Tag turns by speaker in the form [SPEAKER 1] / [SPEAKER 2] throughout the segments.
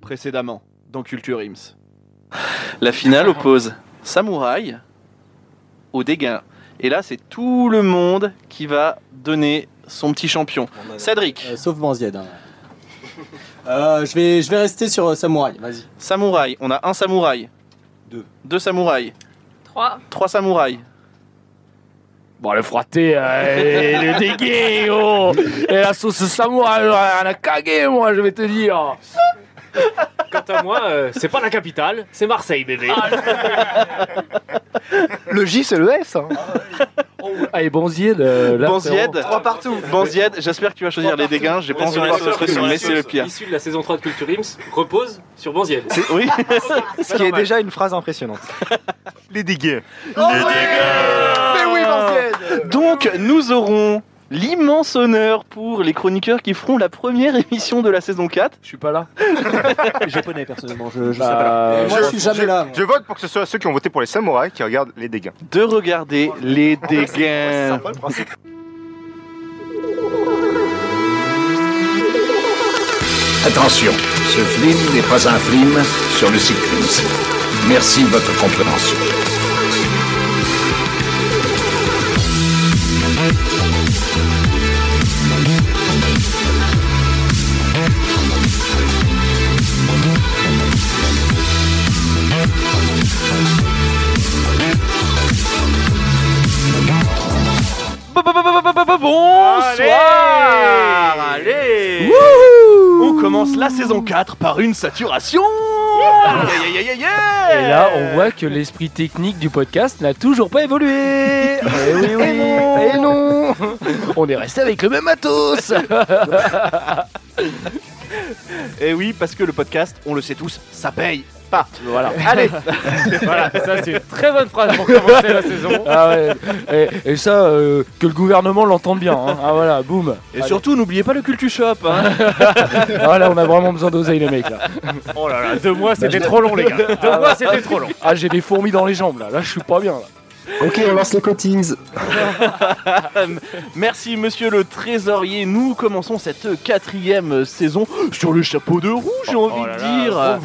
[SPEAKER 1] précédemment dans Culture Ims. La finale oppose Samouraï au dégât. Et là, c'est tout le monde qui va donner son petit champion. Cédric,
[SPEAKER 2] Euh, sauf Banzied. hein. Euh, je, vais, je vais rester sur euh, Samouraï, vas-y.
[SPEAKER 1] Samouraï, on a un samouraï.
[SPEAKER 2] Deux.
[SPEAKER 1] Deux samouraïs.
[SPEAKER 3] 3.
[SPEAKER 1] Trois samouraïs.
[SPEAKER 4] Bon, le euh, frotter, le dégué, oh Et la sauce samouraï, elle a cagué, moi, je vais te dire
[SPEAKER 5] Quant à moi, euh, c'est pas la capitale, c'est Marseille, bébé.
[SPEAKER 6] Le J, c'est le S. hein.
[SPEAKER 4] Allez, Banzied, euh, là,
[SPEAKER 1] Banzied.
[SPEAKER 6] Trois partout.
[SPEAKER 1] Banzied, j'espère que tu vas choisir les dégâts. J'ai pas
[SPEAKER 5] Ah,
[SPEAKER 1] envie de voir ce truc, mais c'est le pire.
[SPEAKER 5] Issu de la saison 3 de Culture Ims, repose sur Banziel.
[SPEAKER 1] C'est- Oui,
[SPEAKER 6] Ce qui est déjà une phrase impressionnante.
[SPEAKER 7] Les dégâts.
[SPEAKER 1] Oh,
[SPEAKER 6] Mais oui, Martienne
[SPEAKER 1] Donc, nous aurons l'immense honneur pour les chroniqueurs qui feront la première émission de la saison 4.
[SPEAKER 4] Je suis pas là.
[SPEAKER 2] Je connais personnellement, je, je
[SPEAKER 4] Bah,
[SPEAKER 2] sais pas. Moi, je suis jamais là. moi.
[SPEAKER 7] Euh, Je vote pour que ce soit ceux qui ont voté pour les samouraïs qui regardent les dégâts.
[SPEAKER 1] De regarder les dégâts.
[SPEAKER 8] Attention, ce film n'est pas un film sur le cyclisme. Merci de votre compréhension.
[SPEAKER 1] Bonsoir Allez On commence la saison 4 par une saturation Yeah, yeah, yeah, yeah.
[SPEAKER 4] Et là, on voit que l'esprit technique du podcast n'a toujours pas évolué Eh oui, oui
[SPEAKER 6] Et non
[SPEAKER 4] On est resté avec le même matos
[SPEAKER 1] Et Eh oui, parce que le podcast, on le sait tous, ça paye pas
[SPEAKER 4] Voilà
[SPEAKER 1] Allez
[SPEAKER 5] Voilà, ça c'est une très bonne phrase pour commencer la saison.
[SPEAKER 4] Ah ouais. et, et ça, euh, que le gouvernement l'entende bien. hein. Ah voilà, boum.
[SPEAKER 1] Et surtout, n'oubliez pas le Culture Shop hein.
[SPEAKER 4] Ah là, on a vraiment besoin d'oseille les mecs là.
[SPEAKER 5] Oh là là, deux mois c'était trop long les gars. Deux mois c'était trop long.
[SPEAKER 4] Ah j'ai des fourmis dans les jambes là. Là, je suis pas bien là. Oh
[SPEAKER 6] Ok, on lance les cotings.
[SPEAKER 1] Merci monsieur le trésorier, nous commençons cette quatrième euh, saison sur le chapeau de roue, j'ai
[SPEAKER 4] Oh,
[SPEAKER 1] envie de dire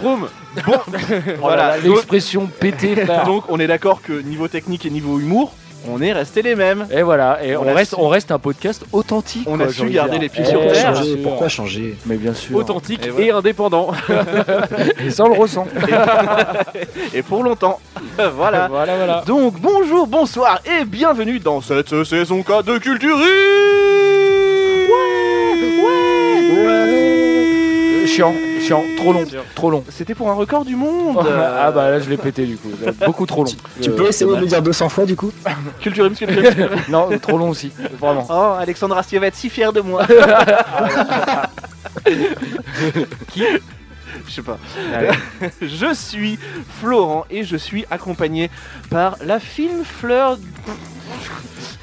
[SPEAKER 1] Voilà, donc,
[SPEAKER 4] L'expression pété frère.
[SPEAKER 1] donc, on est d'accord que niveau technique et niveau humour, on est restés les mêmes
[SPEAKER 4] Et voilà, et
[SPEAKER 1] On
[SPEAKER 4] on,
[SPEAKER 1] a
[SPEAKER 4] reste,
[SPEAKER 1] su-
[SPEAKER 4] on reste un podcast authentique.
[SPEAKER 1] On
[SPEAKER 4] quoi,
[SPEAKER 1] a
[SPEAKER 4] j'ai
[SPEAKER 1] su
[SPEAKER 4] envie de
[SPEAKER 1] garder
[SPEAKER 4] dire.
[SPEAKER 1] les pieds
[SPEAKER 4] Eh,
[SPEAKER 1] sur
[SPEAKER 4] bien
[SPEAKER 1] terre.
[SPEAKER 4] sûr.
[SPEAKER 6] changer Pourquoi changer
[SPEAKER 4] Mais bien sûr.
[SPEAKER 5] Authentique
[SPEAKER 1] Et
[SPEAKER 5] et,
[SPEAKER 1] voilà.
[SPEAKER 5] indépendant.
[SPEAKER 4] Et ça on le ressent.
[SPEAKER 1] et pour longtemps. voilà.
[SPEAKER 4] voilà, voilà.
[SPEAKER 1] Donc bonjour, bonsoir et bienvenue dans cette euh, saison 4 de Culture Ips.
[SPEAKER 4] Euh, Chiant, chiant, trop long,
[SPEAKER 5] Sûr.
[SPEAKER 4] trop long.
[SPEAKER 1] C'était pour un record du monde Euh,
[SPEAKER 4] Ah bah là je l'ai pété du coup, beaucoup trop long.
[SPEAKER 6] Tu
[SPEAKER 4] Euh,
[SPEAKER 6] peux essayer de le dire 200 fois du coup
[SPEAKER 4] ah.
[SPEAKER 1] Culture Ips, Culture Ips.
[SPEAKER 4] Non, trop long aussi, vraiment.
[SPEAKER 1] Oh, Alexandra Astier va être si fière de moi Qui Je sais pas. je suis Florent et je suis accompagné par la fine fleur.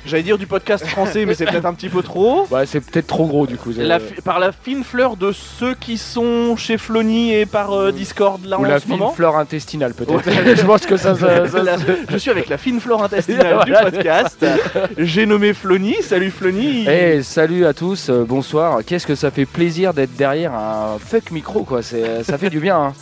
[SPEAKER 1] J'allais dire du podcast français, mais c'est peut-être un petit peu trop.
[SPEAKER 4] Bah c'est peut-être trop gros du coup.
[SPEAKER 1] La fi- par la fine fleur de ceux qui sont chez Flony et par euh, Discord là
[SPEAKER 4] Ou
[SPEAKER 1] en
[SPEAKER 4] la
[SPEAKER 1] ce
[SPEAKER 4] fine
[SPEAKER 1] moment.
[SPEAKER 4] fleur intestinale peut-être. je pense que ça, ça, ça-
[SPEAKER 1] La- je suis avec la fine fleur intestinale
[SPEAKER 4] Voilà,
[SPEAKER 1] du podcast. J'ai nommé Flony. Salut Flony.
[SPEAKER 4] Eh, salut à tous, euh, bonsoir. Qu'est-ce que ça fait plaisir d'être derrière un fuck micro, quoi. C'est, ça fait du bien. hein.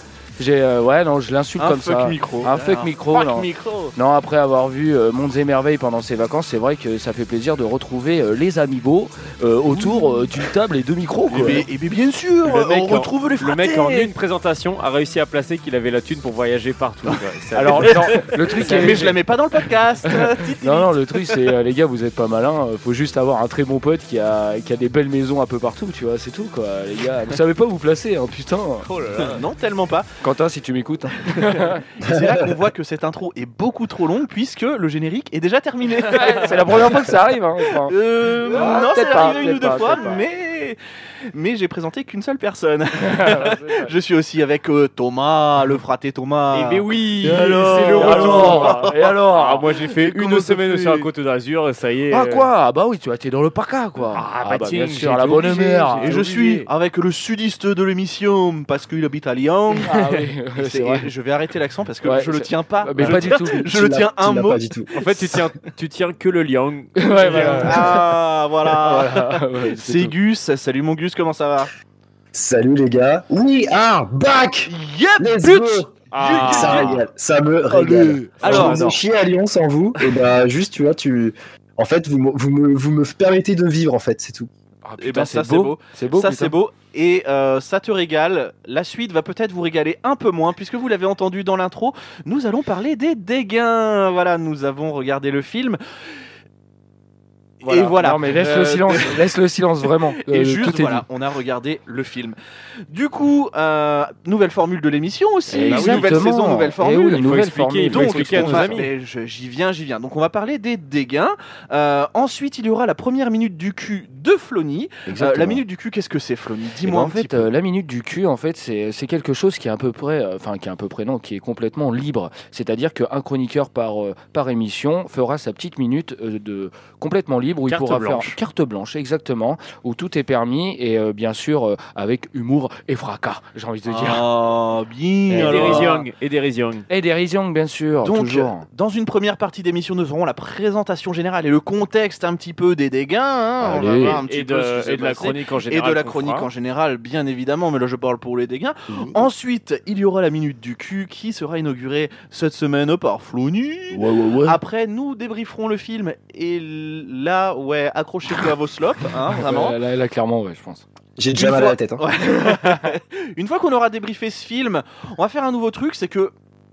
[SPEAKER 4] J'ai, euh, ouais, non, je l'insulte
[SPEAKER 1] un
[SPEAKER 4] comme
[SPEAKER 1] fuck
[SPEAKER 4] ça.
[SPEAKER 1] micro. Ah.
[SPEAKER 4] Un fuck micro,
[SPEAKER 1] Fuck
[SPEAKER 4] non.
[SPEAKER 1] micro.
[SPEAKER 4] Non, après avoir vu euh, Mondes et Merveilles pendant ses vacances, c'est vrai que ça fait plaisir de retrouver euh, les amigos euh, autour euh, d'une table et de micros,
[SPEAKER 1] Eh
[SPEAKER 4] quoi.
[SPEAKER 1] ben, bien sûr,
[SPEAKER 5] Le mec en-
[SPEAKER 1] les
[SPEAKER 5] Le mec
[SPEAKER 1] fratés.
[SPEAKER 5] en une présentation a réussi à placer qu'il avait la thune pour voyager partout. quoi. Ça-
[SPEAKER 4] Alors, non, le truc est-
[SPEAKER 1] Mais je la mets pas dans le podcast.
[SPEAKER 4] Non, non, le truc c'est, euh, les gars, vous êtes pas malins, euh, faut juste avoir un très bon pote qui a, qui a des belles maisons un peu partout, tu vois, c'est tout quoi, les gars. Vous savez pas vous placer, hein, putain.
[SPEAKER 1] Oh non, tellement pas.
[SPEAKER 4] Quentin, si tu m'écoutes. hein.
[SPEAKER 1] Et C'est là qu'on voit que cette intro est beaucoup trop longue puisque le générique est déjà terminé.
[SPEAKER 4] C'est la première fois que ça arrive. Hein, enfin.
[SPEAKER 1] Euh,
[SPEAKER 4] Ah,
[SPEAKER 1] non, c'est
[SPEAKER 4] peut-être pas,
[SPEAKER 1] arrivé une ou
[SPEAKER 4] peut-être
[SPEAKER 1] deux
[SPEAKER 4] pas,
[SPEAKER 1] fois,
[SPEAKER 4] peut-être pas.
[SPEAKER 1] mais mais j'ai présenté qu'une seule personne. Je suis aussi avec euh, Thomas, le fraté Thomas.
[SPEAKER 5] Eh ben oui,
[SPEAKER 4] Et alors
[SPEAKER 5] c'est le
[SPEAKER 4] Et
[SPEAKER 5] retour.
[SPEAKER 4] alors Et alors
[SPEAKER 5] Ah, moi j'ai fait
[SPEAKER 4] Comment
[SPEAKER 5] une
[SPEAKER 4] ça
[SPEAKER 5] semaine
[SPEAKER 4] fait
[SPEAKER 5] sur la côte d'Azur, ça y est.
[SPEAKER 4] Ah
[SPEAKER 5] euh,
[SPEAKER 4] quoi Ah Bah oui, tu vois, t'es dans le parka quoi.
[SPEAKER 5] Ah, bah
[SPEAKER 4] bien
[SPEAKER 5] tiens,
[SPEAKER 4] sûr,
[SPEAKER 5] j'ai
[SPEAKER 4] la
[SPEAKER 5] été
[SPEAKER 4] bonne
[SPEAKER 5] obligé,
[SPEAKER 4] mère.
[SPEAKER 5] j'ai
[SPEAKER 1] Et je
[SPEAKER 5] J'ai
[SPEAKER 1] suis
[SPEAKER 5] oublié.
[SPEAKER 1] avec le sudiste de l'émission parce qu'il habite à Lyon.
[SPEAKER 4] Ah oui, c'est
[SPEAKER 1] Et
[SPEAKER 4] vrai.
[SPEAKER 1] Je vais arrêter l'accent parce que
[SPEAKER 4] Ouais,
[SPEAKER 1] je le
[SPEAKER 4] c'est- Ah,
[SPEAKER 1] tiens pas.
[SPEAKER 4] Mais
[SPEAKER 1] je
[SPEAKER 4] pas du tout.
[SPEAKER 1] je le tiens un mot.
[SPEAKER 6] Pas du tout.
[SPEAKER 5] En fait, tu tiens, tu tiens que le liang.
[SPEAKER 4] Ouais, voilà.
[SPEAKER 1] Ah voilà.
[SPEAKER 4] Voilà, Ah, ouais,
[SPEAKER 1] C'est
[SPEAKER 4] tout.
[SPEAKER 1] Gus, salut mon Gus, comment ça va
[SPEAKER 6] Salut les gars. Oui, ah, back
[SPEAKER 1] Yep
[SPEAKER 6] Let's
[SPEAKER 1] But
[SPEAKER 6] go
[SPEAKER 5] Ah.
[SPEAKER 6] Ça régale, ça me régale.
[SPEAKER 1] Alors,
[SPEAKER 6] Alors, je me chier Oh, à Lyon sans vous, et bah juste, tu vois, tu. En fait, vous, me- vous, me, vous me permettez de vivre, en fait, c'est tout.
[SPEAKER 4] Ah,
[SPEAKER 1] Eh
[SPEAKER 5] Bah,
[SPEAKER 1] ben, ça, c'est beau.
[SPEAKER 4] C'est beau. hein.
[SPEAKER 1] ça
[SPEAKER 4] putain.
[SPEAKER 1] c'est beau et euh, ça te régale. La suite va peut-être vous régaler un peu moins puisque vous l'avez entendu dans l'intro. Nous allons parler des dégains. Voilà, nous avons regardé le film. Et voilà.
[SPEAKER 4] Non, mais laisse
[SPEAKER 1] Euh,
[SPEAKER 4] le silence, laisse le silence vraiment.
[SPEAKER 1] Et
[SPEAKER 4] Euh,
[SPEAKER 1] juste,
[SPEAKER 4] tout est
[SPEAKER 1] voilà, on a regardé le film. Du coup, euh, nouvelle formule de l'émission aussi.
[SPEAKER 4] Eh oui,
[SPEAKER 1] nouvelle
[SPEAKER 4] exactement.
[SPEAKER 1] saison, nouvelle
[SPEAKER 4] Eh
[SPEAKER 1] formule.
[SPEAKER 4] oui,
[SPEAKER 5] bah Il faut
[SPEAKER 4] nouvelle
[SPEAKER 5] expliquer,
[SPEAKER 4] formule.
[SPEAKER 5] il faut
[SPEAKER 1] Donc,
[SPEAKER 5] expliquer à
[SPEAKER 1] on
[SPEAKER 5] nos
[SPEAKER 1] va-
[SPEAKER 5] amis.
[SPEAKER 1] mais je- J'y viens, j'y viens. Donc, on va parler des dégains. Euh, ensuite, il y aura la première minute du cul de Flony. Euh, la
[SPEAKER 4] Exactement.
[SPEAKER 1] minute du cul, qu'est-ce que c'est, Flony
[SPEAKER 4] Eh ben,
[SPEAKER 1] Dis-moi un
[SPEAKER 4] en
[SPEAKER 1] petit
[SPEAKER 4] fait, euh, la minute du cul, en fait, c'est c'est quelque chose qui est à peu près, euh, enfin, qui est à peu près non, qui est complètement libre. C'est-à-dire qu'un chroniqueur par euh, par émission fera sa petite minute euh, de complètement libre où
[SPEAKER 5] Carte
[SPEAKER 4] il pourra
[SPEAKER 5] blanche.
[SPEAKER 4] faire carte blanche, exactement, où tout est permis et euh, bien sûr euh, avec humour et fracas. J'ai envie de
[SPEAKER 5] euh,
[SPEAKER 1] peu.
[SPEAKER 4] te dire.
[SPEAKER 1] Ah, bien.
[SPEAKER 5] Et
[SPEAKER 4] Alors-
[SPEAKER 5] dérision. Et dérision.
[SPEAKER 4] Et dérision, bien sûr.
[SPEAKER 1] Donc,
[SPEAKER 4] toujours.
[SPEAKER 1] Dans une première partie d'émission, nous aurons la présentation générale et le contexte un petit peu des dégâts. hein. On va
[SPEAKER 4] Allez.
[SPEAKER 1] voir un petit
[SPEAKER 5] Et
[SPEAKER 1] peu ce qui
[SPEAKER 5] de
[SPEAKER 1] s'est
[SPEAKER 5] et de la
[SPEAKER 1] passé.
[SPEAKER 5] chronique en
[SPEAKER 1] Et
[SPEAKER 5] général.
[SPEAKER 1] de la
[SPEAKER 5] qu'on
[SPEAKER 1] chronique
[SPEAKER 5] fera.
[SPEAKER 1] en général, bien évidemment, mais là je parle pour les dégâts. Ensuite, il y aura la minute du cul qui sera inaugurée cette semaine par Flony.
[SPEAKER 4] Ouais, ouais, ouais.
[SPEAKER 1] Après, nous débrieferons le film et là, ouais, accrochez-vous à vos slopes, hein, vraiment.
[SPEAKER 4] Ouais, là, là, clairement, ouais, je pense.
[SPEAKER 6] J'ai déjà
[SPEAKER 1] Une
[SPEAKER 6] mal
[SPEAKER 1] fois-
[SPEAKER 6] à la tête. Hein.
[SPEAKER 1] Ouais. Une fois qu'on aura débriefé ce film, on va faire un nouveau truc, c'est que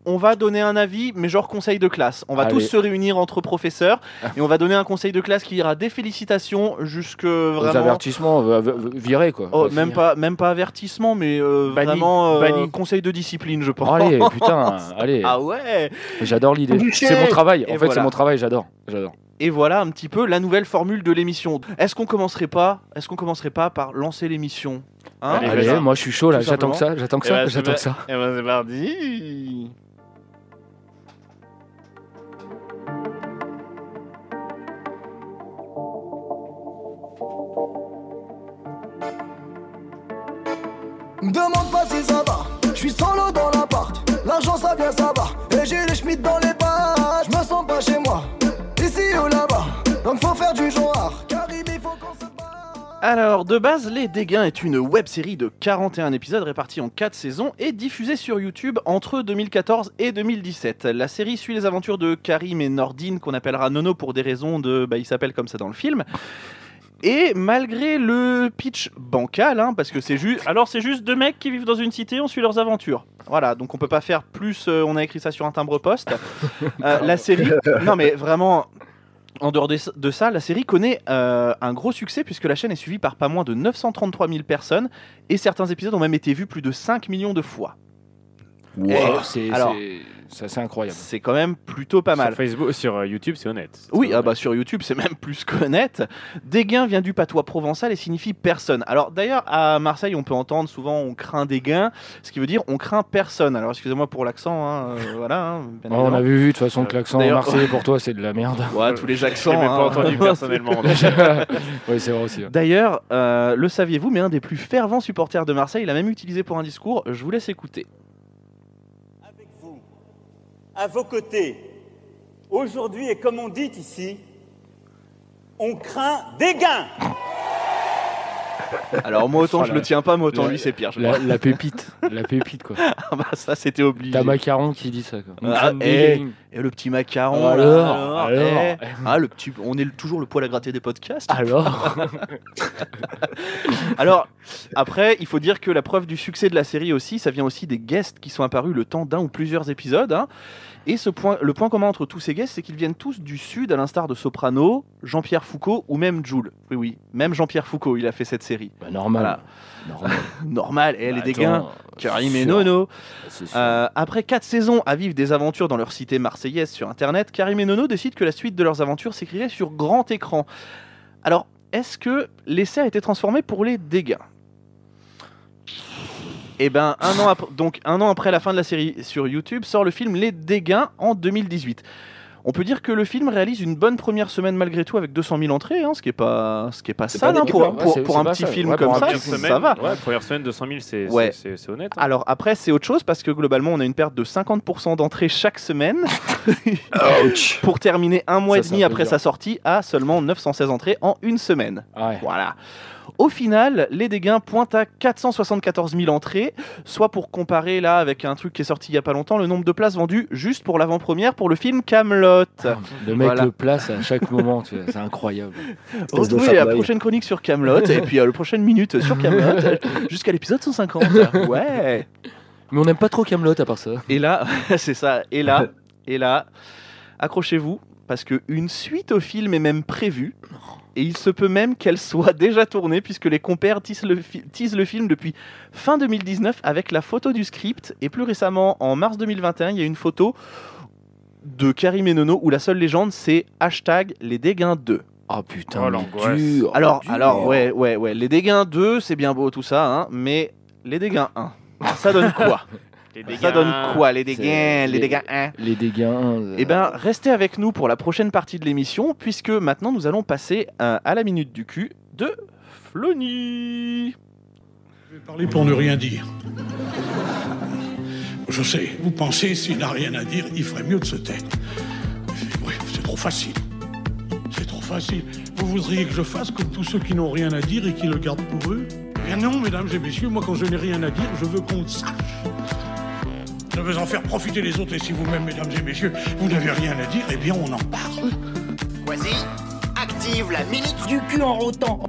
[SPEAKER 1] on va donner un avis, mais genre conseil de classe. On va
[SPEAKER 4] Allez.
[SPEAKER 1] tous se réunir entre professeurs et on va donner un conseil de classe qui ira des félicitations jusque
[SPEAKER 4] Les
[SPEAKER 1] vraiment.
[SPEAKER 4] avertissements, euh, euh, virés quoi.
[SPEAKER 1] Oh,
[SPEAKER 4] Ouais,
[SPEAKER 1] même
[SPEAKER 4] finir.
[SPEAKER 1] pas, même pas avertissement, mais euh,
[SPEAKER 5] Banni.
[SPEAKER 1] vraiment euh,
[SPEAKER 5] Banni.
[SPEAKER 1] conseil de discipline, je pense.
[SPEAKER 4] Allez, putain, allez.
[SPEAKER 1] Ah ouais.
[SPEAKER 4] J'adore l'idée.
[SPEAKER 6] Boucher
[SPEAKER 4] C'est mon travail. En
[SPEAKER 1] Et
[SPEAKER 4] fait,
[SPEAKER 1] voilà.
[SPEAKER 4] c'est mon travail. J'adore. J'adore.
[SPEAKER 1] Et voilà un petit peu la nouvelle formule de l'émission. Est-ce qu'on commencerait pas Est-ce qu'on commencerait pas par lancer l'émission Hein
[SPEAKER 5] Allez,
[SPEAKER 4] Allez,
[SPEAKER 5] vas-y.
[SPEAKER 4] moi je suis chaud là,
[SPEAKER 1] Tout
[SPEAKER 4] j'attends que ça, j'attends que
[SPEAKER 5] Eh ben,
[SPEAKER 4] ça,
[SPEAKER 5] c'est
[SPEAKER 4] j'attends
[SPEAKER 5] bien.
[SPEAKER 4] que ça.
[SPEAKER 5] Eh ben, c'est parti.
[SPEAKER 3] Me demande pas si ça va, je suis solo dans l'appart. L'argent ça vient, ça va. Et j'ai les schmitt dans les pattes. Je me sens pas chez moi, ici ou là-bas. Donc faut faire du genre, car il faut qu'on se bat.
[SPEAKER 1] Alors, de base, Les Dégains est une web série de 41 épisodes répartis en 4 saisons et diffusée sur YouTube entre 2014 et 2017. La série suit les aventures de Karim et Nordine, qu'on appellera Nono pour des raisons de. Bah, il s'appelle comme ça dans le film. Et malgré le pitch bancal, hein, parce que c'est juste. Alors, c'est juste deux mecs qui vivent dans une cité, on suit leurs aventures. Voilà, donc on peut pas faire plus. euh, on a écrit ça sur un timbre-poste. Euh, la série. Non, mais vraiment, en dehors des- de ça, la série connaît euh, un gros succès puisque la chaîne est suivie par pas moins de 933 000 personnes et certains épisodes ont même été vus plus de 5 millions de fois.
[SPEAKER 4] Wow. C'est
[SPEAKER 1] Alors-
[SPEAKER 4] c'est- c'est assez incroyable.
[SPEAKER 1] Eh, C'est quand même plutôt pas mal.
[SPEAKER 5] Sur Facebook, sur euh, YouTube, c'est honnête.
[SPEAKER 1] Oui,
[SPEAKER 5] C'est
[SPEAKER 1] ah
[SPEAKER 5] honnête.
[SPEAKER 1] bah sur YouTube, c'est même plus qu'honnête. Dégain vient du patois provençal et signifie personne. Alors d'ailleurs, à Marseille, on peut entendre souvent on craint dégain, ce qui veut dire on craint personne. Alors excusez-moi pour l'accent, hein, euh, voilà. hein, bien
[SPEAKER 4] Oh, on
[SPEAKER 1] évidemment.
[SPEAKER 4] a vu, vu, de toute façon, que l'accent
[SPEAKER 1] D'ailleurs-
[SPEAKER 4] marseillais pour toi, c'est de la merde.
[SPEAKER 1] Ouais, tous les
[SPEAKER 5] Je
[SPEAKER 1] accents.
[SPEAKER 5] l'ai même pas
[SPEAKER 1] hein.
[SPEAKER 5] entendu personnellement. donc.
[SPEAKER 4] oui, c'est vrai aussi. ouais.
[SPEAKER 1] D'ailleurs, euh, le saviez-vous, mais un des plus fervents supporters de Marseille l'a même utilisé pour un discours. Je vous laisse écouter.
[SPEAKER 9] avec vous, à vos côtés, aujourd'hui, et comme on dit ici, on craint des gains.
[SPEAKER 1] Alors moi autant
[SPEAKER 4] Oh
[SPEAKER 1] je
[SPEAKER 4] là
[SPEAKER 1] le
[SPEAKER 4] là.
[SPEAKER 1] tiens pas, mais autant
[SPEAKER 4] La-
[SPEAKER 1] lui c'est pire. Je
[SPEAKER 4] La,
[SPEAKER 1] crois.
[SPEAKER 4] la pépite, la pépite quoi.
[SPEAKER 1] Ah bah ça c'était obligé.
[SPEAKER 4] T'as Macaron qui dit ça quoi.
[SPEAKER 1] Ah, eh, Et le petit macaron. là,
[SPEAKER 4] Alors,
[SPEAKER 1] alors,
[SPEAKER 4] alors.
[SPEAKER 1] eh. Ah le petit, on est le- toujours le poil à gratter des podcasts.
[SPEAKER 4] Alors
[SPEAKER 1] Alors après il faut dire que la preuve du succès de la série aussi, ça vient aussi des guests qui sont apparus le temps d'un ou plusieurs épisodes. hein. Et ce point, le point commun entre tous ces guests, c'est qu'ils viennent tous du sud, à l'instar de Soprano, Jean-Pierre Foucault ou même Jules. Oui oui, même Jean-Pierre Foucault, il a fait cette série.
[SPEAKER 4] Bah, normal. Normal.
[SPEAKER 1] Normal, elle
[SPEAKER 4] Bah,
[SPEAKER 1] est dégain.
[SPEAKER 4] attends,
[SPEAKER 1] Karim
[SPEAKER 4] c'est
[SPEAKER 1] et
[SPEAKER 4] sûr,
[SPEAKER 1] Nono.
[SPEAKER 4] c'est sûr.
[SPEAKER 1] Euh, après 4 saisons à vivre des aventures dans leur cité marseillaise sur Internet, Karim et Nono décident que la suite de leurs aventures s'écrirait sur grand écran. Alors, est-ce que l'essai a été transformé pour les dégâts Eh ben, un an après, donc un an après la fin de la série sur YouTube, sort le film Les Dégâts en 2018. On peut dire que le film réalise une bonne première semaine malgré tout avec 200 000 entrées, hein, ce qui est pas, ce qui est pas
[SPEAKER 6] C'est
[SPEAKER 1] sale
[SPEAKER 6] pas
[SPEAKER 1] hein,
[SPEAKER 6] dégueu,
[SPEAKER 1] pour,
[SPEAKER 6] hein.
[SPEAKER 1] pour-
[SPEAKER 4] Ouais,
[SPEAKER 1] pour
[SPEAKER 4] c'est-
[SPEAKER 1] un
[SPEAKER 4] c'est
[SPEAKER 1] petit
[SPEAKER 4] pas
[SPEAKER 1] film
[SPEAKER 4] sale.
[SPEAKER 1] comme
[SPEAKER 4] Ouais,
[SPEAKER 1] ça,
[SPEAKER 4] première
[SPEAKER 1] ça,
[SPEAKER 4] semaine,
[SPEAKER 1] va.
[SPEAKER 5] Ouais, première semaine, 200 000, c'est
[SPEAKER 1] Ouais.
[SPEAKER 5] c'est- c'est- c'est honnête. hein.
[SPEAKER 1] Alors après, c'est autre chose parce que globalement, on a une perte de 50% d'entrées chaque semaine
[SPEAKER 6] Ouch.
[SPEAKER 1] pour terminer un mois
[SPEAKER 4] Ça,
[SPEAKER 1] et
[SPEAKER 4] c'est
[SPEAKER 1] demi
[SPEAKER 4] un peu
[SPEAKER 1] après
[SPEAKER 4] dur.
[SPEAKER 1] sa sortie à seulement 916 entrées en une semaine.
[SPEAKER 4] Ah Ouais.
[SPEAKER 1] Voilà. Au final, les dégâts pointent à 474 000 entrées, soit pour comparer là avec un truc qui est sorti il y a pas longtemps, le nombre de places vendues juste pour l'avant-première pour le film Camelot.
[SPEAKER 6] Ah,
[SPEAKER 4] Le mec
[SPEAKER 1] Voilà.
[SPEAKER 4] le place à chaque moment, tu vois, c'est incroyable.
[SPEAKER 6] Espèce de
[SPEAKER 1] Retrouvez
[SPEAKER 6] Fat
[SPEAKER 1] la
[SPEAKER 6] Boy.
[SPEAKER 1] prochaine chronique sur Camelot et puis euh, le prochaine minute sur Camelot jusqu'à l'épisode 150. Ouais.
[SPEAKER 4] Mais on n'aime pas trop Camelot à part ça.
[SPEAKER 1] Et là, c'est ça. Et là, et là, accrochez-vous parce que une suite au film est même prévue. Et il se peut même qu'elle soit déjà tournée puisque les compères tissent le, fi- teasent le film depuis fin 2019 avec la photo du script. Et plus récemment, en mars 2021, il y a une photo de Karim et Nono où la seule légende c'est hashtag les dégâts 2.
[SPEAKER 4] Ah putain,
[SPEAKER 5] Oh,
[SPEAKER 4] mais
[SPEAKER 5] l'angoisse.
[SPEAKER 4] dur.
[SPEAKER 1] Alors,
[SPEAKER 4] dur.
[SPEAKER 1] alors, ouais, ouais, ouais. Les dégâts 2, c'est bien beau tout ça, hein, mais les dégâts 1, ça donne quoi
[SPEAKER 5] Les
[SPEAKER 1] Ça
[SPEAKER 5] dégâts.
[SPEAKER 1] donne quoi les dégâts,
[SPEAKER 4] C'est-
[SPEAKER 1] les dégâts 1
[SPEAKER 4] Les dégâts. euh,
[SPEAKER 1] Eh bien, restez avec nous pour la prochaine partie de l'émission, puisque maintenant nous allons passer euh, à la minute du cul de Flony.
[SPEAKER 10] Parlez pour ne rien dire. Je sais, vous pensez, s'il n'a rien à dire, il ferait mieux de se taire. Oui, c'est trop facile. C'est trop facile. Vous voudriez que je fasse comme tous ceux qui n'ont rien à dire et qui le gardent pour eux Eh Bien non, mesdames et messieurs, moi, quand je n'ai rien à dire, je veux qu'on le sache. Je veux en faire profiter les autres, et si vous-même, mesdames et messieurs, vous n'avez rien à dire, eh bien, on en parle.
[SPEAKER 3] Quasi, active la minute
[SPEAKER 11] Du cul en rotant.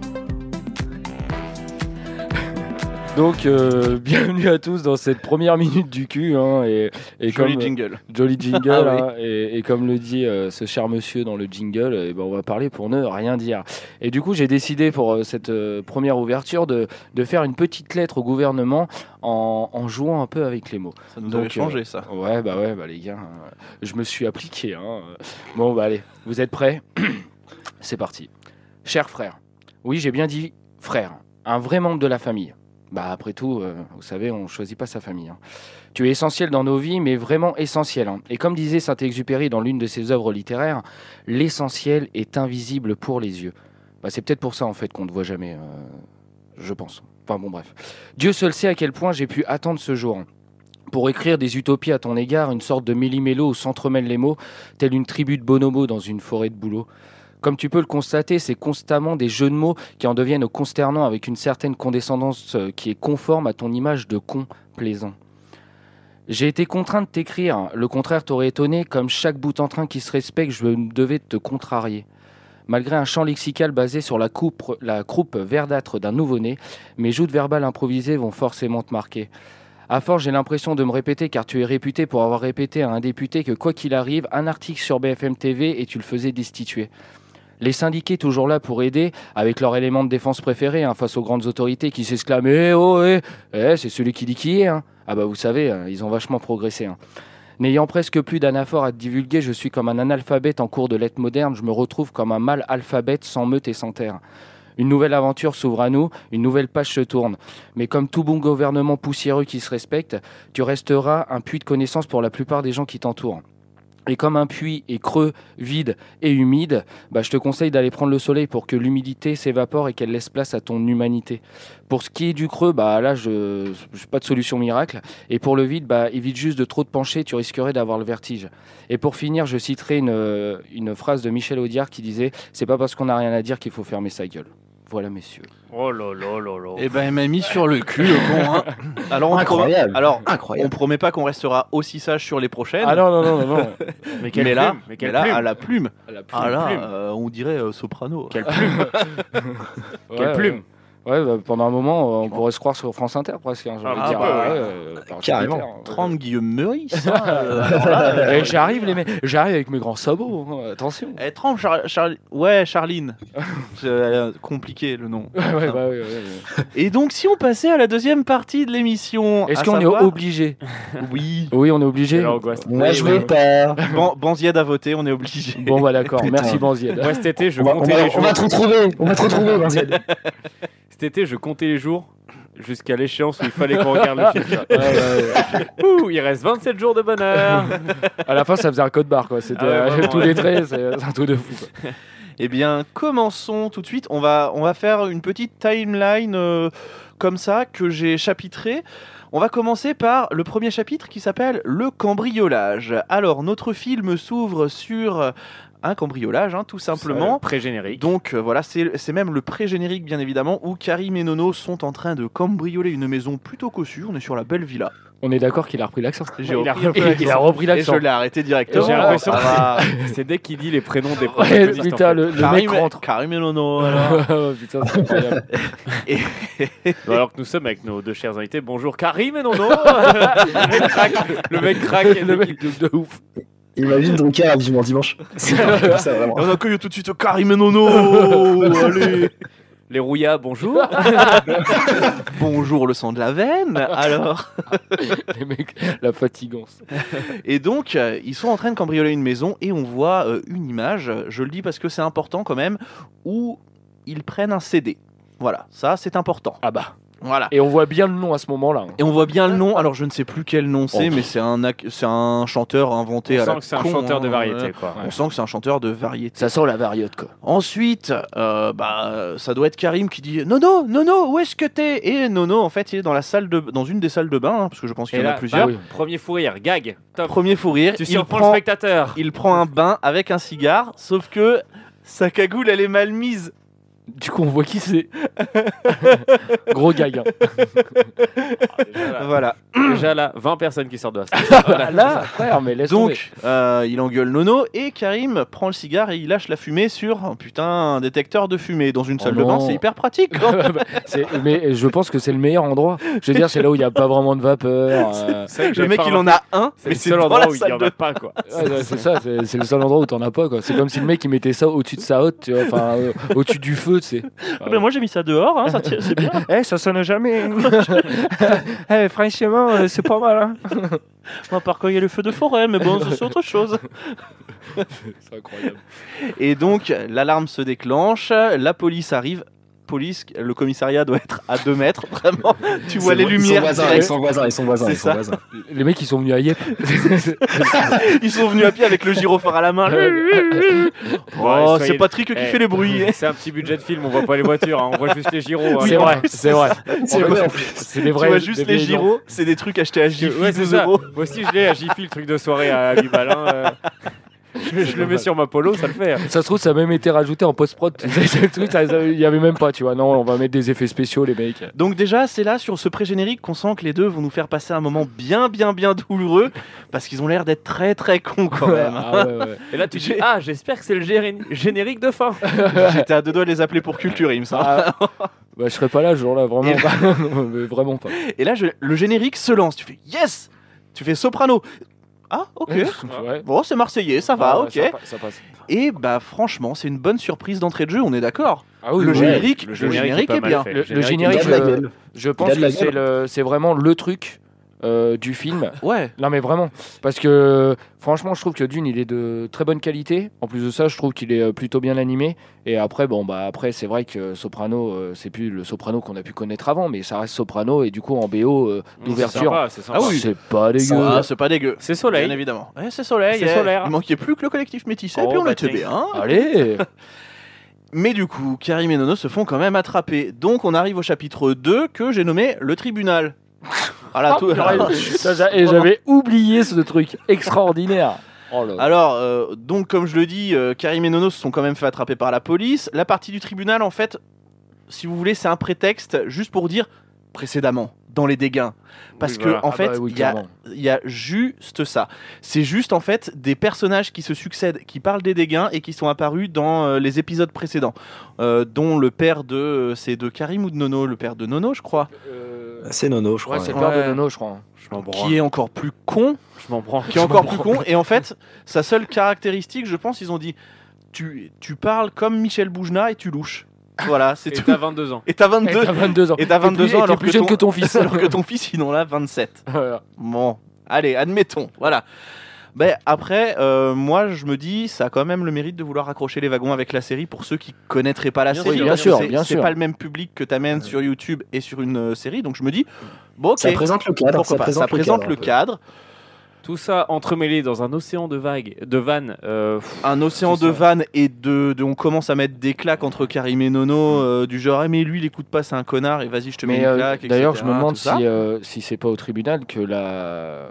[SPEAKER 4] Donc, euh, bienvenue à tous dans cette première minute du cul. hein, et, et
[SPEAKER 1] Joli
[SPEAKER 4] comme,
[SPEAKER 1] jingle.
[SPEAKER 4] Jolly jingle,
[SPEAKER 1] Ah oui.
[SPEAKER 4] hein, et, et comme le dit euh, ce cher monsieur dans le jingle, eh ben, on va parler pour ne rien dire. Et du coup, j'ai décidé pour euh, cette euh, première ouverture de, de faire une petite lettre au gouvernement en, en jouant un peu avec les mots.
[SPEAKER 1] Ça nous
[SPEAKER 4] Donc,
[SPEAKER 1] avait changé ça.
[SPEAKER 4] Ouais, bah ouais, bah les gars, euh, je me suis appliqué. hein. Bon, bah allez, vous êtes prêts C'est parti. Cher frère, oui, j'ai bien dit frère, un vrai membre de la famille. Bah après tout, euh, vous savez, on choisit pas sa famille. hein. Tu es essentiel dans nos vies, mais vraiment essentiel. hein. Et comme disait Saint-Exupéry dans l'une de ses œuvres littéraires, l'essentiel est invisible pour les yeux. Bah c'est peut-être pour ça en fait qu'on ne te voit jamais, euh, je pense. Enfin bon bref. Dieu seul sait à quel point j'ai pu attendre ce jour. hein. Pour écrire des utopies à ton égard, une sorte de méli-mélo où s'entremêlent les mots, telle une tribu de bonobos dans une forêt de bouleaux. Comme tu peux le constater, c'est constamment des jeux de mots qui en deviennent consternants avec une certaine condescendance euh, qui est conforme à ton image de con plaisant. J'ai été contraint de t'écrire, le contraire t'aurait étonné, comme chaque bout en train qui se respecte, je me devais te contrarier. Malgré un champ lexical basé sur la, coupe- la croupe verdâtre d'un nouveau-né, mes joutes verbales improvisées vont forcément te marquer. À force, j'ai l'impression de me répéter car tu es réputé pour avoir répété à un député que quoi qu'il arrive, un article sur BFM TV et tu le faisais destituer. Les syndiqués toujours là pour aider, avec leur élément de défense préféré hein, face aux grandes autorités qui s'exclament Eh oh eh, eh c'est celui qui dit qui est hein. Ah bah vous savez, euh, ils ont vachement progressé. hein. N'ayant presque plus d'anaphore à te divulguer, je suis comme un analphabète en cours de lettres modernes, je me retrouve comme un mâle alphabète sans meute et sans terre. Une nouvelle aventure s'ouvre à nous, une nouvelle page se tourne. Mais comme tout bon gouvernement poussiéreux qui se respecte, tu resteras un puits de connaissances pour la plupart des gens qui t'entourent. Et comme un puits est creux, vide et humide, bah, je te conseille d'aller prendre le soleil pour que l'humidité s'évapore et qu'elle laisse place à ton humanité. Pour ce qui est du creux, bah là, je n'ai pas de solution miracle. Et pour le vide, bah, évite juste de trop te pencher, tu risquerais d'avoir le vertige. Et pour finir, je citerai une, euh, une phrase de Michel Audiard qui disait C'est pas parce qu'on n'a rien à dire qu'il faut fermer sa gueule. Voilà, messieurs.
[SPEAKER 5] Oh là là là là.
[SPEAKER 1] Eh ben, elle m'a mis sur le cul, le con. hein. Alors, on
[SPEAKER 6] Incroyable.
[SPEAKER 1] promet, alors, on
[SPEAKER 6] Incroyable.
[SPEAKER 1] promet pas qu'on restera aussi sage sur les prochaines.
[SPEAKER 4] Ah non, non, non, non, non.
[SPEAKER 5] Mais
[SPEAKER 1] mais là,
[SPEAKER 5] plume,
[SPEAKER 1] mais
[SPEAKER 5] mais quelle
[SPEAKER 1] là,
[SPEAKER 5] plume.
[SPEAKER 1] à la plume.
[SPEAKER 4] La plume.
[SPEAKER 1] Ah là,
[SPEAKER 5] plume.
[SPEAKER 1] euh, on dirait euh, soprano.
[SPEAKER 5] Quelle plume. Quelle plume.
[SPEAKER 4] Ouais, ouais, bah, pendant un moment, euh, on pourrait se croire sur France Inter presque. hein, j'ai
[SPEAKER 5] Ah,
[SPEAKER 4] envie de
[SPEAKER 5] un
[SPEAKER 4] dire.
[SPEAKER 5] peu, ouais.
[SPEAKER 4] Ah, ouais, euh, par
[SPEAKER 6] Carrément.
[SPEAKER 4] Twitter, hein.
[SPEAKER 1] 30 Guillaume Meurice. hein, euh, alors là, euh,
[SPEAKER 4] Eh, J'arrive, les mecs. J'arrive avec mes grands sabots. hein, Attention.
[SPEAKER 1] Elle Eh, trempe, Char- Char- ouais, Charline. C'est euh, compliqué le nom.
[SPEAKER 4] Ouais, bah, ouais, ouais, ouais.
[SPEAKER 1] Et donc, si on passait à la deuxième partie de l'émission,
[SPEAKER 4] Est-ce
[SPEAKER 1] à
[SPEAKER 4] qu'on est
[SPEAKER 1] savoir-
[SPEAKER 4] obligé
[SPEAKER 1] Oui.
[SPEAKER 4] Oui, on est obligé.
[SPEAKER 5] Quelle angoisse.
[SPEAKER 6] Moi,
[SPEAKER 1] Oui,
[SPEAKER 6] je
[SPEAKER 1] oui.
[SPEAKER 6] veux pas.
[SPEAKER 1] Ban Banziade a voté, on est obligé.
[SPEAKER 4] Bon, bah d'accord.
[SPEAKER 6] Putain.
[SPEAKER 4] Merci, Banzied.
[SPEAKER 5] Moi, cet été, je
[SPEAKER 6] On va, on
[SPEAKER 5] comptais
[SPEAKER 6] va-
[SPEAKER 5] les
[SPEAKER 6] on va
[SPEAKER 5] jours.
[SPEAKER 6] te retrouver. On va te retrouver, Vincent.
[SPEAKER 5] Cet été, je comptais les jours. Jusqu'à l'échéance où il fallait qu'on regarde le film.
[SPEAKER 4] Ouais, ouais,
[SPEAKER 5] Ouh, il reste 27 jours de bonheur.
[SPEAKER 4] À la fin, ça faisait un code barre, quoi. C'était
[SPEAKER 5] Euh. Ah ouais,
[SPEAKER 4] euh,
[SPEAKER 5] vraiment,
[SPEAKER 4] tous
[SPEAKER 5] ouais.
[SPEAKER 4] les traits, c'est c'est un truc de fou. quoi.
[SPEAKER 1] Eh bien, commençons tout de suite. On va, on va faire une petite timeline euh, comme ça que j'ai chapitrée. On va commencer par le premier chapitre qui s'appelle Le cambriolage. Alors, notre film s'ouvre sur un cambriolage, hein, tout simplement.
[SPEAKER 5] Pré-générique.
[SPEAKER 1] Donc euh, voilà, c'est c'est même le pré-générique bien évidemment où Karim et Nono sont en train de cambrioler une maison plutôt cossue. On est sur la belle villa.
[SPEAKER 4] On est d'accord qu'il a repris l'accent.
[SPEAKER 1] J'ai
[SPEAKER 5] Il a
[SPEAKER 1] repris-
[SPEAKER 5] repris-
[SPEAKER 4] il a repris
[SPEAKER 1] Et je
[SPEAKER 4] l'accent.
[SPEAKER 1] l'ai arrêté
[SPEAKER 5] Et
[SPEAKER 1] directement. Ah,
[SPEAKER 5] J'ai l'impression
[SPEAKER 1] Ça va.
[SPEAKER 5] que c'est- c'est dès qu'il dit les prénoms des
[SPEAKER 4] Ouais,
[SPEAKER 5] protagonistes. en
[SPEAKER 4] putain,
[SPEAKER 5] fait. Ah.
[SPEAKER 4] le, le mec
[SPEAKER 1] Karim,
[SPEAKER 4] rentre. Oh,
[SPEAKER 1] Karim et Nono. alors.
[SPEAKER 4] putain, c'est incroyable.
[SPEAKER 5] Alors que nous sommes avec nos deux chers invités. Bonjour Karim et Nono. le mec craque. Le mec craque.
[SPEAKER 4] le mec de, de ouf.
[SPEAKER 6] Imagine Drucker à Vivement Dimanche. C'est comme ça, vraiment.
[SPEAKER 1] Et on accueille tout de suite Karim et Nono. Allez.
[SPEAKER 5] Les rouillas, bonjour.
[SPEAKER 1] Bonjour le sang de la veine. Alors.
[SPEAKER 4] Les mecs, la fatigance.
[SPEAKER 1] Et donc, euh, ils sont en train de cambrioler une maison et on voit euh, une image. Je le dis parce que c'est important quand même où ils prennent un CD. Voilà, ça c'est important.
[SPEAKER 4] Ah bah.
[SPEAKER 1] Voilà.
[SPEAKER 4] Et on voit bien le nom à ce moment-là. hein.
[SPEAKER 1] Et on voit bien le nom, alors je ne sais plus quel nom c'est,
[SPEAKER 4] Oh.
[SPEAKER 1] mais c'est un, ac- c'est un chanteur inventé
[SPEAKER 5] On
[SPEAKER 1] à la
[SPEAKER 5] sent que c'est un
[SPEAKER 1] con,
[SPEAKER 5] chanteur
[SPEAKER 1] hein,
[SPEAKER 5] de
[SPEAKER 1] euh,
[SPEAKER 5] variété, quoi.
[SPEAKER 1] On sent que c'est un chanteur de variété.
[SPEAKER 4] Ça sent la variote, quoi.
[SPEAKER 1] Ensuite, euh, bah, euh, ça doit être Karim qui dit Nono, Nono, où est-ce que t'es Et Nono, en fait, il est dans, la salle de, dans une des salles de bain, hein, parce que je pense qu'il y
[SPEAKER 5] Et
[SPEAKER 1] en a
[SPEAKER 5] là,
[SPEAKER 1] plusieurs.
[SPEAKER 5] bam, premier fou rire, gag, top.
[SPEAKER 1] Premier fou rire,
[SPEAKER 5] Tu
[SPEAKER 1] il,
[SPEAKER 5] surprends
[SPEAKER 1] prend,
[SPEAKER 5] le spectateur.
[SPEAKER 1] il prend un bain avec un cigare, sauf que sa cagoule, elle est mal mise.
[SPEAKER 4] Du coup, on voit qui c'est. Gros gag. hein.
[SPEAKER 5] Déjà là,
[SPEAKER 1] Voilà.
[SPEAKER 5] déjà là, 20 personnes qui sortent de la salle.
[SPEAKER 4] Là, frère, mais laisse tomber.
[SPEAKER 1] Donc, euh, il engueule Nono et Karim prend le cigare et il lâche la fumée sur un putain un détecteur de fumée dans une
[SPEAKER 4] Oh
[SPEAKER 1] salle de bain.
[SPEAKER 4] non.
[SPEAKER 1] C'est hyper pratique. hein.
[SPEAKER 4] C'est- mais je pense que c'est le meilleur endroit. Je veux dire, c'est là où il n'y a pas vraiment de vapeur. euh,
[SPEAKER 1] le mec, il en a un,
[SPEAKER 5] C'est
[SPEAKER 1] mais
[SPEAKER 5] le
[SPEAKER 1] c'est
[SPEAKER 5] seul
[SPEAKER 1] dans
[SPEAKER 5] endroit
[SPEAKER 1] la
[SPEAKER 5] où il n'y
[SPEAKER 1] salle
[SPEAKER 5] en
[SPEAKER 1] de
[SPEAKER 5] a pas, quoi.
[SPEAKER 4] ouais, ouais, c'est ça, c'est c'est le seul endroit où t'en as pas. quoi. C'est comme si le mec il mettait ça au-dessus de sa hotte, tu vois, enfin euh, au-dessus du feu, tu sais.
[SPEAKER 1] bain. Ah, moi, j'ai mis ça dehors. hein, ça tient- c'est bien.
[SPEAKER 4] Eh, ça sonne jamais. Eh, franchement, euh, c'est pas mal. hein.
[SPEAKER 1] À part quand il y a le feu de forêt, mais bon, ça, c'est autre chose.
[SPEAKER 4] C'est incroyable.
[SPEAKER 1] Et donc, l'alarme se déclenche, la police arrive. Police, le commissariat doit être à 2 mètres, vraiment. Tu vois les lumières.
[SPEAKER 6] Ils sont voisins,
[SPEAKER 1] direct.
[SPEAKER 6] ils sont voisins, ils sont voisins.
[SPEAKER 1] C'est
[SPEAKER 6] ils sont
[SPEAKER 1] ça.
[SPEAKER 6] voisins.
[SPEAKER 4] Les mecs ils sont venus à Yep.
[SPEAKER 1] Ils sont venus à pied avec le gyrophare à la main.
[SPEAKER 5] Ouais,
[SPEAKER 1] oh,
[SPEAKER 5] soyez-
[SPEAKER 1] c'est Patrick qui
[SPEAKER 5] Eh.
[SPEAKER 1] fait les bruits.
[SPEAKER 5] C'est un petit budget de film, on voit pas les voitures, hein, on voit juste les gyros. hein.
[SPEAKER 4] c'est vrai, c'est vrai.
[SPEAKER 6] C'est vrai, en plus.
[SPEAKER 4] C'est des
[SPEAKER 1] Tu
[SPEAKER 4] vrais.
[SPEAKER 1] vois juste
[SPEAKER 4] des
[SPEAKER 1] les
[SPEAKER 4] vrais
[SPEAKER 1] gyros, c'est des trucs achetés à Jiffy,
[SPEAKER 5] Ouais, c'est
[SPEAKER 1] 12
[SPEAKER 5] ça.
[SPEAKER 1] euros.
[SPEAKER 5] Moi aussi, je l'ai à Jiffy, le truc de soirée à 8 balles. hein, euh. Je, je le mets sur ma polo, ça le fait.
[SPEAKER 4] gens. Ça se trouve, ça a même été rajouté en post-prod. Tu sais, ce truc, ça- ça- Il y avait même pas, tu vois. Non, on va mettre des effets spéciaux, les mecs.
[SPEAKER 1] Donc déjà, c'est là sur ce pré-générique qu'on sent que les deux vont nous faire passer un moment bien, bien, bien douloureux parce qu'ils ont l'air d'être très, très cons quand même.
[SPEAKER 4] Ah, ouais, ouais.
[SPEAKER 5] Et là, tu te dis Ah, j'espère que c'est le géré- générique de fin.
[SPEAKER 1] J'étais à deux doigts de les appeler pour Culture Ims. hein.
[SPEAKER 4] Ah. bah, je serais pas là ce jour-là, vraiment
[SPEAKER 1] Et-
[SPEAKER 4] pas. Mais vraiment pas.
[SPEAKER 1] Et là, je- le générique se lance. Tu fais yes Tu fais soprano. Ah, ok.
[SPEAKER 4] Ouais.
[SPEAKER 1] Bon, c'est marseillais, ça va,
[SPEAKER 4] Ah,
[SPEAKER 1] ok.
[SPEAKER 4] ça pa- ça passe.
[SPEAKER 1] Et bah, franchement, c'est une bonne surprise d'entrée de jeu, on est d'accord.
[SPEAKER 4] Ah oui,
[SPEAKER 1] le,
[SPEAKER 4] ouais.
[SPEAKER 1] générique, le
[SPEAKER 5] générique est
[SPEAKER 1] générique
[SPEAKER 5] pas
[SPEAKER 1] est
[SPEAKER 5] mal
[SPEAKER 1] bien.
[SPEAKER 5] fait.
[SPEAKER 4] Le, le
[SPEAKER 6] Il
[SPEAKER 4] générique,
[SPEAKER 6] a de
[SPEAKER 1] euh,
[SPEAKER 6] la
[SPEAKER 4] je,
[SPEAKER 6] gueule.
[SPEAKER 4] je
[SPEAKER 6] Il
[SPEAKER 4] pense
[SPEAKER 6] a de la
[SPEAKER 4] que c'est le- c'est vraiment le truc euh, du film.
[SPEAKER 1] Ouais.
[SPEAKER 4] Non mais vraiment, parce que franchement je trouve que Dune il est de très bonne qualité. En plus de ça je trouve qu'il est euh, plutôt bien animé. Et après bon bah après c'est vrai que Soprano euh, c'est plus le Soprano qu'on a pu connaître avant, mais ça reste Soprano et du coup en BO euh,
[SPEAKER 5] C'est
[SPEAKER 4] d'ouverture,
[SPEAKER 5] sympa, c'est sympa.
[SPEAKER 1] Ah oui.
[SPEAKER 4] c'est pas dégueu.
[SPEAKER 1] Ah, c'est pas dégueu.
[SPEAKER 5] C'est
[SPEAKER 1] Bien
[SPEAKER 5] soleil.
[SPEAKER 1] évidemment. Ouais, c'est soleil.
[SPEAKER 5] C'est
[SPEAKER 1] eh.
[SPEAKER 5] solaire.
[SPEAKER 1] Il manquait plus que le collectif métissé, et
[SPEAKER 5] Oh,
[SPEAKER 1] puis on
[SPEAKER 5] bah
[SPEAKER 1] était
[SPEAKER 5] tiens.
[SPEAKER 1] bien.
[SPEAKER 4] Allez,
[SPEAKER 1] Mais du coup, Karim et Nono se font quand même attraper. Donc on arrive au chapitre 2 que j'ai nommé le tribunal. Voilà,
[SPEAKER 4] Ah,
[SPEAKER 1] tout-
[SPEAKER 4] purée. Ça, j'a- et j'avais oublié ce truc extraordinaire. Oh là là.
[SPEAKER 1] Alors, euh, donc comme je le dis, euh, Karim et Nono se sont quand même fait attraper par la police. La partie du tribunal, en fait, si vous voulez, c'est un prétexte juste pour dire précédemment dans les dégâts. Parce
[SPEAKER 5] Oui,
[SPEAKER 1] que
[SPEAKER 5] voilà.
[SPEAKER 1] en
[SPEAKER 4] Ah
[SPEAKER 1] fait,
[SPEAKER 4] bah
[SPEAKER 1] il
[SPEAKER 4] oui,
[SPEAKER 1] y a
[SPEAKER 4] clairement.
[SPEAKER 1] il y a juste ça. C'est juste en fait des personnages qui se succèdent, qui parlent des dégâts et qui sont apparus dans euh, les épisodes précédents, Euh, dont le père de euh, c'est de Karim ou de Nono, le père de Nono, je crois, euh,
[SPEAKER 6] C'est Nono,
[SPEAKER 1] Oh,
[SPEAKER 6] je crois.
[SPEAKER 4] Ouais, c'est le
[SPEAKER 1] ouais.
[SPEAKER 4] père de Nono je crois.
[SPEAKER 5] Je m'en
[SPEAKER 1] qui est encore plus con,
[SPEAKER 5] Je m'en prends.
[SPEAKER 1] qui est encore plus con. Et en fait, sa seule caractéristique, je pense, ils ont dit tu tu parles comme Michel Boujna et tu louches. Voilà, c'est
[SPEAKER 5] Et
[SPEAKER 1] tout.
[SPEAKER 5] t'as 22 ans.
[SPEAKER 1] Et t'as
[SPEAKER 4] Et t'as
[SPEAKER 1] 22
[SPEAKER 4] 22 ans.
[SPEAKER 1] et t'as
[SPEAKER 4] T'es plus-
[SPEAKER 1] 22
[SPEAKER 4] et
[SPEAKER 1] ans
[SPEAKER 4] t'es
[SPEAKER 1] alors
[SPEAKER 4] plus jeune que ton fils.
[SPEAKER 1] alors que ton fils il en a 27.
[SPEAKER 4] Voilà.
[SPEAKER 1] Bon, allez, admettons, voilà. Ben, après, euh, moi, je me dis, ça a quand même le mérite de vouloir accrocher les wagons avec la série pour ceux qui connaîtraient pas la
[SPEAKER 4] Bien
[SPEAKER 1] série.
[SPEAKER 4] sûr,
[SPEAKER 1] parce
[SPEAKER 4] bien
[SPEAKER 1] que
[SPEAKER 4] sûr,
[SPEAKER 1] c'est-
[SPEAKER 4] bien
[SPEAKER 1] C'est
[SPEAKER 4] sûr.
[SPEAKER 1] pas le même public que t'amènes sur YouTube et sur une euh, série, donc je me dis, bon, ok.
[SPEAKER 6] Ça présente le cadre,
[SPEAKER 1] pourquoi
[SPEAKER 6] ça
[SPEAKER 1] pas,
[SPEAKER 6] présente le
[SPEAKER 1] présente
[SPEAKER 6] cadre,
[SPEAKER 1] le
[SPEAKER 6] un peu.
[SPEAKER 1] cadre.
[SPEAKER 5] Tout ça entremêlé dans un océan de vagues, de vannes. euh, pff,
[SPEAKER 1] un océan
[SPEAKER 5] tout
[SPEAKER 1] de
[SPEAKER 5] ça.
[SPEAKER 1] vannes et de, de- on commence à mettre des claques entre Karim et Nono euh, du genre Ah, mais lui il écoute pas c'est un connard et vas-y je te mets
[SPEAKER 4] Mm. Mais
[SPEAKER 1] une
[SPEAKER 4] euh,
[SPEAKER 1] claque
[SPEAKER 4] d'ailleurs, je
[SPEAKER 1] etc.,
[SPEAKER 4] me demande
[SPEAKER 1] tout
[SPEAKER 4] si,
[SPEAKER 1] ça.
[SPEAKER 4] euh, si c'est pas au tribunal que la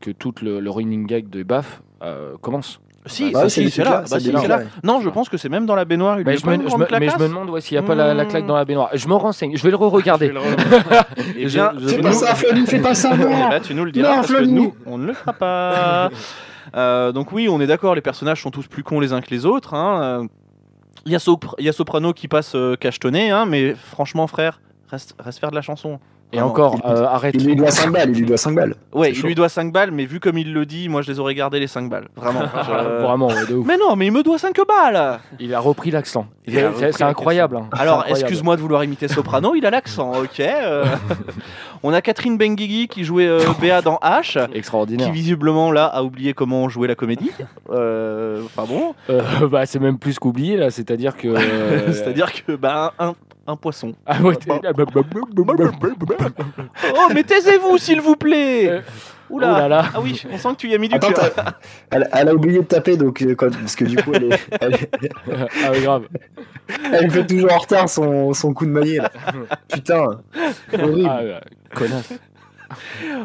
[SPEAKER 4] que tout le, le running gag de Baf euh, commence.
[SPEAKER 1] si
[SPEAKER 6] Bah,
[SPEAKER 1] si, si,
[SPEAKER 6] ouais, c'est
[SPEAKER 1] c'est
[SPEAKER 6] des
[SPEAKER 1] là
[SPEAKER 6] claques,
[SPEAKER 1] Bah,
[SPEAKER 6] c'est
[SPEAKER 1] si,
[SPEAKER 6] des
[SPEAKER 1] c'est
[SPEAKER 6] claques,
[SPEAKER 1] là.
[SPEAKER 6] ouais.
[SPEAKER 1] non je pense que c'est même dans la baignoire il
[SPEAKER 4] Mais
[SPEAKER 1] lui
[SPEAKER 4] je,
[SPEAKER 1] met pas
[SPEAKER 4] me,
[SPEAKER 1] une
[SPEAKER 4] je me-
[SPEAKER 1] grande
[SPEAKER 4] mais je me
[SPEAKER 1] claquasse.
[SPEAKER 4] demande ouais, s'il n'y a pas la, la claque dans la baignoire. Je m'en renseigne, je vais le re-regarder.
[SPEAKER 5] je vais le relancer.
[SPEAKER 1] Eh bien, je-
[SPEAKER 6] Fais
[SPEAKER 1] nous-
[SPEAKER 6] pas ça, Flonny, fais pas ça,
[SPEAKER 1] Et
[SPEAKER 6] non
[SPEAKER 1] là, Eh ben, tu nous le diras
[SPEAKER 6] Non,
[SPEAKER 1] parce que
[SPEAKER 6] Flonny.
[SPEAKER 1] nous, on ne le fera pas. Euh, donc oui, on est d'accord, les personnages sont tous plus cons les uns que les autres. hein. Euh, Il y, a Sopr- il y a Soprano qui passe euh, cachetonné, hein, mais franchement, frère, reste, reste faire de la chanson.
[SPEAKER 4] Et encore,
[SPEAKER 6] il-
[SPEAKER 4] euh, arrête.
[SPEAKER 6] Il lui doit 5 balles, il lui doit 5 balles.
[SPEAKER 1] Ouais,
[SPEAKER 4] C'est
[SPEAKER 1] il
[SPEAKER 4] chaud.
[SPEAKER 1] lui doit 5 balles, mais vu comme il le dit, moi je les aurais gardées les 5 balles. Vraiment. Je-
[SPEAKER 4] Vraiment, ouais, de ouf.
[SPEAKER 1] Mais non, mais il me doit 5 balles
[SPEAKER 4] Il a repris l'accent.
[SPEAKER 1] Euh, Il a
[SPEAKER 4] C'est-
[SPEAKER 1] repris
[SPEAKER 4] C'est
[SPEAKER 1] l'accent.
[SPEAKER 4] incroyable. hein. C'est
[SPEAKER 1] Alors,
[SPEAKER 4] incroyable.
[SPEAKER 1] excuse-moi de vouloir imiter Soprano, il a l'accent, ok. euh. On a Catherine Benguigui qui jouait euh, Béa dans H. qui
[SPEAKER 4] Extraordinaire.
[SPEAKER 1] visiblement là a oublié comment jouer la comédie. Euh, Enfin bon,
[SPEAKER 4] Euh, bah, c'est même plus qu'oublié là, c'est-à-dire que. euh,
[SPEAKER 1] c'est-à-dire que bah un, un poisson.
[SPEAKER 4] Ah ouais, t'es-
[SPEAKER 1] Oh mais taisez-vous s'il vous plaît.
[SPEAKER 4] Euh,
[SPEAKER 1] Oula.
[SPEAKER 4] oh là là.
[SPEAKER 1] Ah oui, on sent que tu y as mis du
[SPEAKER 6] Attends,
[SPEAKER 1] cœur.
[SPEAKER 6] t'as- elle, elle a oublié de taper, donc, euh, quand- parce que du coup, elle, est- elle-
[SPEAKER 4] ah ouais, grave.
[SPEAKER 6] elle fait toujours en retard son, son coup de manier. Là. Putain, horrible.
[SPEAKER 4] Ah, ouais, connasse.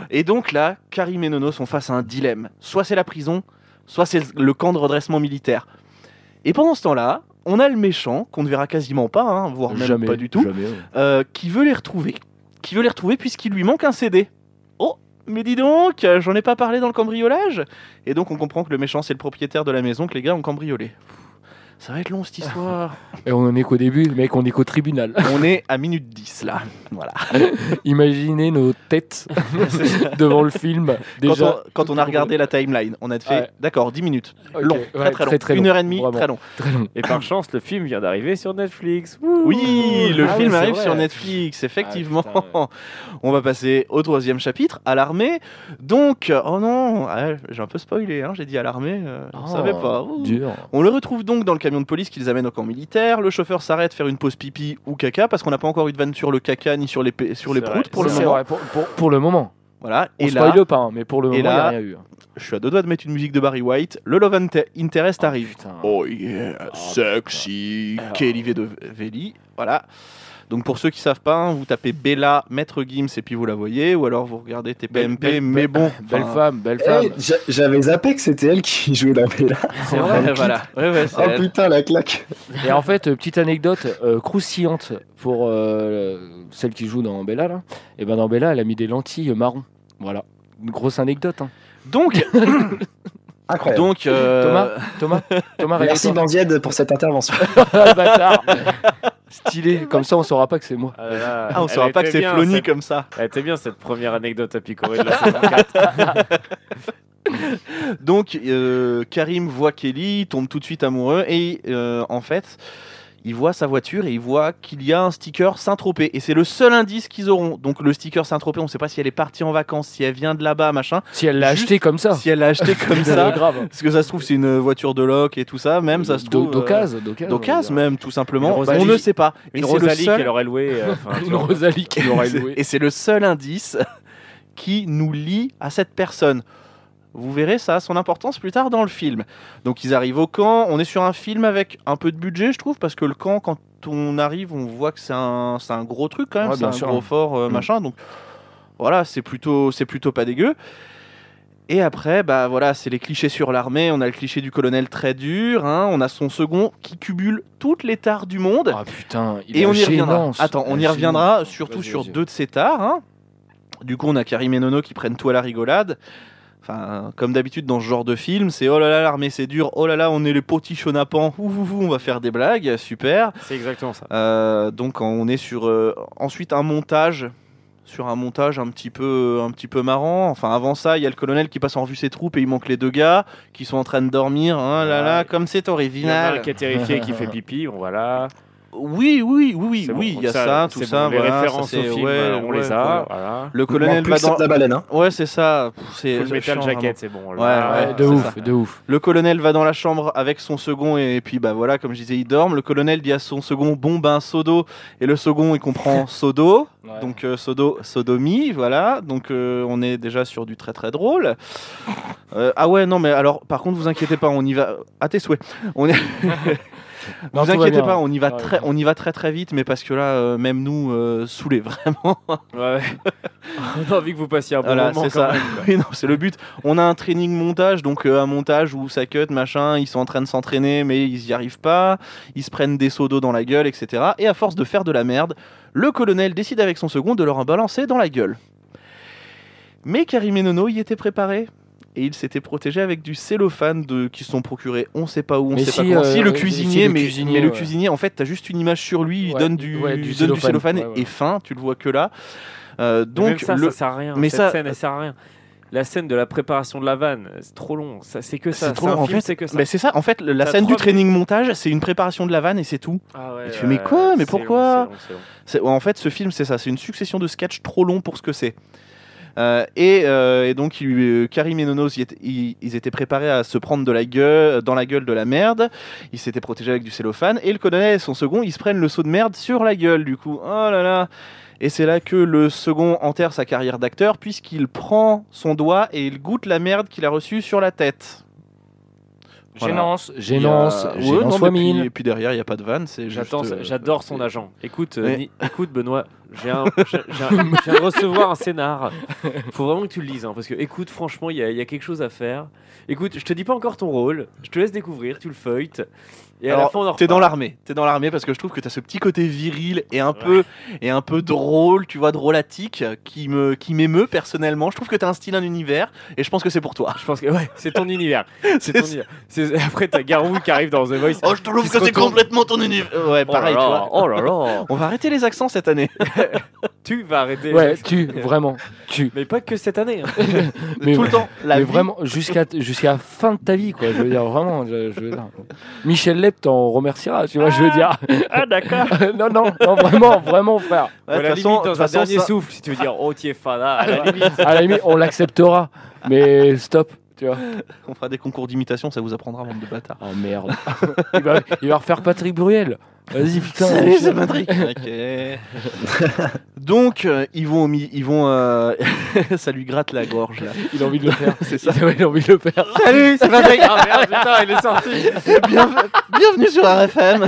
[SPEAKER 1] Et donc là, Karim et Nono sont face à un dilemme. Soit c'est la prison, soit c'est le camp de redressement militaire. Et pendant ce temps-là, on a le méchant qu'on ne verra quasiment pas, hein, voire même
[SPEAKER 4] jamais,
[SPEAKER 1] pas du tout,
[SPEAKER 4] jamais, ouais.
[SPEAKER 1] euh, qui veut les retrouver. Qui veut les retrouver puisqu'il lui manque un CD. Oh, mais dis donc, euh, j'en ai pas parlé dans le cambriolage Et donc on comprend que le méchant c'est le propriétaire de la maison que les gars ont cambriolé. Pff, Ça va être long cette histoire.
[SPEAKER 4] Et on en est qu'au début, mec, on est qu'au tribunal.
[SPEAKER 1] on est à minute 10 là. Voilà.
[SPEAKER 4] Imaginez nos têtes devant le film.
[SPEAKER 1] Quand
[SPEAKER 4] Déjà,
[SPEAKER 1] on, quand on a regardé la timeline, on a fait,
[SPEAKER 4] Ouais.
[SPEAKER 1] d'accord, 10 minutes.
[SPEAKER 4] Ok,
[SPEAKER 1] Long,
[SPEAKER 4] ouais,
[SPEAKER 1] très, très long. Une heure et demie,
[SPEAKER 4] vraiment.
[SPEAKER 1] très long.
[SPEAKER 4] Très long.
[SPEAKER 5] Et par chance, le film vient d'arriver sur Netflix. Wouh.
[SPEAKER 1] Oui, le
[SPEAKER 4] Ah
[SPEAKER 1] film
[SPEAKER 4] oui, c'est
[SPEAKER 1] arrive
[SPEAKER 4] vrai.
[SPEAKER 1] sur Netflix, effectivement.
[SPEAKER 4] Ah, putain,
[SPEAKER 1] On va passer au troisième chapitre, à l'armée. Donc, oh non, ah, j'ai un peu spoilé, hein, j'ai dit à l'armée, euh, on savait pas. Ouh.
[SPEAKER 4] Dur.
[SPEAKER 1] On le retrouve donc dans le camion de police qu'ils amènent au camp militaire. Le chauffeur s'arrête faire une pause pipi ou caca parce qu'on n'a pas encore eu de vanne sur le caca ni sur les, pe- sur les
[SPEAKER 5] C'est
[SPEAKER 1] proutes
[SPEAKER 5] vrai,
[SPEAKER 1] pour le
[SPEAKER 4] C'est
[SPEAKER 1] moment.
[SPEAKER 4] vrai, pour, pour- pour le moment.
[SPEAKER 1] Voilà.
[SPEAKER 4] On
[SPEAKER 1] Et là,
[SPEAKER 4] spoil pas, hein, mais pour le moment,
[SPEAKER 1] et
[SPEAKER 4] il n'y a
[SPEAKER 1] là-
[SPEAKER 4] rien eu.
[SPEAKER 1] je suis à deux doigts de mettre une musique de Barry White. Le Love Inter- Interest arrive.
[SPEAKER 4] Putain.
[SPEAKER 1] Oh yeah, sexy, Kelly Veli. Voilà. Donc pour ceux qui savent pas, hein, vous tapez Bella, Maître Gims et puis vous la voyez, ou alors vous regardez TPMP,
[SPEAKER 4] Belle- belle-
[SPEAKER 1] mais bon,
[SPEAKER 4] Belle
[SPEAKER 1] enfin,
[SPEAKER 4] femme, belle femme.
[SPEAKER 6] Eh, j'a- J'avais zappé que c'était elle qui jouait dans Bella.
[SPEAKER 1] c'est vrai, voilà. Ouais, ouais, c'est
[SPEAKER 6] Oh
[SPEAKER 1] elle.
[SPEAKER 6] putain, la claque.
[SPEAKER 4] Et en fait, euh, petite anecdote euh, croustillante pour euh, celle qui joue dans Bella là. Et ben dans Bella, elle a mis des lentilles marron. Voilà, une grosse anecdote. hein.
[SPEAKER 1] Donc,
[SPEAKER 6] Incroyable.
[SPEAKER 1] donc euh,
[SPEAKER 4] Thomas, Thomas, Thomas,
[SPEAKER 6] Merci
[SPEAKER 4] réveille-toi.
[SPEAKER 6] Bandiade pour cette intervention.
[SPEAKER 4] Ah, le bâtard. Stylé. Comme ça, on saura pas que c'est moi.
[SPEAKER 5] Ah, là là.
[SPEAKER 1] ah, on
[SPEAKER 5] Elle
[SPEAKER 1] saura pas
[SPEAKER 5] était
[SPEAKER 1] que c'est
[SPEAKER 5] bien,
[SPEAKER 1] Flonny
[SPEAKER 5] cette-
[SPEAKER 1] comme ça.
[SPEAKER 5] Elle était Eh, bien cette première anecdote à picorer de la saison 4.
[SPEAKER 1] Donc euh, Karim voit Kelly, tombe tout de suite amoureux et euh, en fait il voit sa voiture et il voit qu'il y a un sticker Saint-Tropez et c'est le seul indice qu'ils auront. Donc le sticker Saint-Tropez, on ne sait pas si elle est partie en vacances, si elle vient de là-bas, machin,
[SPEAKER 4] Si elle l'a
[SPEAKER 1] Juste
[SPEAKER 4] acheté comme
[SPEAKER 5] Oh.
[SPEAKER 4] ça.
[SPEAKER 1] si elle l'a acheté comme
[SPEAKER 4] C'est
[SPEAKER 1] ça.
[SPEAKER 4] grave.
[SPEAKER 1] Parce que ça se trouve c'est une voiture de loc et tout ça, même ça se
[SPEAKER 4] Do-
[SPEAKER 1] trouve euh,
[SPEAKER 4] D'occasion, d'occasion.
[SPEAKER 1] d'occasion même tout simplement.
[SPEAKER 5] Une Rosalie-
[SPEAKER 1] on ne sait pas. Et
[SPEAKER 5] Une
[SPEAKER 1] c'est le
[SPEAKER 5] Rosalie
[SPEAKER 1] seul-
[SPEAKER 5] qu'elle aurait louée. euh, enfin, tu
[SPEAKER 4] Une
[SPEAKER 5] vois.
[SPEAKER 4] Rosalie qui l'aurait
[SPEAKER 1] Et
[SPEAKER 4] loué.
[SPEAKER 1] c'est le seul indice qui nous lie à cette personne. Vous verrez, ça a son importance plus tard dans le film. Donc ils arrivent au camp, on est sur un film avec un peu de budget, je trouve, parce que le camp, quand on arrive, on voit que c'est un, c'est un gros truc quand même,
[SPEAKER 4] Ouais,
[SPEAKER 1] c'est
[SPEAKER 4] bien
[SPEAKER 1] un
[SPEAKER 4] sûr.
[SPEAKER 1] gros fort, euh,
[SPEAKER 4] Mm.
[SPEAKER 1] machin. Donc voilà, c'est plutôt, c'est plutôt pas dégueu. Et après, bah voilà, c'est les clichés sur l'armée. On a le cliché du colonel très dur. hein, on a son second qui cumule toutes les tares du monde.
[SPEAKER 4] Ah putain, il
[SPEAKER 1] Et
[SPEAKER 4] est
[SPEAKER 1] on y reviendra.
[SPEAKER 4] gênant, ce-
[SPEAKER 1] Attends, on y
[SPEAKER 4] gênant.
[SPEAKER 1] reviendra surtout
[SPEAKER 4] Vas-y,
[SPEAKER 1] sur
[SPEAKER 4] vas-y.
[SPEAKER 1] deux de ces tares. hein. Du coup, on a Karim et Nono qui prennent tout à la rigolade. Enfin, comme d'habitude dans ce genre de film, c'est oh là là, l'armée c'est dur, oh là là, on est les potichons à pan, ouh, ouh, ouh, on va faire des blagues, super.
[SPEAKER 5] C'est exactement ça.
[SPEAKER 1] Euh, donc on est sur euh, ensuite un montage, sur un montage un petit peu, un petit peu marrant. Enfin, avant ça, il y a le colonel qui passe en revue ses troupes et il manque les deux gars qui sont en train de dormir. Oh là là,
[SPEAKER 5] Ouais.
[SPEAKER 1] comme c'est
[SPEAKER 5] Il y en a un
[SPEAKER 1] original.
[SPEAKER 5] qui est terrifié et qui fait pipi, bon voilà.
[SPEAKER 1] Oui, oui, oui,
[SPEAKER 5] C'est bon,
[SPEAKER 1] oui, il y a
[SPEAKER 5] ça,
[SPEAKER 1] ça,
[SPEAKER 5] c'est
[SPEAKER 1] tout
[SPEAKER 5] bon,
[SPEAKER 1] ça.
[SPEAKER 5] les
[SPEAKER 1] voilà, ça,
[SPEAKER 5] références
[SPEAKER 1] c'est-
[SPEAKER 5] au film,
[SPEAKER 1] ouais,
[SPEAKER 5] euh, on
[SPEAKER 1] ouais,
[SPEAKER 5] les
[SPEAKER 1] voilà.
[SPEAKER 5] a, voilà.
[SPEAKER 1] Le
[SPEAKER 6] Manque
[SPEAKER 1] colonel
[SPEAKER 6] plus
[SPEAKER 1] va
[SPEAKER 6] que ça
[SPEAKER 1] dans
[SPEAKER 6] de la baleine, hein.
[SPEAKER 1] Ouais, c'est ça. Pff, C'est
[SPEAKER 5] Full
[SPEAKER 1] je
[SPEAKER 5] Metal
[SPEAKER 1] chante
[SPEAKER 5] Jacket,
[SPEAKER 1] vraiment.
[SPEAKER 5] c'est bon, là.
[SPEAKER 1] Ouais, ouais,
[SPEAKER 4] Ouais, de
[SPEAKER 1] c'est
[SPEAKER 4] ouf,
[SPEAKER 1] ça.
[SPEAKER 4] de ouf.
[SPEAKER 1] Le colonel va dans la chambre avec son second et puis bah voilà, comme je disais, il dorment. Le colonel dit à son second bon ben sodo et le second il comprend sodo,
[SPEAKER 4] Ouais.
[SPEAKER 1] donc euh, sodo sodomie, voilà. Donc euh, on est déjà sur du très très drôle. Euh, ah ouais non mais alors par contre vous inquiétez pas, on y va à tes souhaits. On est
[SPEAKER 4] Non, tout
[SPEAKER 1] vous
[SPEAKER 4] va
[SPEAKER 1] inquiétez
[SPEAKER 4] bien. hein. Ah
[SPEAKER 1] pas, on y va
[SPEAKER 4] Ouais,
[SPEAKER 1] très, on y va très très vite, mais parce que là, euh, même nous, euh, saoulés vraiment.
[SPEAKER 5] Ouais. On a envie que vous passiez un bon
[SPEAKER 1] voilà,
[SPEAKER 5] moment.
[SPEAKER 1] c'est
[SPEAKER 5] quand
[SPEAKER 1] ça.
[SPEAKER 5] même.
[SPEAKER 1] Oui, non, c'est le but. On a un training montage, donc euh, un montage où ça cut, machin, ils sont en train de s'entraîner, mais ils n'y arrivent pas, ils se prennent des seaux d'eau dans la gueule, etc. Et à force de faire de la merde, le colonel décide avec son second de leur en balancer dans la gueule. Mais Karim et Nono y était préparé. Et il s'était protégé avec du cellophane de, qui se sont procurés, on sait pas où, on
[SPEAKER 4] Mais
[SPEAKER 1] sait
[SPEAKER 4] si,
[SPEAKER 1] pas comment.
[SPEAKER 4] euh,
[SPEAKER 1] si, le
[SPEAKER 4] si,
[SPEAKER 1] cuisinier,
[SPEAKER 4] le
[SPEAKER 1] mais,
[SPEAKER 4] cuisinier,
[SPEAKER 1] mais le
[SPEAKER 4] ouais.
[SPEAKER 1] cuisinier, en fait, t'as juste une image sur lui, il
[SPEAKER 4] Ouais,
[SPEAKER 1] donne du,
[SPEAKER 4] ouais, du
[SPEAKER 1] il donne
[SPEAKER 4] cellophane,
[SPEAKER 1] du cellophane
[SPEAKER 4] ouais, ouais.
[SPEAKER 1] et fin, tu le vois que là. Euh,
[SPEAKER 5] Donc
[SPEAKER 1] donc,
[SPEAKER 5] ça,
[SPEAKER 1] le,
[SPEAKER 5] ça sert à rien.
[SPEAKER 1] mais
[SPEAKER 5] Cette
[SPEAKER 1] ça-
[SPEAKER 5] scène, elle sert à rien. La scène de la préparation de la vanne, c'est trop long. Ça, c'est que ça.
[SPEAKER 1] C'est trop
[SPEAKER 5] un
[SPEAKER 1] long, en
[SPEAKER 5] film,
[SPEAKER 1] fait.
[SPEAKER 5] c'est que ça.
[SPEAKER 1] Ben, c'est ça, en fait, le- la
[SPEAKER 5] T'as
[SPEAKER 1] scène du
[SPEAKER 5] trois
[SPEAKER 1] training montage, c'est une préparation de la vanne et c'est tout.
[SPEAKER 5] Ah ouais,
[SPEAKER 1] Et tu fais, mais
[SPEAKER 5] ouais,
[SPEAKER 1] quoi Mais
[SPEAKER 5] c'est long,
[SPEAKER 1] pourquoi
[SPEAKER 5] c'est long, c'est long.
[SPEAKER 1] C'est- En fait, ce film, c'est ça, c'est une succession de sketchs trop longs pour ce que c'est. Euh, et, euh, et donc, il- euh, Karim et Nonos, y étaient- ils, ils étaient préparés à se prendre de la gueule, euh, dans la gueule de la merde. Ils s'étaient protégés avec du cellophane. Et le colonel et son second, ils se prennent le seau de merde sur la gueule, du coup. Oh là là Et c'est là que le second enterre sa carrière d'acteur, puisqu'il prend son doigt et il goûte la merde qu'il a reçue sur la tête. Voilà.
[SPEAKER 4] Génance, génance,
[SPEAKER 1] Il y a- euh, Ouais,
[SPEAKER 4] génance
[SPEAKER 1] non,
[SPEAKER 4] fois
[SPEAKER 1] mais puis-
[SPEAKER 4] mille.
[SPEAKER 1] Et puis derrière, il n'y a pas de vanne. c'est
[SPEAKER 5] J'attends,
[SPEAKER 1] juste, euh,
[SPEAKER 5] J'adore son agent. Écoute, euh,
[SPEAKER 1] Mais-
[SPEAKER 5] Ni- écoute Benoît, j'ai un, j'ai j'ai un- je viens de recevoir un scénar. Faut vraiment que tu le lises, hein, parce que écoute, franchement, il y, a- il y a quelque chose à faire. Écoute, je te dis pas encore ton rôle. Je te laisse découvrir. Tu le feuilletes. Et à la
[SPEAKER 1] Alors,
[SPEAKER 5] fin, on en
[SPEAKER 1] T'es dans
[SPEAKER 5] reparle.
[SPEAKER 1] l'armée, t'es dans l'armée parce que je trouve que t'as ce petit côté viril et un peu et un peu drôle, tu vois, drôlatique, qui me qui m'émeut personnellement. Je trouve que t'as un style, un univers, et je pense que c'est pour toi.
[SPEAKER 5] Je pense que ouais, c'est ton univers. C'est
[SPEAKER 1] C'est-
[SPEAKER 5] ton univers. C'est- Après, t'as Garou qui arrive dans The Voice.
[SPEAKER 1] Oh, je trouve que
[SPEAKER 5] Qui se
[SPEAKER 1] c'est
[SPEAKER 5] retourne.
[SPEAKER 1] complètement ton univers. Euh, Ouais,
[SPEAKER 5] Oh
[SPEAKER 1] pareil,
[SPEAKER 5] là
[SPEAKER 1] tu
[SPEAKER 5] là,
[SPEAKER 1] vois.
[SPEAKER 5] Oh là là.
[SPEAKER 1] On va arrêter les accents cette année.
[SPEAKER 5] Tu vas arrêter.
[SPEAKER 4] Ouais, tu, vraiment, tu.
[SPEAKER 5] Mais pas que cette année. hein.
[SPEAKER 4] Mais
[SPEAKER 1] Tout
[SPEAKER 4] ouais.
[SPEAKER 1] le temps. La
[SPEAKER 4] mais
[SPEAKER 1] vie-
[SPEAKER 4] vraiment, jusqu'à jusqu'à la fin de ta vie, quoi. Je veux dire, vraiment. Je, je veux dire. Michel Leb t'en remerciera, tu vois, je veux dire.
[SPEAKER 5] Ah d'accord.
[SPEAKER 4] non, non, non, vraiment, vraiment, frère.
[SPEAKER 1] Ouais,
[SPEAKER 5] à
[SPEAKER 1] de
[SPEAKER 5] la
[SPEAKER 1] toute façon-
[SPEAKER 5] limite,
[SPEAKER 1] de
[SPEAKER 5] dans
[SPEAKER 1] toute
[SPEAKER 5] un
[SPEAKER 1] façon,
[SPEAKER 5] dernier
[SPEAKER 1] ça-
[SPEAKER 5] souffle, si tu veux dire, oh, t'y es fada, à la limite.
[SPEAKER 4] À la limite, on l'acceptera, mais stop, tu vois.
[SPEAKER 1] on fera des concours d'imitation, ça vous apprendra, bande de bâtards.
[SPEAKER 4] Oh merde. il, va, il va refaire Patrick Bruel. Vas-y, putain.
[SPEAKER 1] Salut,
[SPEAKER 4] Michel.
[SPEAKER 1] c'est Patrick. Ok. Donc, euh, ils vont au mi- ils vont, euh, ça lui gratte la gorge là.
[SPEAKER 4] Il a envie de le faire.
[SPEAKER 1] C'est ça.
[SPEAKER 4] Il a envie de le faire.
[SPEAKER 1] Salut, c'est Patrick.
[SPEAKER 5] Ah merde, putain, il est sorti.
[SPEAKER 1] Bienve- Bienvenue sur RFM.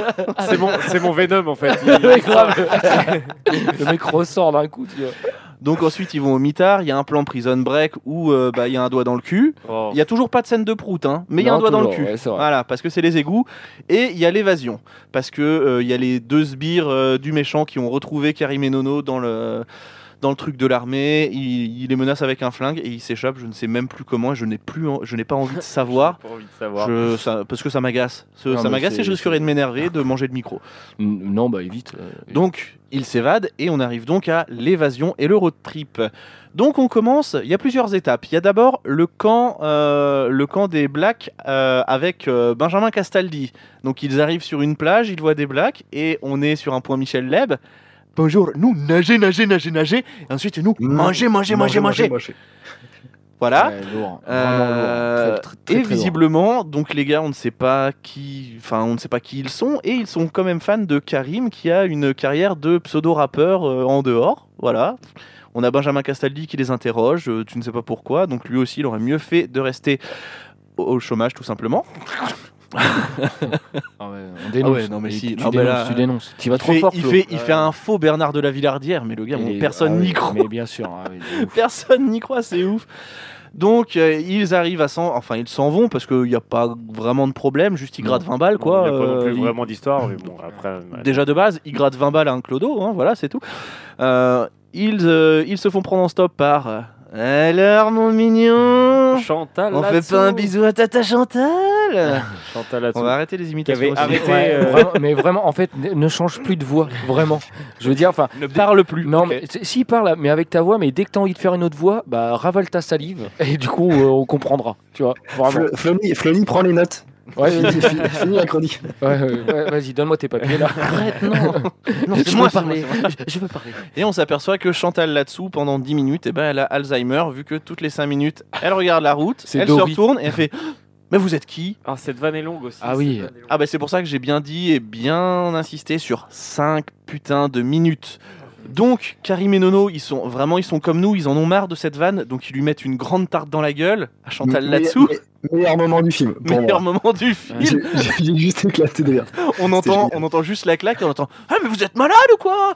[SPEAKER 5] C'est mon, c'est mon Venom en fait.
[SPEAKER 4] Le mec, grave. le mec ressort d'un coup, tu vois.
[SPEAKER 1] Donc ensuite ils vont au mitard, il y a un plan prison break où euh, bah, il y a un doigt dans le cul.
[SPEAKER 5] Oh.
[SPEAKER 1] Il y a toujours pas de scène de prout, hein, mais il y a un
[SPEAKER 4] Non,
[SPEAKER 1] doigt dans le
[SPEAKER 4] toujours,
[SPEAKER 1] cul.
[SPEAKER 4] ouais, c'est vrai.
[SPEAKER 1] Voilà, parce que c'est les égouts. Et il y a l'évasion, parce que euh, il y a les deux sbires euh, du méchant qui ont retrouvé Karim et Nono dans le, dans le truc de l'armée. Il, il les menace avec un flingue et il s'échappe, je ne sais même plus comment, et je n'ai plus en- je n'ai pas envie de savoir.
[SPEAKER 5] J'ai pas envie de savoir.
[SPEAKER 1] Je- ça- parce que ça m'agace. Ce-
[SPEAKER 4] Non,
[SPEAKER 1] Ça
[SPEAKER 4] mais
[SPEAKER 1] m'agace
[SPEAKER 4] c'est-
[SPEAKER 1] et je risquerais de m'énerver, de manger le micro.
[SPEAKER 4] N- Non, bah évite. euh, évite.
[SPEAKER 1] Donc, il s'évade et on arrive donc à l'évasion et le road trip. Donc, on commence. Il y a plusieurs étapes. Il y a d'abord le camp, euh, le camp des blacks euh, avec euh, Benjamin Castaldi. Donc, ils arrivent sur une plage, ils voient des blacks et on est sur un point Michel Leb. Bonjour, nous nager, nager, nager, nager. Ensuite, nous manger, manger, manger, manger. Voilà.
[SPEAKER 4] Ouais, lourd.
[SPEAKER 1] Euh,
[SPEAKER 4] Vraiment lourd. Très, très, très,
[SPEAKER 1] et
[SPEAKER 4] très lourd.
[SPEAKER 1] visiblement, donc les gars, on ne sait pas qui, enfin, on ne sait pas qui ils sont, et ils sont quand même fans de Karim, qui a une carrière de pseudo-rappeur euh, en dehors. Voilà. On a Benjamin Castaldi qui les interroge. euh, tu ne sais pas pourquoi. Donc lui aussi, il aurait mieux fait de rester au- au chômage, tout simplement.
[SPEAKER 4] Ah ouais, on dénonce.
[SPEAKER 1] Ah ouais, non, mais
[SPEAKER 4] Et
[SPEAKER 1] si,
[SPEAKER 4] Tu,
[SPEAKER 1] non, mais
[SPEAKER 4] dénonces,
[SPEAKER 1] là-
[SPEAKER 4] tu dénonces. Tu vas
[SPEAKER 1] Il
[SPEAKER 4] trop
[SPEAKER 1] fait,
[SPEAKER 4] fort.
[SPEAKER 1] il
[SPEAKER 4] Flo.
[SPEAKER 1] fait, il fait un faux Bernard de la Villardière, mais le gars,
[SPEAKER 4] Il
[SPEAKER 1] bon,
[SPEAKER 4] est- ah
[SPEAKER 1] personne n'y
[SPEAKER 4] oui,
[SPEAKER 1] croit.
[SPEAKER 4] Mais bien sûr. ah oui, de ouf.
[SPEAKER 1] Personne n'y croit, c'est ouf. Donc euh, ils arrivent à s'en, enfin ils s'en vont parce qu'il n'y a pas vraiment de problème, juste ils
[SPEAKER 4] Non.
[SPEAKER 1] grattent 20 balles quoi.
[SPEAKER 5] Il n'y a pas non
[SPEAKER 1] euh,
[SPEAKER 5] plus
[SPEAKER 1] ils-
[SPEAKER 5] vraiment d'histoire, mais bon, après. voilà.
[SPEAKER 1] Déjà de base, ils grattent 20 balles à un clodo, hein, voilà, c'est tout. Euh, ils, euh, ils se font prendre en stop par. euh, Alors, mon mignon
[SPEAKER 5] Chantal
[SPEAKER 1] On fait
[SPEAKER 5] là-dessous.
[SPEAKER 1] pas un bisou à Tata Chantal
[SPEAKER 5] Chantal là-dessous.
[SPEAKER 1] On va arrêter les
[SPEAKER 5] Qui avait
[SPEAKER 1] imitations. aussi.
[SPEAKER 5] arrêté.
[SPEAKER 4] Ouais,
[SPEAKER 5] euh,
[SPEAKER 4] vraiment, mais vraiment, en fait, ne ne change plus de voix, vraiment. Je veux dire, enfin,
[SPEAKER 1] Ne parle plus.
[SPEAKER 4] non, mais si- si parle, mais avec ta voix, mais dès que t'as envie de faire une autre voix, bah ravale ta salive et du coup, euh, on comprendra, tu vois. Vraiment.
[SPEAKER 6] Flo- Flony, Flony prend les notes.
[SPEAKER 4] Ouais, fini,
[SPEAKER 6] fini- fini la chronique.
[SPEAKER 4] Ouais, ouais, ouais, vas-y, donne-moi tes papiers là.
[SPEAKER 1] Arrête, non. Non, c'est
[SPEAKER 4] je
[SPEAKER 1] moi,
[SPEAKER 4] veux
[SPEAKER 1] c'est
[SPEAKER 4] parler.
[SPEAKER 1] moi, c'est
[SPEAKER 4] Je, je veux parler.
[SPEAKER 1] Et on s'aperçoit que Chantal là-dessous, pendant 10 minutes, eh ben, elle a Alzheimer, vu que toutes les 5 minutes, elle regarde la route,
[SPEAKER 4] C'est
[SPEAKER 1] elle se
[SPEAKER 4] Dory.
[SPEAKER 1] retourne et elle fait Mais vous êtes qui
[SPEAKER 5] Alors, cette vanne est longue aussi.
[SPEAKER 1] Ah oui. Ah bah c'est pour ça que j'ai bien dit et bien insisté sur 5 putains de minutes. Donc Karim et Nono, ils sont vraiment ils sont comme nous, ils en ont marre de cette vanne, donc ils lui mettent une grande tarte dans la gueule à Chantal
[SPEAKER 6] Me-
[SPEAKER 1] là-dessous.
[SPEAKER 6] me- Meilleur moment du film. pour
[SPEAKER 1] Meilleur
[SPEAKER 6] moi.
[SPEAKER 1] moment du film.
[SPEAKER 6] J'ai j'ai juste éclaté de rire.
[SPEAKER 1] On entend, on entend juste la claque, on entend Ah, mais vous êtes malade ou quoi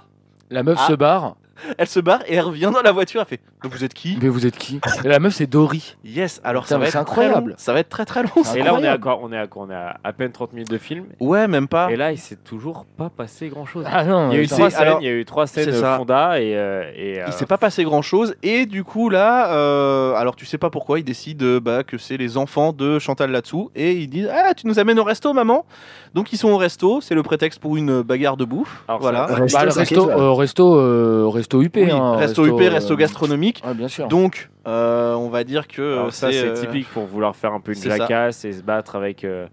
[SPEAKER 4] La meuf
[SPEAKER 1] Ah.
[SPEAKER 4] se barre.
[SPEAKER 1] Elle se barre et elle revient dans la voiture, elle fait Donc vous êtes qui
[SPEAKER 4] Mais vous êtes qui Et La meuf, c'est Dory.
[SPEAKER 1] Yes, alors ça
[SPEAKER 4] Putain, mais
[SPEAKER 1] va être
[SPEAKER 4] c'est
[SPEAKER 1] incroyable.
[SPEAKER 4] incroyable.
[SPEAKER 1] ça va être très très long.
[SPEAKER 5] Et là, on est, à
[SPEAKER 1] incroyable.
[SPEAKER 5] quoi on, est à quoi on est à à peine 30 minutes de film.
[SPEAKER 1] Ouais, même pas.
[SPEAKER 5] Et là, il s'est toujours pas passé grand chose.
[SPEAKER 4] Ah non,
[SPEAKER 5] il y a eu
[SPEAKER 4] putain.
[SPEAKER 5] trois
[SPEAKER 1] Ah. C'est-
[SPEAKER 5] scènes,
[SPEAKER 1] alors,
[SPEAKER 5] il y a eu trois scènes
[SPEAKER 1] c'est ça.
[SPEAKER 5] Fonda et. euh, et, euh,
[SPEAKER 1] Il s'est pas passé grand chose et du coup là, euh, alors tu sais pas pourquoi, ils décident euh, bah, que c'est les enfants de Chantal là-dessous et ils disent ah tu nous amènes au resto maman. Donc ils sont au resto, c'est le prétexte pour une bagarre de bouffe.
[SPEAKER 5] alors,
[SPEAKER 1] voilà.
[SPEAKER 5] ça-
[SPEAKER 4] Bah, le resto, euh, resto, euh, resto UP.
[SPEAKER 1] Oui,
[SPEAKER 4] hein,
[SPEAKER 1] resto UP, resto
[SPEAKER 4] euh,
[SPEAKER 1] gastronomique.
[SPEAKER 4] Ouais, bien sûr.
[SPEAKER 1] Donc euh, on va dire que
[SPEAKER 5] alors, ça, c'est
[SPEAKER 1] euh,
[SPEAKER 5] typique pour vouloir faire un peu une
[SPEAKER 1] c'est ça.
[SPEAKER 5] jacasse et se battre avec. euh,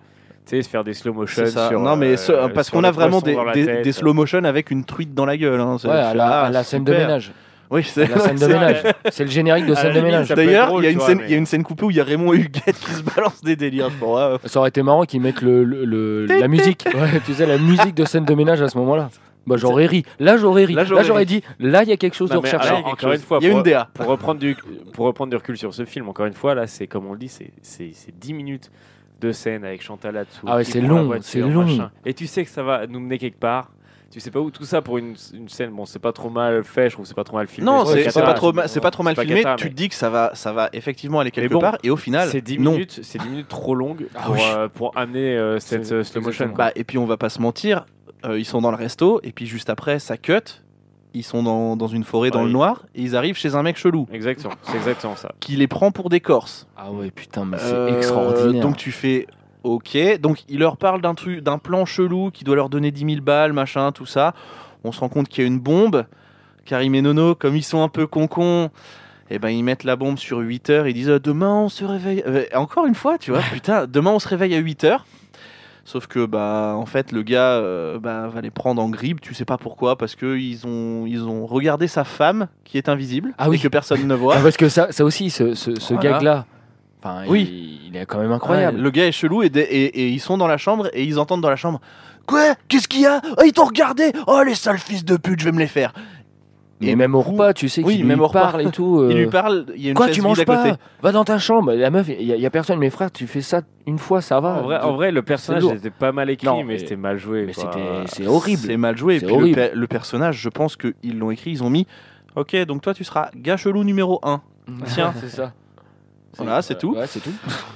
[SPEAKER 5] tu sais, se faire des slow motion.
[SPEAKER 1] C'est ça.
[SPEAKER 5] Sur,
[SPEAKER 1] non mais ce-
[SPEAKER 5] euh,
[SPEAKER 1] parce
[SPEAKER 5] sur
[SPEAKER 1] qu'on
[SPEAKER 5] le
[SPEAKER 1] a vraiment
[SPEAKER 5] poisson
[SPEAKER 1] des,
[SPEAKER 5] dans la
[SPEAKER 1] des-
[SPEAKER 5] tête.
[SPEAKER 1] des slow motion avec une truite dans la gueule. hein. C'est-
[SPEAKER 4] Ouais, à la, à la
[SPEAKER 1] ah,
[SPEAKER 4] scène de
[SPEAKER 1] super.
[SPEAKER 4] ménage.
[SPEAKER 1] Oui,
[SPEAKER 4] À
[SPEAKER 1] c'est
[SPEAKER 4] la scène de
[SPEAKER 1] c'est-
[SPEAKER 4] ménage. C'est le générique de
[SPEAKER 5] À la
[SPEAKER 4] scène de
[SPEAKER 5] limite,
[SPEAKER 4] ménage.
[SPEAKER 5] ça peut être
[SPEAKER 1] D'ailleurs,
[SPEAKER 5] drôle,
[SPEAKER 1] il y a
[SPEAKER 5] tu
[SPEAKER 1] une
[SPEAKER 5] vois,
[SPEAKER 1] scène,
[SPEAKER 5] mais-
[SPEAKER 1] il y a une scène coupée où il y a Raymond et Huguette qui se balancent des délires. Bon, ouais,
[SPEAKER 4] Ça aurait été marrant qu'ils mettent le, le- le- la musique. Ouais, tu sais, la musique de scène de ménage à ce moment-là. Bah, j'aurais ri. Là, j'aurais ri.
[SPEAKER 1] Là,
[SPEAKER 4] Là,
[SPEAKER 1] j'aurais
[SPEAKER 4] j'aurais dit, là, il y a quelque chose
[SPEAKER 5] Non,
[SPEAKER 4] de
[SPEAKER 5] mais
[SPEAKER 4] recherché.
[SPEAKER 5] alors,
[SPEAKER 1] quelque
[SPEAKER 5] encore
[SPEAKER 1] chose.
[SPEAKER 5] une fois,
[SPEAKER 1] Il y a
[SPEAKER 5] pour-
[SPEAKER 1] une DA.
[SPEAKER 5] pour reprendre du pour reprendre du recul sur ce film encore une fois là c'est comme on le dit c'est c'est c'est 10 minutes de scène avec Chantal là-dessous
[SPEAKER 4] Ah ouais,
[SPEAKER 5] qui
[SPEAKER 4] c'est
[SPEAKER 5] prend
[SPEAKER 4] long,
[SPEAKER 5] la voiture,
[SPEAKER 4] c'est long.
[SPEAKER 5] machin. et tu sais que ça va nous mener quelque part tu sais pas où tout ça pour une, une scène bon c'est pas trop mal fait je trouve que c'est pas trop mal filmé
[SPEAKER 1] Non, c'est
[SPEAKER 5] cata,
[SPEAKER 1] c'est pas trop, ma- c'est pas trop mal
[SPEAKER 5] c'est
[SPEAKER 1] filmé.
[SPEAKER 5] cata,
[SPEAKER 1] tu
[SPEAKER 5] mais
[SPEAKER 1] te dis que ça va, ça va effectivement aller quelque
[SPEAKER 5] Mais bon,
[SPEAKER 1] part, et au final,
[SPEAKER 5] c'est 10
[SPEAKER 1] non.
[SPEAKER 5] minutes c'est 10 minutes trop longues
[SPEAKER 4] Ah
[SPEAKER 5] pour,
[SPEAKER 4] oui.
[SPEAKER 5] euh, pour amener euh, cette
[SPEAKER 4] C'est-
[SPEAKER 5] euh, slow motion
[SPEAKER 4] exactement.
[SPEAKER 1] Bah, et puis on va pas se mentir, euh, ils sont dans le resto, et puis juste après, ça cut. Ils sont dans, dans une forêt dans
[SPEAKER 5] Ouais.
[SPEAKER 1] le noir, et ils arrivent chez un mec chelou
[SPEAKER 5] exactement c'est exactement ça
[SPEAKER 1] qui les prend pour des Corses.
[SPEAKER 4] Ah ouais, putain, mais
[SPEAKER 1] Euh,
[SPEAKER 4] c'est extraordinaire.
[SPEAKER 1] Donc tu fais. Ok, donc il leur parle d'un truc, d'un plan chelou qui doit leur donner 10 000 balles, machin, tout ça. On se rend compte qu'il y a une bombe. Karim et Nono, comme ils sont un peu concons, et ben ils mettent la bombe sur 8 heures. Ils disent euh, demain on se réveille. Euh, encore une fois, tu vois, putain, demain on se réveille à 8 heures. Sauf que bah en fait le gars euh, bah, va les prendre en grippe. Tu sais pas pourquoi parce que ils ont ils ont regardé sa femme qui est invisible
[SPEAKER 4] Ah oui.
[SPEAKER 1] et que personne ne voit.
[SPEAKER 4] Ah, parce que ça, ça aussi, ce, ce, ce
[SPEAKER 1] Voilà.
[SPEAKER 4] gag-là, enfin,
[SPEAKER 1] Oui.
[SPEAKER 4] il, il est quand même incroyable.
[SPEAKER 1] Ouais, le gars est chelou et, des- et- et ils sont dans la chambre et ils entendent dans la chambre Quoi Qu'est-ce qu'il y a Oh, ils t'ont regardé Oh, les sales fils de pute, je vais me les faire.
[SPEAKER 4] Mais
[SPEAKER 1] Et
[SPEAKER 4] même au repas, tu sais,
[SPEAKER 1] Oui,
[SPEAKER 4] qu'il
[SPEAKER 1] même
[SPEAKER 4] lui
[SPEAKER 1] au repas.
[SPEAKER 4] parle et tout.
[SPEAKER 1] Il
[SPEAKER 4] euh,
[SPEAKER 1] lui parle, il y a une
[SPEAKER 4] Quoi,
[SPEAKER 1] chaise
[SPEAKER 4] tu
[SPEAKER 1] vide
[SPEAKER 4] manges
[SPEAKER 1] à côté.
[SPEAKER 4] pas Va dans ta chambre. La meuf, il y, a- il y a personne. Mais frère, tu fais ça une fois, ça va.
[SPEAKER 1] Ah,
[SPEAKER 5] en vrai, en vrai le personnage
[SPEAKER 4] lourd.
[SPEAKER 5] était pas mal écrit
[SPEAKER 4] Non,
[SPEAKER 5] mais
[SPEAKER 4] mais-
[SPEAKER 5] c'était mal joué
[SPEAKER 4] Mais
[SPEAKER 5] quoi.
[SPEAKER 4] c'était- c'est horrible.
[SPEAKER 1] C'est mal joué. Et
[SPEAKER 4] C'est
[SPEAKER 1] puis le,
[SPEAKER 4] horrible.
[SPEAKER 1] pe- le personnage, je pense qu'ils l'ont écrit, ils ont mis Ok, donc toi, tu seras gars chelou numéro 1. Tiens.
[SPEAKER 4] c'est ça.
[SPEAKER 1] Voilà, c'est tout.
[SPEAKER 4] Ouais, c'est tout.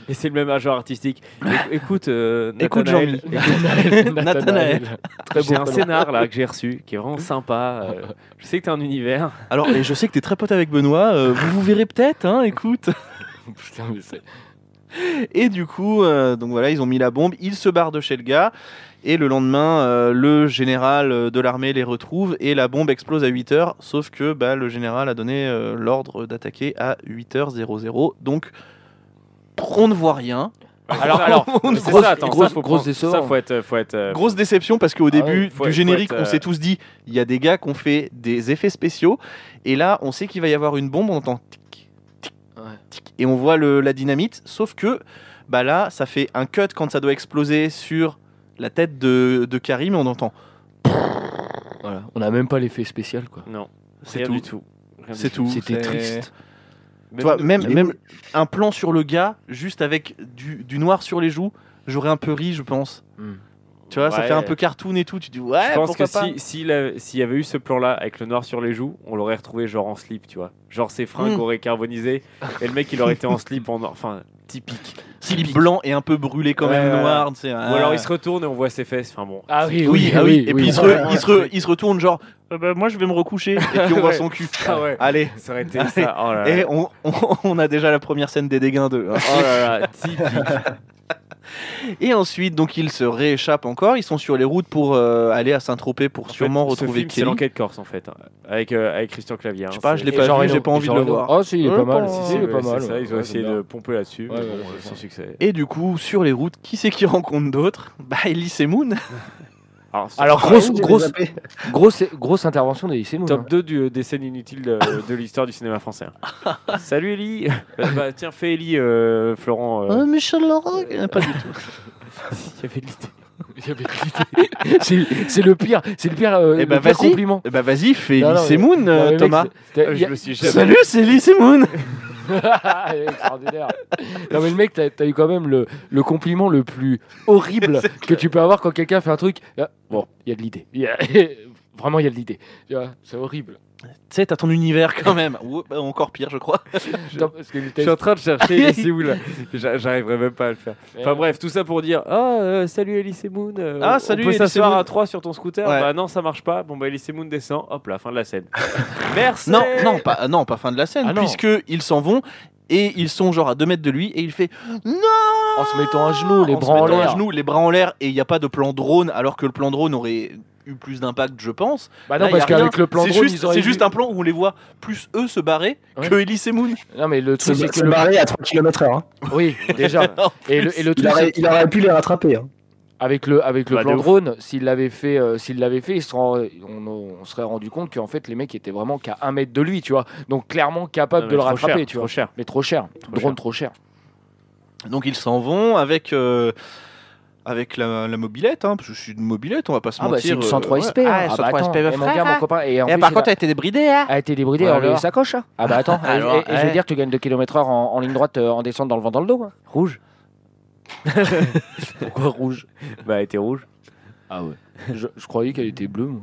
[SPEAKER 5] et c'est le même agent artistique Éc- écoute euh,
[SPEAKER 1] Écoute,
[SPEAKER 5] Nathanaël,
[SPEAKER 1] Jean-Mi.
[SPEAKER 4] Nathanaël. Très
[SPEAKER 5] J'ai
[SPEAKER 4] bon
[SPEAKER 5] un scénar là que j'ai reçu qui est vraiment sympa. euh, je sais que t'as un univers.
[SPEAKER 1] Alors, et je sais que t'es très pote avec Benoît, euh, vous vous verrez peut-être, hein, écoute.
[SPEAKER 4] Putain, mais c'est-
[SPEAKER 1] Et du coup, euh, donc voilà, ils ont mis la bombe, ils se barrent de chez le gars. Et le lendemain, euh, le général euh, de l'armée les retrouve et la bombe explose à 8h. Sauf que bah, le général a donné euh, l'ordre d'attaquer à 8h00. Donc, on ne voit rien.
[SPEAKER 5] Alors, alors,
[SPEAKER 4] grosse-
[SPEAKER 5] c'est ça, attends,
[SPEAKER 4] grosse-
[SPEAKER 5] ça, faut
[SPEAKER 4] grosse
[SPEAKER 5] prendre-
[SPEAKER 4] décevant.
[SPEAKER 5] Ça, faut être, faut être. euh,
[SPEAKER 1] Grosse déception parce qu'au
[SPEAKER 4] Ah
[SPEAKER 1] début
[SPEAKER 5] ouais, faut-
[SPEAKER 1] du
[SPEAKER 5] faut
[SPEAKER 1] générique,
[SPEAKER 5] être,
[SPEAKER 1] on
[SPEAKER 5] euh,
[SPEAKER 1] s'est tous dit il y a des gars qui ont fait des effets spéciaux. Et là, on sait qu'il va y avoir une bombe, on entend tic, tic,
[SPEAKER 4] Ouais.
[SPEAKER 1] tic, et on voit le- la dynamite. Sauf que bah là, ça fait un cut quand ça doit exploser sur la tête de, de Karim et on entend
[SPEAKER 4] Voilà, on n'a même pas l'effet spécial, quoi.
[SPEAKER 5] Non,
[SPEAKER 1] C'est
[SPEAKER 5] rien
[SPEAKER 1] tout.
[SPEAKER 5] du tout. Rien du
[SPEAKER 1] C'est tout.
[SPEAKER 4] C'était
[SPEAKER 1] c'est-
[SPEAKER 4] triste.
[SPEAKER 1] Tu vois,
[SPEAKER 5] même...
[SPEAKER 1] même, même un plan sur le gars, juste avec du, du noir sur les joues, j'aurais un peu ri, je pense.
[SPEAKER 4] Hmm.
[SPEAKER 1] Tu vois, ça
[SPEAKER 5] Ouais.
[SPEAKER 1] fait un peu cartoon et tout. Tu dis, ouais,
[SPEAKER 5] Je pense que
[SPEAKER 1] Eh, pourquoi pas
[SPEAKER 5] si, s'il a- s'il y avait eu ce plan-là avec le noir sur les joues, on l'aurait retrouvé genre en slip, tu vois. Genre ses fringues
[SPEAKER 1] Mm.
[SPEAKER 5] auraient carbonisé et le mec il aurait été en slip en noir. Enfin, typique.
[SPEAKER 1] Si le blanc est un peu brûlé quand
[SPEAKER 5] Ouais,
[SPEAKER 1] même
[SPEAKER 5] ouais,
[SPEAKER 1] noir, tu sais.
[SPEAKER 5] Euh,
[SPEAKER 1] ah.
[SPEAKER 5] Ou alors il se retourne et on voit ses fesses. Enfin bon.
[SPEAKER 4] Ah oui,
[SPEAKER 1] Oui, ah oui. Et puis il se, re-
[SPEAKER 4] Ouais.
[SPEAKER 1] il se re- il se retourne, genre, Euh, bah, moi je vais me recoucher. Et puis on voit son cul.
[SPEAKER 5] Ah ouais.
[SPEAKER 1] Allez.
[SPEAKER 5] Ça aurait été ça. Oh là là.
[SPEAKER 1] Et on, on- on a déjà la première scène des dégains 2. hein.
[SPEAKER 5] Oh là là, typique.
[SPEAKER 1] Et ensuite, donc, ils se rééchappent encore. Ils sont sur les routes pour euh, aller à Saint-Tropez pour sûrement
[SPEAKER 5] ce
[SPEAKER 1] retrouver
[SPEAKER 5] film, C'est
[SPEAKER 1] Kelly.
[SPEAKER 5] l'enquête corse en fait, hein, avec, euh, avec Christian Clavier. Je
[SPEAKER 1] sais pas, je l'ai pas vu, j'ai pas envie de le voir.
[SPEAKER 4] Oh, si, il est pas mal, si, il est
[SPEAKER 5] ouais,
[SPEAKER 4] pas
[SPEAKER 5] c'est
[SPEAKER 4] mal,
[SPEAKER 5] ça,
[SPEAKER 4] ouais.
[SPEAKER 5] ils ont
[SPEAKER 4] Ouais,
[SPEAKER 5] essayé
[SPEAKER 4] j'aime
[SPEAKER 5] de
[SPEAKER 4] bien.
[SPEAKER 5] pomper là-dessus,
[SPEAKER 4] Ouais,
[SPEAKER 5] mais
[SPEAKER 4] ouais,
[SPEAKER 5] bon,
[SPEAKER 4] c'est
[SPEAKER 5] sans
[SPEAKER 4] ça.
[SPEAKER 5] succès.
[SPEAKER 1] Et du coup, sur les routes, qui c'est qui rencontre d'autres Bah, Elise et Moon.
[SPEAKER 5] Alors,
[SPEAKER 4] Alors, grosse, grosse, grosse, grosse intervention des lycées
[SPEAKER 5] Top 2 du, euh, des scènes inutiles de, de l'histoire du cinéma français. hein. Salut Ellie Bah, bah, Tiens, fais Ellie, euh, Florent.
[SPEAKER 4] Oh,
[SPEAKER 5] euh,
[SPEAKER 1] Michel Laurent Pas du tout.
[SPEAKER 5] il y avait l'idée.
[SPEAKER 4] c'est c'est le pire, c'est le pire, euh,
[SPEAKER 1] Eh
[SPEAKER 4] le
[SPEAKER 1] bah,
[SPEAKER 4] pire
[SPEAKER 1] vas-y.
[SPEAKER 4] compliment.
[SPEAKER 1] Eh bah, vas-y, fais
[SPEAKER 4] Non, non,
[SPEAKER 1] Elise et
[SPEAKER 4] mais-
[SPEAKER 1] Moon,
[SPEAKER 4] non,
[SPEAKER 1] euh,
[SPEAKER 4] mais mec,
[SPEAKER 1] Thomas.
[SPEAKER 4] c'est-
[SPEAKER 5] Ah,
[SPEAKER 4] il y
[SPEAKER 5] Je
[SPEAKER 4] a-
[SPEAKER 5] me suis jamais.
[SPEAKER 1] Salut, c'est Elise et Moon
[SPEAKER 4] Elle est extraordinaire. Non mais le mec, t'as t'as eu quand même le, le compliment le plus horrible que tu peux avoir quand quelqu'un fait un truc. Ah, Bon, il y a de l'idée. Il y a- Vraiment, il y a de l'idée. Tu vois, C'est horrible.
[SPEAKER 1] Tu sais, t'as ton univers quand même. Ou bah, encore pire, je crois.
[SPEAKER 4] Non, parce que le
[SPEAKER 5] Je
[SPEAKER 4] texte-
[SPEAKER 5] suis en train de chercher Ellie où là. J'a- J'arriverai même pas à le faire.
[SPEAKER 4] Eh,
[SPEAKER 5] Enfin bref, tout ça pour dire Ah, euh, salut Elise et Moon. euh,
[SPEAKER 1] Ah,
[SPEAKER 5] on-
[SPEAKER 1] salut,
[SPEAKER 5] On peut
[SPEAKER 1] Elise et
[SPEAKER 5] s'asseoir
[SPEAKER 1] Moon.
[SPEAKER 5] à 3 sur ton scooter
[SPEAKER 1] Ouais.
[SPEAKER 5] Bah non, ça marche pas. Bon, bah Elise et Moon descend. Hop là, fin de la scène. Merci
[SPEAKER 1] Non, non, pas, euh, non, pas fin de la scène,
[SPEAKER 4] Ah, non.
[SPEAKER 1] puisque ils s'en vont et ils sont genre à 2 mètres de lui et il fait non
[SPEAKER 4] En se mettant à genoux, les
[SPEAKER 1] En se
[SPEAKER 4] bras en
[SPEAKER 1] mettant à
[SPEAKER 4] l'air.
[SPEAKER 1] genoux, les bras en l'air et il n'y a pas de plan drone alors que le plan drone aurait eu plus d'impact, je pense.
[SPEAKER 4] Bah non,
[SPEAKER 1] Là, y
[SPEAKER 4] parce
[SPEAKER 1] a rien.
[SPEAKER 4] qu'avec le plan
[SPEAKER 1] c'est
[SPEAKER 4] drone,
[SPEAKER 1] juste,
[SPEAKER 4] ils auraient
[SPEAKER 1] c'est
[SPEAKER 4] dû-
[SPEAKER 1] juste un plan où on les voit plus eux se barrer
[SPEAKER 4] Ouais.
[SPEAKER 1] que Elise et Moon.
[SPEAKER 4] Non mais le
[SPEAKER 6] Se,
[SPEAKER 4] truc, c'est que
[SPEAKER 6] se
[SPEAKER 4] le-
[SPEAKER 6] barrer à 3 km/h.
[SPEAKER 4] Oui, déjà.
[SPEAKER 1] En
[SPEAKER 4] Et le, et le
[SPEAKER 6] hein. Il,
[SPEAKER 4] truc,
[SPEAKER 6] aurait,
[SPEAKER 4] c'est-
[SPEAKER 6] il aurait pu les rattraper. hein.
[SPEAKER 4] avec le avec le
[SPEAKER 5] Bah, de
[SPEAKER 4] plan
[SPEAKER 5] ouf.
[SPEAKER 4] drone, s'il l'avait fait, euh, s'il l'avait fait, il se rend- on, on serait rendu compte qu'en fait les mecs étaient vraiment qu'à un mètre de lui, tu vois. Donc clairement capable
[SPEAKER 5] Non, mais
[SPEAKER 4] de le
[SPEAKER 5] trop
[SPEAKER 4] rattraper,
[SPEAKER 5] cher,
[SPEAKER 4] tu
[SPEAKER 5] trop
[SPEAKER 4] vois.
[SPEAKER 5] cher.
[SPEAKER 4] Mais trop cher, drone
[SPEAKER 5] cher.
[SPEAKER 4] trop cher.
[SPEAKER 1] Donc ils s'en vont avec. euh, Avec la, la mobilette, hein, parce que je suis une mobilette, on va pas se
[SPEAKER 4] Ah bah c'est
[SPEAKER 1] mentir.
[SPEAKER 4] une
[SPEAKER 1] euh,
[SPEAKER 4] 103 SP.
[SPEAKER 1] ouais.
[SPEAKER 4] hein.
[SPEAKER 1] Ah,
[SPEAKER 4] Ah bah
[SPEAKER 1] 103
[SPEAKER 4] attends,
[SPEAKER 1] SP,
[SPEAKER 4] eh, mon gars, mon copain. Et, en
[SPEAKER 1] Eh,
[SPEAKER 4] plus,
[SPEAKER 1] par
[SPEAKER 4] il
[SPEAKER 1] contre, elle
[SPEAKER 4] a,
[SPEAKER 1] a été débridée, hein.
[SPEAKER 4] a été débridé
[SPEAKER 1] Ouais,
[SPEAKER 4] alors
[SPEAKER 1] alors.
[SPEAKER 4] les sacoches. hein. Ah bah attends, et-
[SPEAKER 1] Alors, eh.
[SPEAKER 4] et, et je veux
[SPEAKER 1] ouais.
[SPEAKER 4] dire, tu gagnes 2 km heure en, en ligne droite euh, en descendant dans le vent dans le dos. hein. Rouge. Pourquoi rouge
[SPEAKER 5] Bah, elle était rouge.
[SPEAKER 4] Ah ouais. Je, je croyais qu'elle était bleue. moi.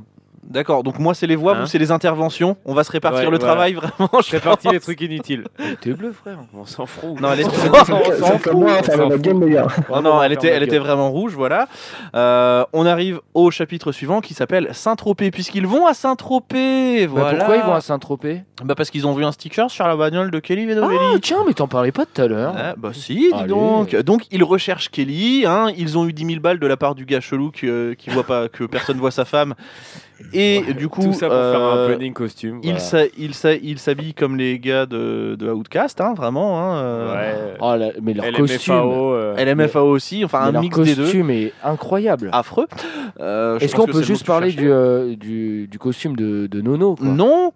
[SPEAKER 1] D'accord, donc moi c'est les voix,
[SPEAKER 5] Hein
[SPEAKER 1] vous c'est les interventions. On va se répartir
[SPEAKER 5] Ouais,
[SPEAKER 1] le
[SPEAKER 5] voilà.
[SPEAKER 1] travail vraiment.
[SPEAKER 5] Je fais partie des trucs inutiles.
[SPEAKER 4] Elle était bleue, frère.
[SPEAKER 5] On s'en fout.
[SPEAKER 1] Non, elle est-
[SPEAKER 6] Faites-
[SPEAKER 1] on
[SPEAKER 6] faites-
[SPEAKER 1] s'en
[SPEAKER 6] faites comme moi,
[SPEAKER 1] fout,
[SPEAKER 6] faire
[SPEAKER 1] on s'en
[SPEAKER 6] la gueule, les gars.
[SPEAKER 1] Ah non, elle était, elle était vraiment rouge, voilà. Euh, on arrive au chapitre suivant qui s'appelle Saint-Tropez, puisqu'ils vont à Saint-Tropez.
[SPEAKER 4] Bah,
[SPEAKER 1] Voilà.
[SPEAKER 4] Pourquoi ils vont à Saint-Tropez
[SPEAKER 1] Bah, parce qu'ils ont vu un sticker sur la bagnole de Kelly
[SPEAKER 4] Ah
[SPEAKER 1] Vedovelli.
[SPEAKER 4] tiens, mais t'en parlais pas tout à l'heure.
[SPEAKER 1] Ah, bah si, dis
[SPEAKER 4] Allez.
[SPEAKER 1] donc. Donc ils recherchent Kelly. hein, ils ont eu 10 000 balles de la part du gars chelou qui, euh, qui voit pas, que personne voit sa femme. Et du coup,
[SPEAKER 5] Tout ça pour faire un
[SPEAKER 1] euh,
[SPEAKER 5] planning costume.
[SPEAKER 1] il
[SPEAKER 5] voilà.
[SPEAKER 1] s'a- il s'a- il s'habille comme les gars de, de Outcast, hein, vraiment. Hein, euh.
[SPEAKER 5] Ouais.
[SPEAKER 4] Oh, la- mais leur
[SPEAKER 5] Elle euh,
[SPEAKER 4] costume.
[SPEAKER 1] LMFAO aussi, enfin
[SPEAKER 4] mais
[SPEAKER 1] un
[SPEAKER 4] leur
[SPEAKER 1] mix des deux.
[SPEAKER 4] costume est incroyable.
[SPEAKER 1] Affreux. Euh, je
[SPEAKER 4] Est-ce
[SPEAKER 1] pense
[SPEAKER 4] qu'on
[SPEAKER 1] que
[SPEAKER 4] peut
[SPEAKER 1] c'est le mot
[SPEAKER 4] juste
[SPEAKER 1] que tu
[SPEAKER 4] parler
[SPEAKER 1] cherchais.
[SPEAKER 4] du, euh, du, du costume de, de Nono quoi
[SPEAKER 1] Non,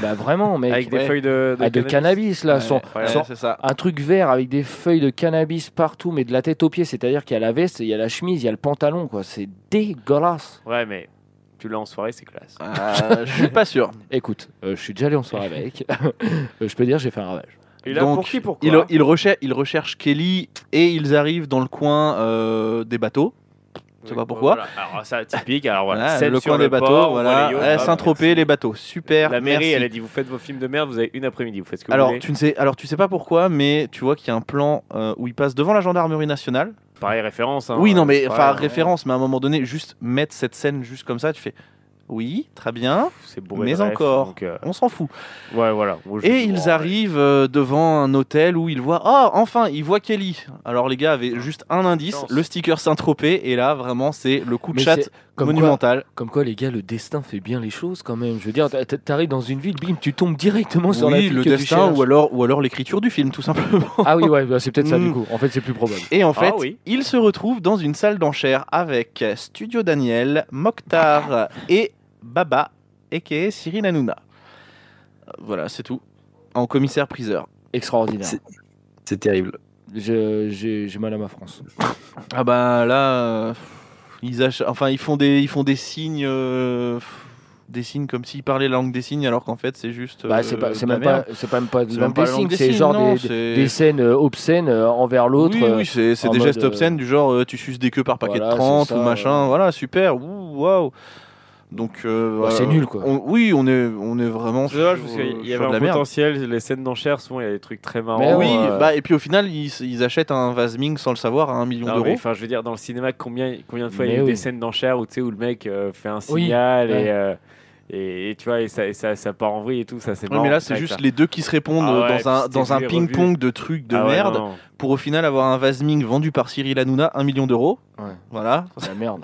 [SPEAKER 4] Bah vraiment, mec.
[SPEAKER 5] Avec
[SPEAKER 1] ouais.
[SPEAKER 5] des feuilles de,
[SPEAKER 4] Ah, de cannabis là, son-
[SPEAKER 1] Ouais,
[SPEAKER 4] son-
[SPEAKER 1] c'est ça.
[SPEAKER 4] un truc vert avec des feuilles de cannabis partout, mais de la tête aux pieds, c'est-à-dire qu'il y a la veste, il y a la chemise, il y a le pantalon, quoi. C'est dégueulasse.
[SPEAKER 5] Ouais, mais tu l'as en soirée, c'est classe.
[SPEAKER 1] Euh, je suis pas sûr.
[SPEAKER 4] Écoute, euh, je suis déjà allé en soirée avec. Euh, je peux dire, j'ai fait un ravage.
[SPEAKER 5] Et là,
[SPEAKER 1] Donc,
[SPEAKER 5] pour qui, pourquoi
[SPEAKER 1] Ils, ils, recherchent, ils recherchent Kelly et ils arrivent dans le coin euh, des bateaux. Je sais
[SPEAKER 5] Oui,
[SPEAKER 1] pas pourquoi.
[SPEAKER 5] voilà. Alors, ça, typique. Alors, voilà.
[SPEAKER 1] Voilà,
[SPEAKER 5] scène
[SPEAKER 1] le
[SPEAKER 5] sur
[SPEAKER 1] coin des bateaux,
[SPEAKER 5] port,
[SPEAKER 1] voilà.
[SPEAKER 5] on voit les yachts,
[SPEAKER 1] Ouais,
[SPEAKER 5] hop,
[SPEAKER 1] Saint-Tropez,
[SPEAKER 5] merci.
[SPEAKER 1] les bateaux. Super.
[SPEAKER 5] La mairie,
[SPEAKER 1] merci.
[SPEAKER 5] elle a dit Vous faites vos films de merde, vous avez une après-midi, vous faites ce que vous
[SPEAKER 1] Alors
[SPEAKER 5] voulez.
[SPEAKER 1] tu, ne sais, alors, tu sais pas pourquoi, mais tu vois qu'il y a un plan euh, où ils passent devant la gendarmerie nationale.
[SPEAKER 5] Pareil, référence. hein.
[SPEAKER 1] oui, non, mais
[SPEAKER 5] C'est
[SPEAKER 1] enfin,
[SPEAKER 5] pareil, hein.
[SPEAKER 1] référence, mais à un moment donné, juste mettre cette scène juste comme ça, tu fais oui, très bien,
[SPEAKER 5] C'est bourré
[SPEAKER 1] Mais
[SPEAKER 5] de refs,
[SPEAKER 1] encore.
[SPEAKER 5] donc, euh,
[SPEAKER 1] on s'en fout.
[SPEAKER 5] ouais, voilà. Moi, je-
[SPEAKER 1] Et
[SPEAKER 5] bon,
[SPEAKER 1] ils arrivent euh, devant un hôtel où ils voient ah enfin ils voient Kelly. Alors les gars avaient juste un indice,
[SPEAKER 5] Chance.
[SPEAKER 1] le sticker Saint-Tropez et là vraiment c'est le coup de
[SPEAKER 4] Mais
[SPEAKER 1] chat
[SPEAKER 4] c'est comme
[SPEAKER 1] monumental.
[SPEAKER 4] Comme quoi, les gars, le destin fait bien les choses quand même. Je veux dire, t'a- t'a- t'arrives dans une ville, bim, tu tombes directement sur la
[SPEAKER 1] Oui,
[SPEAKER 4] ville
[SPEAKER 1] le
[SPEAKER 4] que tu
[SPEAKER 1] destin
[SPEAKER 4] cherches.
[SPEAKER 1] ou alors ou alors l'écriture du film tout simplement.
[SPEAKER 4] Ah oui, ouais, bah, c'est peut-être ça
[SPEAKER 1] Mm.
[SPEAKER 4] du coup. En fait, c'est plus probable.
[SPEAKER 1] Et en fait,
[SPEAKER 5] Ah oui.
[SPEAKER 1] ils se retrouvent dans une salle d'enchères avec Studio Daniel, Mokhtar et Baba aka Cyril Hanouna. Euh, Voilà, c'est tout. En commissaire priseur.
[SPEAKER 4] Extraordinaire.
[SPEAKER 6] C'est- C'est terrible.
[SPEAKER 4] Je- J'ai j'ai mal à ma France.
[SPEAKER 1] Ah bah là, euh, ils ach- enfin ils font des ils font des signes, euh, des signes comme s'ils parlaient la langue des signes alors qu'en fait c'est juste.
[SPEAKER 4] Bah,
[SPEAKER 1] euh,
[SPEAKER 4] c'est pas- c'est
[SPEAKER 1] de la
[SPEAKER 4] même, pas-
[SPEAKER 1] merde.
[SPEAKER 4] c'est même pas de
[SPEAKER 1] C'est
[SPEAKER 4] langue
[SPEAKER 1] même pas
[SPEAKER 4] des
[SPEAKER 1] la langue
[SPEAKER 4] signes,
[SPEAKER 1] des
[SPEAKER 4] c'est
[SPEAKER 1] signes,
[SPEAKER 4] genre
[SPEAKER 1] non,
[SPEAKER 4] des,
[SPEAKER 1] c'est-
[SPEAKER 4] des scènes euh, obscènes euh, envers l'autre.
[SPEAKER 1] Oui,
[SPEAKER 4] euh,
[SPEAKER 1] oui, c'est c'est
[SPEAKER 4] en
[SPEAKER 1] des
[SPEAKER 4] mode,
[SPEAKER 1] gestes
[SPEAKER 4] euh,
[SPEAKER 1] obscènes du genre euh, tu suces des queues par paquet
[SPEAKER 4] Voilà,
[SPEAKER 1] de 30
[SPEAKER 4] c'est ça,
[SPEAKER 1] ou machin,
[SPEAKER 4] euh.
[SPEAKER 1] voilà super, ouh, waouh. Donc euh,
[SPEAKER 4] Bah,
[SPEAKER 1] voilà,
[SPEAKER 4] c'est nul, quoi.
[SPEAKER 1] on- oui, on est on est vraiment
[SPEAKER 5] C'est dommage
[SPEAKER 1] sur,
[SPEAKER 5] parce
[SPEAKER 1] euh,
[SPEAKER 5] qu'il y
[SPEAKER 1] sur
[SPEAKER 5] avait
[SPEAKER 1] de la
[SPEAKER 5] un
[SPEAKER 1] merde.
[SPEAKER 5] potentiel. Les scènes d'enchères, souvent, il y a des trucs très marrants.
[SPEAKER 4] Mais
[SPEAKER 1] oui,
[SPEAKER 5] euh,
[SPEAKER 1] bah et puis au final ils, ils achètent un vase Ming sans le savoir à un million
[SPEAKER 5] Non, mais
[SPEAKER 1] d'euros.
[SPEAKER 5] enfin, je veux dire, dans le cinéma, combien, combien de fois il y a
[SPEAKER 4] Mais
[SPEAKER 5] eu
[SPEAKER 4] oui.
[SPEAKER 5] des scènes d'enchères où, tu sais, où le mec euh, fait un
[SPEAKER 4] Oui,
[SPEAKER 5] signal
[SPEAKER 4] ouais.
[SPEAKER 5] et, euh, Et, et tu vois, et ça, et ça, ça part en vrille et tout, ça c'est
[SPEAKER 1] Ouais,
[SPEAKER 5] marrant,
[SPEAKER 1] mais là, c'est
[SPEAKER 5] vrai que
[SPEAKER 1] juste
[SPEAKER 5] ça-
[SPEAKER 1] les deux qui se répondent
[SPEAKER 5] Ah
[SPEAKER 1] euh,
[SPEAKER 5] ouais,
[SPEAKER 1] dans un,
[SPEAKER 5] puis
[SPEAKER 1] dans un
[SPEAKER 5] c'était vu et revu.
[SPEAKER 1] ping-pong de trucs de
[SPEAKER 5] Ah ouais,
[SPEAKER 1] merde
[SPEAKER 5] non, non.
[SPEAKER 1] pour au final avoir un Vasming vendu par Cyril Hanouna 1 million d'euros.
[SPEAKER 4] Ouais.
[SPEAKER 1] Voilà.
[SPEAKER 4] La merde.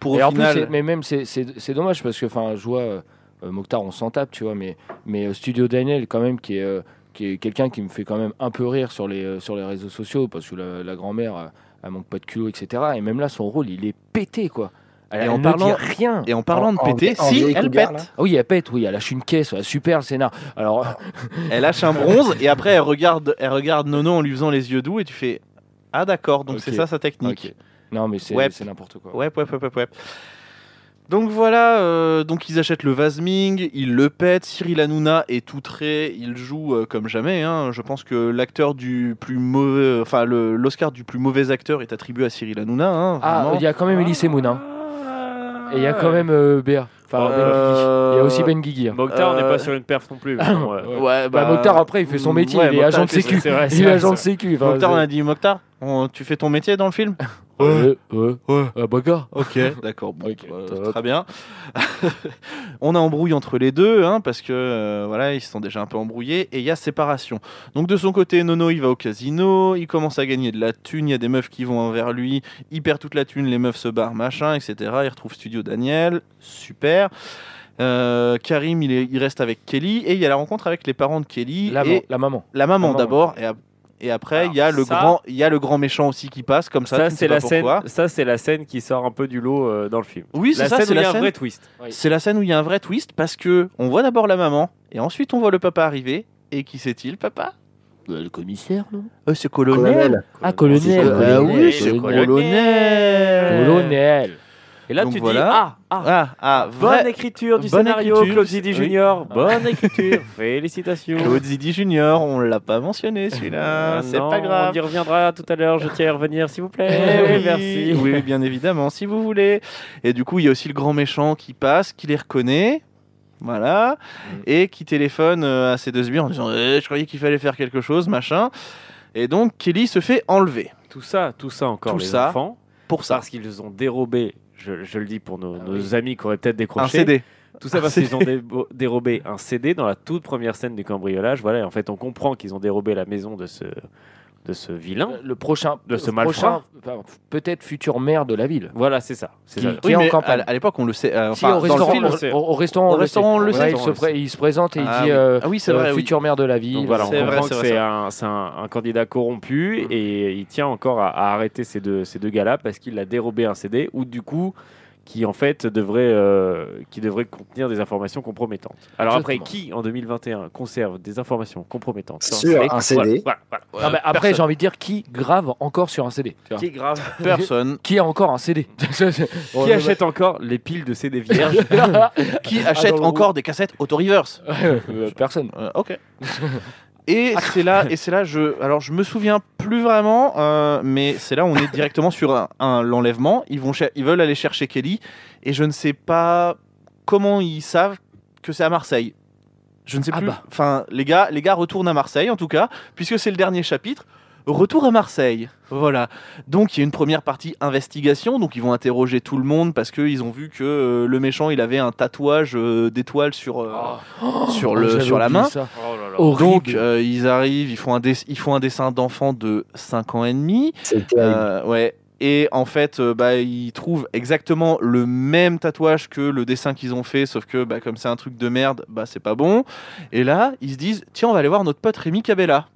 [SPEAKER 1] Pour au
[SPEAKER 4] Et en plus,
[SPEAKER 1] final.
[SPEAKER 4] c'est- mais même c'est- c'est c'est dommage parce que enfin, je vois euh, euh, Mokhtar, on s'en tape, tu vois, mais mais euh, Studio Daniel quand même qui est euh, qui est quelqu'un qui me fait quand même un peu rire sur les euh, sur les réseaux sociaux parce que la, la grand-mère euh, elle manque pas de culot, etc. Et même là, son rôle, il est pété quoi. Elle,
[SPEAKER 1] Et
[SPEAKER 4] elle
[SPEAKER 1] en
[SPEAKER 4] ne dit
[SPEAKER 1] parlant-
[SPEAKER 4] rien.
[SPEAKER 1] et en parlant de péter, si,
[SPEAKER 4] vieille
[SPEAKER 1] elle
[SPEAKER 4] cougar,
[SPEAKER 1] pète.
[SPEAKER 4] là. Ah oui, elle pète. Oui, elle lâche une caisse. ouais, super le scénar. Alors,
[SPEAKER 1] Elle lâche un bronze et après elle regarde, elle regarde Nono en lui faisant les yeux doux et tu fais Ah d'accord, donc
[SPEAKER 4] Ok.
[SPEAKER 1] c'est ça sa technique.
[SPEAKER 4] Ok. Non, mais c'est
[SPEAKER 1] Ouais.
[SPEAKER 4] c'est n'importe quoi.
[SPEAKER 1] Ouais, ouais, ouais, ouais, ouais. Donc voilà, euh, donc ils achètent le Vasming, ils le pètent, Cyril Hanouna est outré, il joue euh, comme jamais. hein. Je pense que l'acteur du plus mauvais, euh, enfin le- l'Oscar du plus mauvais acteur est attribué à Cyril Hanouna. hein,
[SPEAKER 4] Ah,
[SPEAKER 1] vraiment.
[SPEAKER 4] il y a quand même Elise Moon. hein.
[SPEAKER 5] Ah.
[SPEAKER 4] Et il y a quand même euh, Béa. Enfin, Ben Guigui. Il y a aussi Ben Guigui. hein.
[SPEAKER 5] Mokhtar, on n'est
[SPEAKER 1] Euh.
[SPEAKER 5] pas sur une perf non plus. mais bon, euh, ouais.
[SPEAKER 1] Ouais, mm,
[SPEAKER 4] Bah, Mokhtar, après, il fait son métier, il est agent de sécu.
[SPEAKER 5] c'est vrai, c'est
[SPEAKER 4] il est
[SPEAKER 5] vrai,
[SPEAKER 4] agent de
[SPEAKER 5] c'est
[SPEAKER 4] sécu. enfin,
[SPEAKER 1] Mokhtar, on
[SPEAKER 4] c'est-
[SPEAKER 1] a dit Mokhtar, on- tu fais ton métier dans le film
[SPEAKER 4] Ouais, ouais, Ah, bah, gars.
[SPEAKER 1] Ok, d'accord, bon,
[SPEAKER 4] Ok,
[SPEAKER 1] euh,
[SPEAKER 4] top.
[SPEAKER 1] très bien. On a embrouille entre les deux, hein, parce que euh, voilà, ils se sont déjà un peu embrouillés, et il y a séparation. Donc de son côté, Nono, il va au casino, il commence à gagner de la thune, il y a des meufs qui vont envers lui, il perd toute la thune, les meufs se barrent, machin, etc. Il retrouve Studio Daniel, super. Euh, Karim, il, est- il reste avec Kelly, et il y a la rencontre avec les parents de Kelly,
[SPEAKER 4] La,
[SPEAKER 1] et
[SPEAKER 4] la maman.
[SPEAKER 1] la maman
[SPEAKER 4] maman.
[SPEAKER 1] d'abord, et, ap- et après,
[SPEAKER 5] Alors,
[SPEAKER 1] il y, a le
[SPEAKER 5] ça-
[SPEAKER 1] grand, il y a le grand méchant aussi qui passe, comme ça,
[SPEAKER 5] Ça,
[SPEAKER 1] tu ne
[SPEAKER 5] c'est
[SPEAKER 1] sais
[SPEAKER 5] la
[SPEAKER 1] pas
[SPEAKER 5] scène.
[SPEAKER 1] pourquoi.
[SPEAKER 5] Ça, c'est la scène qui sort un peu du lot euh, dans le film.
[SPEAKER 1] Oui, c'est
[SPEAKER 5] La
[SPEAKER 1] ça,
[SPEAKER 5] scène
[SPEAKER 1] c'est
[SPEAKER 5] où il y
[SPEAKER 1] la
[SPEAKER 5] a un
[SPEAKER 1] scène.
[SPEAKER 5] vrai twist.
[SPEAKER 1] C'est la scène où il y a un vrai twist parce que on voit d'abord la maman et ensuite on voit le papa arriver. Et qui c'est-il, papa bah,
[SPEAKER 4] le commissaire, non
[SPEAKER 1] Euh, C'est colonel.
[SPEAKER 6] Colonel.
[SPEAKER 4] Ah, colonel.
[SPEAKER 1] Ah oui, c'est
[SPEAKER 4] colonel.
[SPEAKER 1] colonel.
[SPEAKER 4] Colonel.
[SPEAKER 5] Et là,
[SPEAKER 1] Donc
[SPEAKER 5] tu
[SPEAKER 1] voilà.
[SPEAKER 5] dis ah ah.
[SPEAKER 1] Ah, ah,
[SPEAKER 5] Bonne
[SPEAKER 1] vrai.
[SPEAKER 5] écriture du
[SPEAKER 1] Bonne
[SPEAKER 5] scénario,
[SPEAKER 1] écriture,
[SPEAKER 5] Claude Zidi
[SPEAKER 1] oui.
[SPEAKER 5] Junior. Bonne écriture. Félicitations.
[SPEAKER 1] Claude Zidi Junior, on l'a pas mentionné celui-là.
[SPEAKER 5] Euh,
[SPEAKER 1] Ah, c'est
[SPEAKER 5] non,
[SPEAKER 1] pas grave.
[SPEAKER 5] On y reviendra tout à l'heure. Je tiens à y revenir, s'il vous plaît.
[SPEAKER 1] Eh
[SPEAKER 5] oui, merci.
[SPEAKER 1] Oui, oui, bien évidemment, si vous voulez. Et du coup, il y a aussi le grand méchant qui passe, qui les reconnaît. Voilà.
[SPEAKER 5] Mm.
[SPEAKER 1] Et qui téléphone euh, à ses deux sbires en disant Eh, Je croyais qu'il fallait faire quelque chose, machin. Et donc, Kelly se fait enlever
[SPEAKER 5] Tout ça, tout ça encore
[SPEAKER 1] Tout
[SPEAKER 5] les
[SPEAKER 1] ça.
[SPEAKER 5] enfants,
[SPEAKER 1] pour ça.
[SPEAKER 5] parce qu'ils ont dérobé. Je, je le dis pour nos, nos amis qui auraient
[SPEAKER 1] Ah
[SPEAKER 5] peut-être
[SPEAKER 1] Un
[SPEAKER 5] décroché.
[SPEAKER 1] CD.
[SPEAKER 5] Tout ça
[SPEAKER 1] Un
[SPEAKER 5] parce qu'ils ont débo- dérobé un CD dans la toute première scène du cambriolage. Voilà, et en fait, on comprend qu'ils ont dérobé la maison de ce, de ce vilain.
[SPEAKER 4] Le prochain.
[SPEAKER 5] De ce
[SPEAKER 4] le
[SPEAKER 5] malfrat.
[SPEAKER 4] prochain, enfin, Peut-être futur maire de la ville.
[SPEAKER 5] Voilà, c'est ça. C'est
[SPEAKER 4] Qui-
[SPEAKER 5] ça.
[SPEAKER 4] est
[SPEAKER 1] Oui,
[SPEAKER 4] en
[SPEAKER 1] mais
[SPEAKER 4] campagne.
[SPEAKER 1] à- À l'époque, on le sait. euh,
[SPEAKER 4] Si,
[SPEAKER 1] enfin,
[SPEAKER 4] au
[SPEAKER 1] dans le
[SPEAKER 4] restaurant,
[SPEAKER 1] film,
[SPEAKER 5] on le sait.
[SPEAKER 4] au- au restaurant,
[SPEAKER 1] Au
[SPEAKER 4] on le sait.
[SPEAKER 1] restaurant, on le
[SPEAKER 4] Voilà,
[SPEAKER 1] sait.
[SPEAKER 4] il, se pré- il se présente et il
[SPEAKER 1] Ah
[SPEAKER 4] dit
[SPEAKER 1] oui.
[SPEAKER 4] euh,
[SPEAKER 1] Ah oui, c'est
[SPEAKER 4] euh,
[SPEAKER 1] vrai, oui.
[SPEAKER 4] futur maire de la ville.
[SPEAKER 5] Donc voilà, on
[SPEAKER 1] C'est vrai,
[SPEAKER 5] comprend
[SPEAKER 1] c'est
[SPEAKER 5] que
[SPEAKER 1] vrai, Mm.
[SPEAKER 5] c'est
[SPEAKER 1] c'est
[SPEAKER 5] un, c'est un- un candidat corrompu et il tient encore à, à arrêter ces deux, ces deux gars-là parce qu'il a dérobé un CD ou du coup qui en fait devrait, euh, qui devrait contenir des informations compromettantes. Alors après, qui en 2021 conserve des informations compromettantes
[SPEAKER 6] Sur un CD.
[SPEAKER 5] Voilà, voilà, voilà.
[SPEAKER 4] Ah bah, après, j'ai envie de dire qui grave encore sur un CD. tu vois. Qui,
[SPEAKER 1] Personne
[SPEAKER 4] a encore un CD
[SPEAKER 1] Oh,
[SPEAKER 5] Qui achète encore les piles de CD vierges
[SPEAKER 1] qui achète
[SPEAKER 4] dans le
[SPEAKER 1] encore des cassettes auto-reverse.
[SPEAKER 4] Euh, Personne.
[SPEAKER 1] Euh, ok. Et c'est là, et c'est là, je, alors je me souviens plus vraiment, euh, mais c'est là où on est directement sur un, un- l'enlèvement. Ils vont, cher- ils veulent aller chercher Kelly, et je ne sais pas comment ils savent que c'est à Marseille. Je ne sais
[SPEAKER 4] Ah
[SPEAKER 1] plus.
[SPEAKER 4] bah.
[SPEAKER 1] Enfin, les gars, les gars retournent à Marseille en tout cas, puisque c'est le dernier chapitre. Retour à Marseille. Voilà. Donc il y a une première partie investigation. Donc ils vont interroger tout le monde parce qu'ils ont vu que euh, le méchant il avait un tatouage euh, d'étoile sur euh,
[SPEAKER 5] Oh,
[SPEAKER 1] sur le
[SPEAKER 4] Ah, J'avais
[SPEAKER 1] sur la
[SPEAKER 4] oublié
[SPEAKER 1] main.
[SPEAKER 4] ça. Horrible.
[SPEAKER 1] Donc euh, ils arrivent, ils font un, dess- ils font un dessin d'enfant de 5 ans et demi.
[SPEAKER 6] C'est terrible.
[SPEAKER 1] Euh, ouais. Et en fait, euh, bah, ils trouvent exactement le même tatouage que le dessin qu'ils ont fait, sauf que bah, comme c'est un truc de merde, bah, c'est pas bon. Et là, ils se disent, tiens, on va aller voir notre pote Rémi Cabella.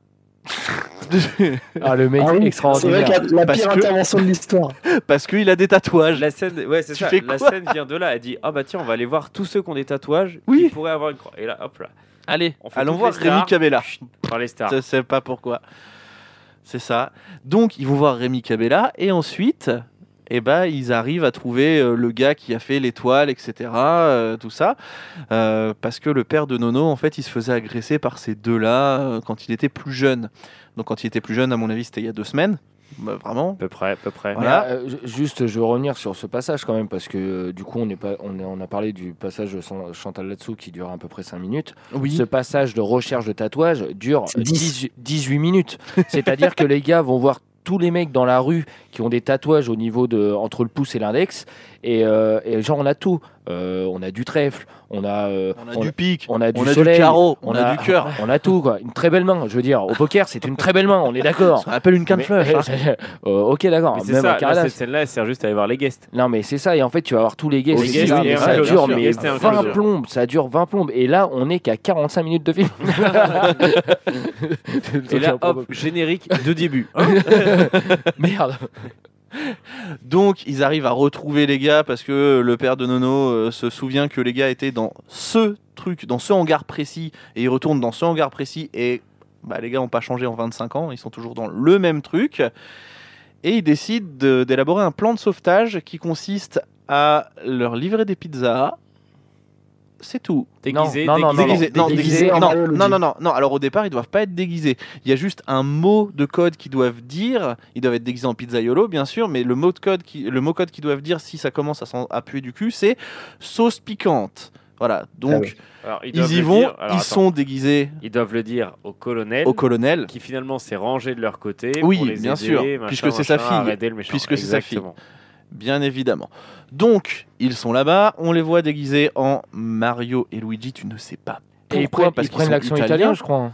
[SPEAKER 4] ah, le mec
[SPEAKER 6] Ah oui, c'est vrai
[SPEAKER 4] extraordinaire.
[SPEAKER 6] que la, la
[SPEAKER 1] Parce
[SPEAKER 6] pire
[SPEAKER 1] que-
[SPEAKER 6] intervention de l'histoire.
[SPEAKER 1] Parce qu'il a des tatouages.
[SPEAKER 5] La scène, ouais, c'est
[SPEAKER 1] Tu
[SPEAKER 5] ça.
[SPEAKER 1] fais
[SPEAKER 5] La
[SPEAKER 1] quoi
[SPEAKER 5] scène vient de là. Elle dit Ah bah tiens, on va aller voir tous ceux qui ont des tatouages
[SPEAKER 1] Oui.
[SPEAKER 5] qui pourraient avoir une croix. Et là, hop là.
[SPEAKER 1] Allez,
[SPEAKER 5] On fait
[SPEAKER 1] allons
[SPEAKER 5] toutes
[SPEAKER 1] voir
[SPEAKER 5] les stars.
[SPEAKER 1] Rémi Cabella.
[SPEAKER 5] Par les stars.
[SPEAKER 1] Je sais pas pourquoi. C'est ça. Donc ils vont voir Rémi Cabella et ensuite, eh ben, ils arrivent à trouver euh, le gars qui a fait l'étoile, etc. euh, tout ça. Euh, parce que le père de Nono, en fait, il se faisait agresser par ces deux-là euh, quand il était plus jeune. Donc quand il était plus jeune, à mon avis, c'était il y a deux semaines. Bah, vraiment.
[SPEAKER 5] À peu près, à peu près.
[SPEAKER 1] Ouais. Voilà.
[SPEAKER 4] Mais, euh, ju- juste, je veux revenir sur ce passage quand même, parce que euh, du coup, on, est pas, on, est- on a parlé du passage de San- Chantal Latsou qui dure à peu près 5 minutes.
[SPEAKER 1] Oui.
[SPEAKER 4] Ce passage de recherche de tatouage dure
[SPEAKER 6] Dix.
[SPEAKER 4] 10 18 minutes. C'est-à-dire que les gars vont voir tous les mecs dans la rue qui ont des tatouages au niveau de entre le pouce et l'index. Et, euh, et genre on a tout. Euh, on a du trèfle, on a, euh,
[SPEAKER 1] On a du pic,
[SPEAKER 4] on a du
[SPEAKER 1] on a du
[SPEAKER 4] soleil,
[SPEAKER 1] carreau, on a du cœur.
[SPEAKER 4] on a tout quoi. Une très belle main, je veux dire. Au poker, c'est une très belle main, on est d'accord.
[SPEAKER 1] Ça appelle une quinte
[SPEAKER 4] Mais-
[SPEAKER 1] flush, hein.
[SPEAKER 4] Euh, ok, d'accord.
[SPEAKER 5] Mais c'est
[SPEAKER 4] Même
[SPEAKER 5] ça,
[SPEAKER 4] un
[SPEAKER 5] là,
[SPEAKER 4] carrelage.
[SPEAKER 5] cette scène-là, elle sert juste à aller voir les guests.
[SPEAKER 4] Non, mais c'est ça. Et en fait, tu vas avoir tous les guests.
[SPEAKER 5] Aussi,
[SPEAKER 4] Et ça,
[SPEAKER 5] oui,
[SPEAKER 4] mais
[SPEAKER 5] bien
[SPEAKER 4] ça
[SPEAKER 5] sûr,
[SPEAKER 4] dure,
[SPEAKER 5] bien sûr.
[SPEAKER 4] mais
[SPEAKER 5] Guests et un
[SPEAKER 4] 20
[SPEAKER 5] closer.
[SPEAKER 4] plombes. Ça dure 20 plombes. Et là, on est qu'à 45 minutes de film.
[SPEAKER 5] Et là, hop, générique de début. Hein
[SPEAKER 4] Merde.
[SPEAKER 1] Donc ils arrivent à retrouver les gars parce que le père de Nono euh, se souvient que les gars étaient dans ce truc, dans ce hangar précis, et ils retournent dans ce hangar précis et bah, les gars n'ont pas changé en 25 ans, ils sont toujours dans le même truc. Et ils décident de- d'élaborer un plan de sauvetage qui consiste à leur livrer des pizzas. C'est tout.
[SPEAKER 5] Déguisé,
[SPEAKER 4] Non, Ah, non, non,
[SPEAKER 5] déguisé.
[SPEAKER 1] Déguisés, non,
[SPEAKER 6] déguisés
[SPEAKER 1] déguisés,
[SPEAKER 6] en
[SPEAKER 1] non,
[SPEAKER 6] Mario Luigi.
[SPEAKER 1] non, non, non, non. Alors au départ, ils doivent pas être déguisés. Il y a juste un mot de code qu'ils doivent dire. Ils doivent être déguisés en pizzaiolo, bien sûr, mais le mot de code, qui, le mot code qu'ils doivent dire si ça commence à s'en- à puer du cul, c'est sauce piquante. Voilà. Donc
[SPEAKER 6] Ah oui.
[SPEAKER 5] Alors, ils, doivent
[SPEAKER 1] ils y
[SPEAKER 5] le
[SPEAKER 1] vont,
[SPEAKER 5] dire-
[SPEAKER 1] ils
[SPEAKER 5] alors, attends.
[SPEAKER 1] sont déguisés
[SPEAKER 5] Ils doivent le dire au colonel,
[SPEAKER 1] au colonel.
[SPEAKER 5] qui finalement s'est rangé de leur côté.
[SPEAKER 1] Oui,
[SPEAKER 5] pour les
[SPEAKER 1] bien
[SPEAKER 5] aider,
[SPEAKER 1] sûr,
[SPEAKER 5] machin,
[SPEAKER 1] puisque c'est sa
[SPEAKER 5] machin,
[SPEAKER 1] fille.
[SPEAKER 5] arrêter le méchant.
[SPEAKER 1] Puisque c'est sa fille.
[SPEAKER 5] Exactement.
[SPEAKER 1] bien évidemment. Donc, ils sont là-bas, on les voit déguisés en Mario et Luigi, tu ne sais pas.
[SPEAKER 4] Et ils
[SPEAKER 1] pourquoi,
[SPEAKER 4] prennent,
[SPEAKER 1] parce
[SPEAKER 4] ils
[SPEAKER 1] qu'ils
[SPEAKER 4] prennent
[SPEAKER 1] sont
[SPEAKER 4] l'action
[SPEAKER 1] italiens.
[SPEAKER 4] italienne, je crois.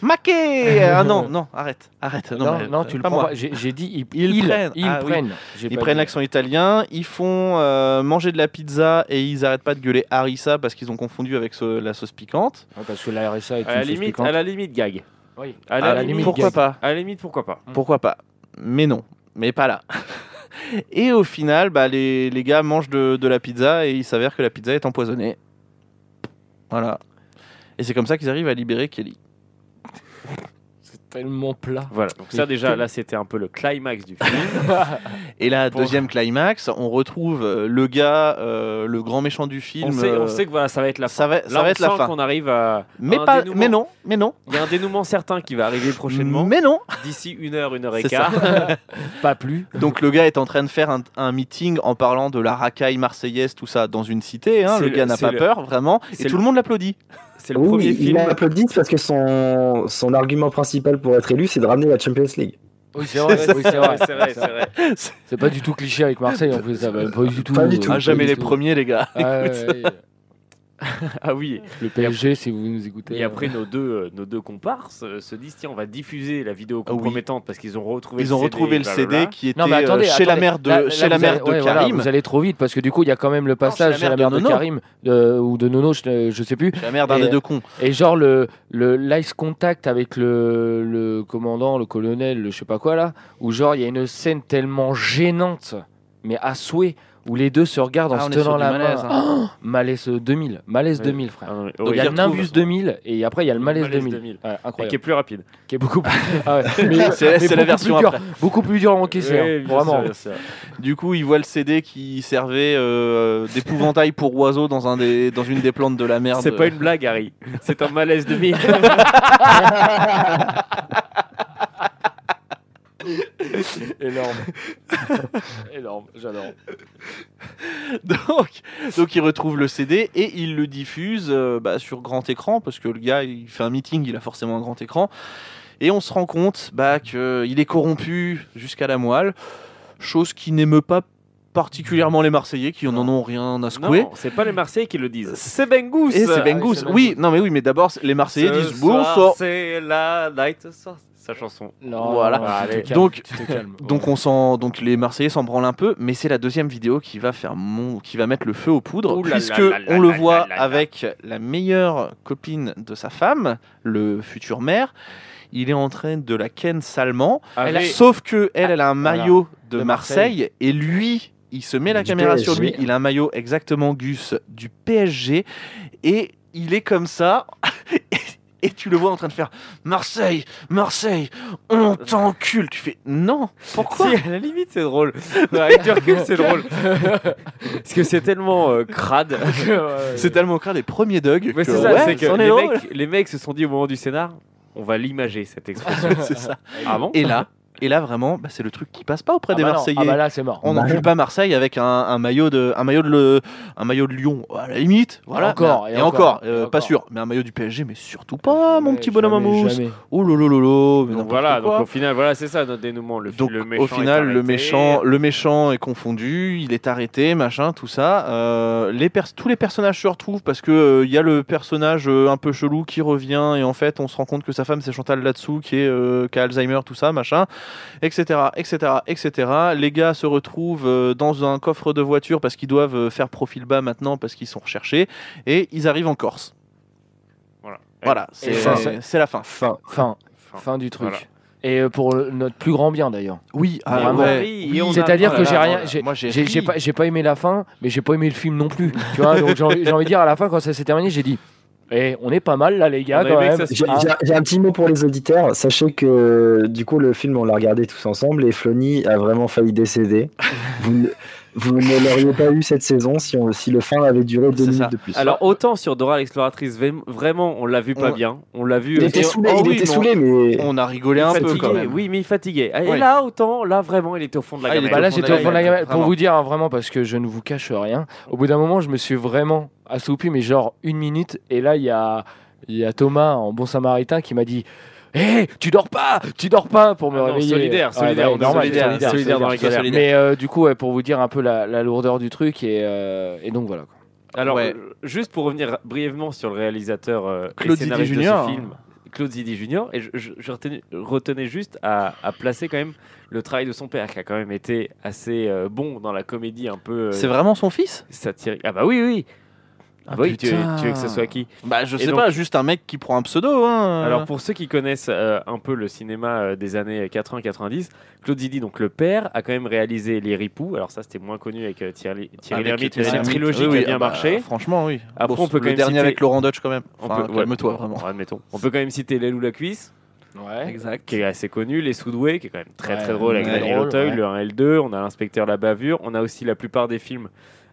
[SPEAKER 1] Maquet Ah non, non, arrête, arrête. Non,
[SPEAKER 4] Non,
[SPEAKER 1] mais,
[SPEAKER 4] non,
[SPEAKER 1] euh,
[SPEAKER 4] tu le
[SPEAKER 1] pas
[SPEAKER 4] prends
[SPEAKER 1] moi.
[SPEAKER 4] pas. J'ai j'ai dit, ils,
[SPEAKER 1] Ils
[SPEAKER 4] ils-
[SPEAKER 1] prennent.
[SPEAKER 4] Ils
[SPEAKER 1] Ah oui.
[SPEAKER 4] prennent. J'ai
[SPEAKER 1] Ils
[SPEAKER 4] pas
[SPEAKER 1] prennent
[SPEAKER 4] dit.
[SPEAKER 1] l'accent italien, ils font euh, manger de la pizza et ils arrêtent pas de gueuler harissa parce qu'ils ont confondu avec ce- la sauce piquante.
[SPEAKER 4] Ouais, Parce que la RSA est
[SPEAKER 5] À la limite, à la limite, gag.
[SPEAKER 4] Oui.
[SPEAKER 5] À la,
[SPEAKER 4] À la
[SPEAKER 5] limite, Mmh.
[SPEAKER 4] limite,
[SPEAKER 1] Ah, Pourquoi
[SPEAKER 4] gag.
[SPEAKER 1] pas
[SPEAKER 5] À la limite, pourquoi pas
[SPEAKER 1] Pourquoi pas Mais non, mais pas là. et au final, bah, les, les gars mangent de, de la pizza et il s'avère que la pizza est empoisonnée. Voilà. Et c'est comme ça qu'ils arrivent à libérer Kelly.
[SPEAKER 4] C'est tellement plat.
[SPEAKER 5] Voilà. Donc ça déjà, là, c'était un peu le climax du film.
[SPEAKER 1] Et là,
[SPEAKER 5] Pour-
[SPEAKER 1] deuxième climax, on retrouve euh, le gars, euh, le grand méchant du film.
[SPEAKER 5] on, sait, on
[SPEAKER 1] euh,
[SPEAKER 5] sait que voilà, ça va être la fin.
[SPEAKER 1] ça va,
[SPEAKER 5] Là,
[SPEAKER 1] ça va
[SPEAKER 5] on
[SPEAKER 1] être la
[SPEAKER 5] sent
[SPEAKER 1] fin.
[SPEAKER 5] qu'on arrive à.
[SPEAKER 1] Mais,
[SPEAKER 5] un
[SPEAKER 1] pas,
[SPEAKER 5] dénouement.
[SPEAKER 1] mais non, mais non,
[SPEAKER 5] Il y a un dénouement certain qui va arriver prochainement,
[SPEAKER 1] mais non.
[SPEAKER 5] d'ici une heure, une heure et
[SPEAKER 1] Mm. C'est
[SPEAKER 5] quart.
[SPEAKER 4] Pas plus.
[SPEAKER 1] Donc le gars est en train de faire un, un meeting en parlant de la racaille marseillaise, tout ça, dans une cité. hein.
[SPEAKER 5] C'est
[SPEAKER 1] le,
[SPEAKER 5] le-
[SPEAKER 1] gars n'a
[SPEAKER 5] c'est
[SPEAKER 1] pas
[SPEAKER 5] le-
[SPEAKER 1] peur, vraiment.
[SPEAKER 5] c'est
[SPEAKER 1] Et tout
[SPEAKER 5] le-
[SPEAKER 1] le monde l'applaudit.
[SPEAKER 5] C'est le
[SPEAKER 6] Oui,
[SPEAKER 5] premier
[SPEAKER 6] il
[SPEAKER 5] film.
[SPEAKER 6] a applaudi parce que son, son argument principal pour être élu, c'est de ramener la Champions League.
[SPEAKER 4] Oui, c'est vrai. oui, c'est vrai.
[SPEAKER 5] c'est vrai, c'est vrai.
[SPEAKER 4] C'est pas du tout cliché avec Marseille en plus. ça va Pas du tout.
[SPEAKER 6] Pas du tout.
[SPEAKER 1] Ah,
[SPEAKER 6] pas
[SPEAKER 1] jamais les
[SPEAKER 4] tout.
[SPEAKER 1] premiers, les gars.
[SPEAKER 4] Ah,
[SPEAKER 1] Écoute,
[SPEAKER 4] ouais, ouais.
[SPEAKER 5] Ah oui.
[SPEAKER 4] Le PSG, si vous nous écoutez.
[SPEAKER 5] Et
[SPEAKER 4] euh,
[SPEAKER 5] après, nos deux, euh, nos deux comparses euh, se disent tiens, on va diffuser la vidéo
[SPEAKER 1] Ah oui.
[SPEAKER 5] compromettante parce qu'ils ont retrouvé
[SPEAKER 1] Ils ont
[SPEAKER 5] le CD.
[SPEAKER 1] retrouvé le
[SPEAKER 5] blablabla.
[SPEAKER 1] CD qui était
[SPEAKER 4] Non, mais attendez,
[SPEAKER 1] euh, chez la
[SPEAKER 4] attendez.
[SPEAKER 1] mère de,
[SPEAKER 4] Là- là,
[SPEAKER 1] chez la
[SPEAKER 4] vous
[SPEAKER 1] mère
[SPEAKER 4] allez-
[SPEAKER 1] de
[SPEAKER 4] ouais, voilà,
[SPEAKER 1] Karim.
[SPEAKER 4] vous allez trop vite parce que du coup, il y a quand même le passage
[SPEAKER 1] chez la
[SPEAKER 4] à la
[SPEAKER 1] mère
[SPEAKER 4] mère
[SPEAKER 1] de
[SPEAKER 4] de,
[SPEAKER 1] Nono.
[SPEAKER 4] Karim de- ou de Nono, je, je sais plus.
[SPEAKER 1] Chez la mère d'un
[SPEAKER 4] Et-
[SPEAKER 1] des deux cons.
[SPEAKER 4] Et genre le le l'ice contact avec le, le commandant, le colonel, le je sais pas quoi là, où genre il y a une scène tellement gênante, mais à souhait, où les deux se regardent en
[SPEAKER 1] Ah, on
[SPEAKER 4] se
[SPEAKER 1] est sur
[SPEAKER 4] tenant
[SPEAKER 1] du
[SPEAKER 4] la
[SPEAKER 1] malaise,
[SPEAKER 4] main.
[SPEAKER 1] hein.
[SPEAKER 4] Oh, malaise 2000, malaise
[SPEAKER 5] Ouais.
[SPEAKER 4] 2000 frère.
[SPEAKER 5] Ah non, mais
[SPEAKER 4] Donc il
[SPEAKER 5] horrible.
[SPEAKER 4] y a
[SPEAKER 1] ils
[SPEAKER 4] le Nimbus
[SPEAKER 1] retrouvent-
[SPEAKER 4] 2000 et après il y a le malaise,
[SPEAKER 5] Malaise
[SPEAKER 4] 2000.
[SPEAKER 5] 2000.
[SPEAKER 4] Ouais,
[SPEAKER 5] Mais qui est
[SPEAKER 4] incroyable.
[SPEAKER 5] plus rapide.
[SPEAKER 4] Qui est beaucoup plus. Ah ouais. Mais-
[SPEAKER 1] C'est-
[SPEAKER 4] mais
[SPEAKER 1] c'est la
[SPEAKER 4] beaucoup plus
[SPEAKER 1] version
[SPEAKER 4] dur,
[SPEAKER 1] après.
[SPEAKER 4] Beaucoup plus dur à encaisser. hein.
[SPEAKER 5] Oui, bien
[SPEAKER 4] Vraiment.
[SPEAKER 5] sûr, bien sûr.
[SPEAKER 1] Du coup, il voit le CD qui servait euh, d'épouvantail pour oiseaux dans, un des, dans une des plantes de la merde.
[SPEAKER 5] C'est pas une blague, Harry. C'est un malaise 2000.
[SPEAKER 4] Énorme. Énorme, j'adore.
[SPEAKER 1] Donc, donc il retrouve le CD et il le diffuse euh, bah, sur grand écran parce que le gars il fait un meeting, il a forcément un grand écran. Et on se rend compte bah, qu'il est corrompu jusqu'à la moelle, chose qui n'émeut pas particulièrement les Marseillais qui n'en ont rien à secouer.
[SPEAKER 5] non, euh, c'est pas les Marseillais qui le disent. C'est Bengous.
[SPEAKER 1] Et c'est
[SPEAKER 4] oui,
[SPEAKER 1] Bengouz.
[SPEAKER 4] c'est
[SPEAKER 1] Oui, non mais oui, mais d'abord les Marseillais disent bon
[SPEAKER 5] soir,
[SPEAKER 1] sang.
[SPEAKER 5] c'est la night. ça- Sa chanson.
[SPEAKER 4] Non,
[SPEAKER 1] Voilà.
[SPEAKER 4] non, non, tu te
[SPEAKER 5] Allez.
[SPEAKER 4] calmes,
[SPEAKER 1] Donc-
[SPEAKER 4] tu te calmes.
[SPEAKER 1] Donc on s'en, donc les Marseillais s'en branlent un peu, mais c'est la deuxième vidéo qui va faire mon, qui va mettre le feu aux poudres,
[SPEAKER 5] Ouh là là
[SPEAKER 1] puisque
[SPEAKER 5] là là
[SPEAKER 1] on le
[SPEAKER 5] là
[SPEAKER 1] voit
[SPEAKER 5] là là.
[SPEAKER 1] avec la meilleure copine de sa femme, le futur maire. Il est en train de la ken salement,
[SPEAKER 5] Avec-
[SPEAKER 1] sauf que elle, elle a
[SPEAKER 5] Ah,
[SPEAKER 1] un maillot de,
[SPEAKER 4] De
[SPEAKER 1] Marseille,
[SPEAKER 4] Marseille.
[SPEAKER 1] et lui, il se met la
[SPEAKER 6] Du
[SPEAKER 1] caméra sur lui.
[SPEAKER 6] PSG.
[SPEAKER 1] Il a un maillot exactement Gus du PSG, et il est comme ça. Et tu le vois en train de faire Marseille, Marseille,
[SPEAKER 5] Euh,
[SPEAKER 1] on t'encule. Tu fais non, pourquoi
[SPEAKER 5] Si, à la limite, c'est drôle. Non, Avec du recul, c'est drôle. Parce que c'est tellement euh, crade.
[SPEAKER 1] C'est tellement crade les premiers Doug. que,
[SPEAKER 5] Mais c'est ça,
[SPEAKER 1] ouais,
[SPEAKER 5] c'est que
[SPEAKER 1] c'en est
[SPEAKER 5] les
[SPEAKER 1] drôle.
[SPEAKER 5] mecs, les mecs se sont dit au moment du scénar, on va l'imager cette expression.
[SPEAKER 1] C'est ça.
[SPEAKER 5] ah bon
[SPEAKER 1] Et là, Et là, vraiment, bah, c'est le truc qui passe pas auprès
[SPEAKER 4] Ah
[SPEAKER 1] des
[SPEAKER 4] bah non,
[SPEAKER 1] Marseillais.
[SPEAKER 4] ah bah là, c'est mort.
[SPEAKER 1] On n'en
[SPEAKER 4] Bah
[SPEAKER 1] plus
[SPEAKER 4] non.
[SPEAKER 1] pas Marseille avec un, un maillot de un maillot de le- un maillot de Lyon à la limite. Voilà.
[SPEAKER 4] encore,
[SPEAKER 1] Mais-
[SPEAKER 4] et
[SPEAKER 1] et, encore,
[SPEAKER 4] encore,
[SPEAKER 1] euh,
[SPEAKER 4] et
[SPEAKER 1] pas
[SPEAKER 4] encore.
[SPEAKER 1] sûr. Mais un maillot du PSG, mais surtout pas, mon petit bonhomme à
[SPEAKER 4] jamais,
[SPEAKER 1] mousse.
[SPEAKER 4] jamais.
[SPEAKER 1] Oh lolo lolo. Mais
[SPEAKER 5] Donc
[SPEAKER 1] n'importe
[SPEAKER 5] voilà,
[SPEAKER 1] quoi.
[SPEAKER 5] donc au final, voilà, c'est ça notre dénouement. Le,
[SPEAKER 1] Donc,
[SPEAKER 5] le méchant
[SPEAKER 1] au
[SPEAKER 5] est
[SPEAKER 1] final, le
[SPEAKER 5] arrêté.
[SPEAKER 1] méchant, le méchant est confondu, il est arrêté, machin, tout ça. Euh, les pers- tous les personnages se retrouvent parce que euh, il y a le personnage euh, un peu chelou qui revient et en fait on se rend compte que sa femme c'est Chantal là-dessous qui est euh, qui a Alzheimer, tout ça, machin, etc., etc., etc. Les gars se retrouvent euh, dans un coffre de voiture parce qu'ils doivent euh, faire profil bas maintenant parce qu'ils sont recherchés et ils arrivent en Corse.
[SPEAKER 5] Voilà.
[SPEAKER 1] Voilà, c'est
[SPEAKER 4] Et fin.
[SPEAKER 1] c'est la fin.
[SPEAKER 6] Fin.
[SPEAKER 4] Fin, fin du truc.
[SPEAKER 5] Voilà.
[SPEAKER 4] Et euh, pour le- notre plus grand bien d'ailleurs.
[SPEAKER 1] Oui, ah
[SPEAKER 4] Vraiment.
[SPEAKER 1] ouais.
[SPEAKER 5] Oui,
[SPEAKER 1] Oui,
[SPEAKER 5] et on a-
[SPEAKER 4] C'est-à-dire
[SPEAKER 1] oh
[SPEAKER 4] que
[SPEAKER 1] là
[SPEAKER 4] j'ai
[SPEAKER 1] là,
[SPEAKER 4] rien,
[SPEAKER 1] oh là,
[SPEAKER 4] j'ai-
[SPEAKER 1] moi, j'ai
[SPEAKER 4] j'ai
[SPEAKER 1] ri.
[SPEAKER 4] j'ai pas, j'ai pas aimé la fin, mais j'ai pas aimé le film non plus. Tu vois, donc j'ai envie j'ai envie de dire à la fin quand ça s'est terminé, j'ai dit, eh, on est pas mal là les gars
[SPEAKER 5] On a
[SPEAKER 4] quand
[SPEAKER 5] aimé que
[SPEAKER 4] même.
[SPEAKER 5] ça se
[SPEAKER 6] J'ai
[SPEAKER 4] Ah,
[SPEAKER 6] j'ai- j'ai un petit mot pour les auditeurs. Sachez que du coup, le film, on l'a regardé tous ensemble et Flony a vraiment failli décéder. vous, ne- vous ne l'auriez pas eu cette saison si, on- si le fin avait duré deux
[SPEAKER 1] C'est
[SPEAKER 6] minutes
[SPEAKER 1] ça.
[SPEAKER 6] de plus.
[SPEAKER 5] Alors autant sur Dora l'exploratrice, vém- vraiment, on l'a vu pas
[SPEAKER 1] On-
[SPEAKER 5] bien, on l'a vu.
[SPEAKER 6] il
[SPEAKER 5] euh,
[SPEAKER 6] était
[SPEAKER 5] et-
[SPEAKER 6] saoulé,
[SPEAKER 1] oh
[SPEAKER 6] il
[SPEAKER 1] oui,
[SPEAKER 6] était
[SPEAKER 1] mais on-
[SPEAKER 6] saoulé, mais
[SPEAKER 1] On a rigolé un peu
[SPEAKER 5] fatigué,
[SPEAKER 1] quand même.
[SPEAKER 5] Oui, mais il fatiguait. Et
[SPEAKER 1] Ouais.
[SPEAKER 5] là, autant, là, vraiment, il était au fond de la
[SPEAKER 1] Ah, il
[SPEAKER 5] gamelle.
[SPEAKER 1] était
[SPEAKER 4] Bah là,
[SPEAKER 1] au fond de
[SPEAKER 4] j'étais
[SPEAKER 1] la
[SPEAKER 4] au fond de la
[SPEAKER 1] gamelle,
[SPEAKER 4] gamelle. Pour
[SPEAKER 1] vraiment.
[SPEAKER 4] vous dire, hein, vraiment, parce que je ne vous cache rien, au bout d'un moment, je me suis vraiment assoupi, mais genre une minute. Et là, il y a, il y a Thomas, en bon samaritain, qui m'a dit Hé, tu dors pas Tu dors pas Pour me
[SPEAKER 5] Ah non,
[SPEAKER 4] réveiller.
[SPEAKER 5] solidaire,
[SPEAKER 4] Ouais,
[SPEAKER 5] solidaire,
[SPEAKER 4] bah,
[SPEAKER 5] on est
[SPEAKER 4] normal,
[SPEAKER 5] solidaire, solidaire dans la
[SPEAKER 4] solidaire.
[SPEAKER 5] galère.
[SPEAKER 4] Mais euh, du coup, ouais, pour vous dire un peu la, la lourdeur du truc, et, euh, et donc voilà. quoi.
[SPEAKER 5] Alors,
[SPEAKER 1] Ouais.
[SPEAKER 5] euh, juste pour revenir brièvement sur le réalisateur euh, et
[SPEAKER 1] Claude Zidi
[SPEAKER 5] scénariste de
[SPEAKER 1] Junior. hein.
[SPEAKER 5] ce film, Claude Zidi Junior, et je, je- je retenais, retenais juste à, à placer quand même le travail de son père, qui a quand même été assez euh, bon dans la comédie un peu euh,
[SPEAKER 1] C'est vraiment son fils
[SPEAKER 5] satirique. Ah bah oui, oui. Ah bah oui, tu,
[SPEAKER 1] putain.
[SPEAKER 5] tu veux que ce soit qui
[SPEAKER 1] Bah je
[SPEAKER 5] Et
[SPEAKER 1] sais
[SPEAKER 5] donc-
[SPEAKER 1] pas, juste un mec qui prend un pseudo. Hein.
[SPEAKER 5] Alors pour ceux qui connaissent euh, un peu le cinéma euh, des années 80-90, Claude Zidi, donc le père, a quand même réalisé Les Ripoux. Alors ça c'était moins connu avec euh, Thierry, Thierry
[SPEAKER 1] Avec
[SPEAKER 5] Lhermitte, mais
[SPEAKER 1] Thierry
[SPEAKER 5] c'est une
[SPEAKER 1] Lhermitte.
[SPEAKER 5] trilogie
[SPEAKER 1] Oui,
[SPEAKER 5] qui
[SPEAKER 1] oui,
[SPEAKER 5] a bien
[SPEAKER 1] ah bah,
[SPEAKER 5] marché.
[SPEAKER 1] franchement, oui.
[SPEAKER 5] Après, on peut quand
[SPEAKER 1] le
[SPEAKER 5] même
[SPEAKER 1] dernier
[SPEAKER 5] citer-
[SPEAKER 1] avec Laurent Dodge quand même.
[SPEAKER 5] On
[SPEAKER 1] Enfin,
[SPEAKER 5] peut- ouais,
[SPEAKER 1] Calme-toi
[SPEAKER 5] bon,
[SPEAKER 1] vraiment.
[SPEAKER 5] Admettons. On peut quand même citer Les Loups la cuisse, qui est assez connu, Les Soudoués, qui est quand même très
[SPEAKER 4] Ouais,
[SPEAKER 5] très drôle avec
[SPEAKER 1] très
[SPEAKER 5] Daniel
[SPEAKER 4] drôle,
[SPEAKER 5] Auteuil,
[SPEAKER 4] ouais.
[SPEAKER 5] le 1 et le 2. On a l'inspecteur La Bavure. On a aussi la plupart des films.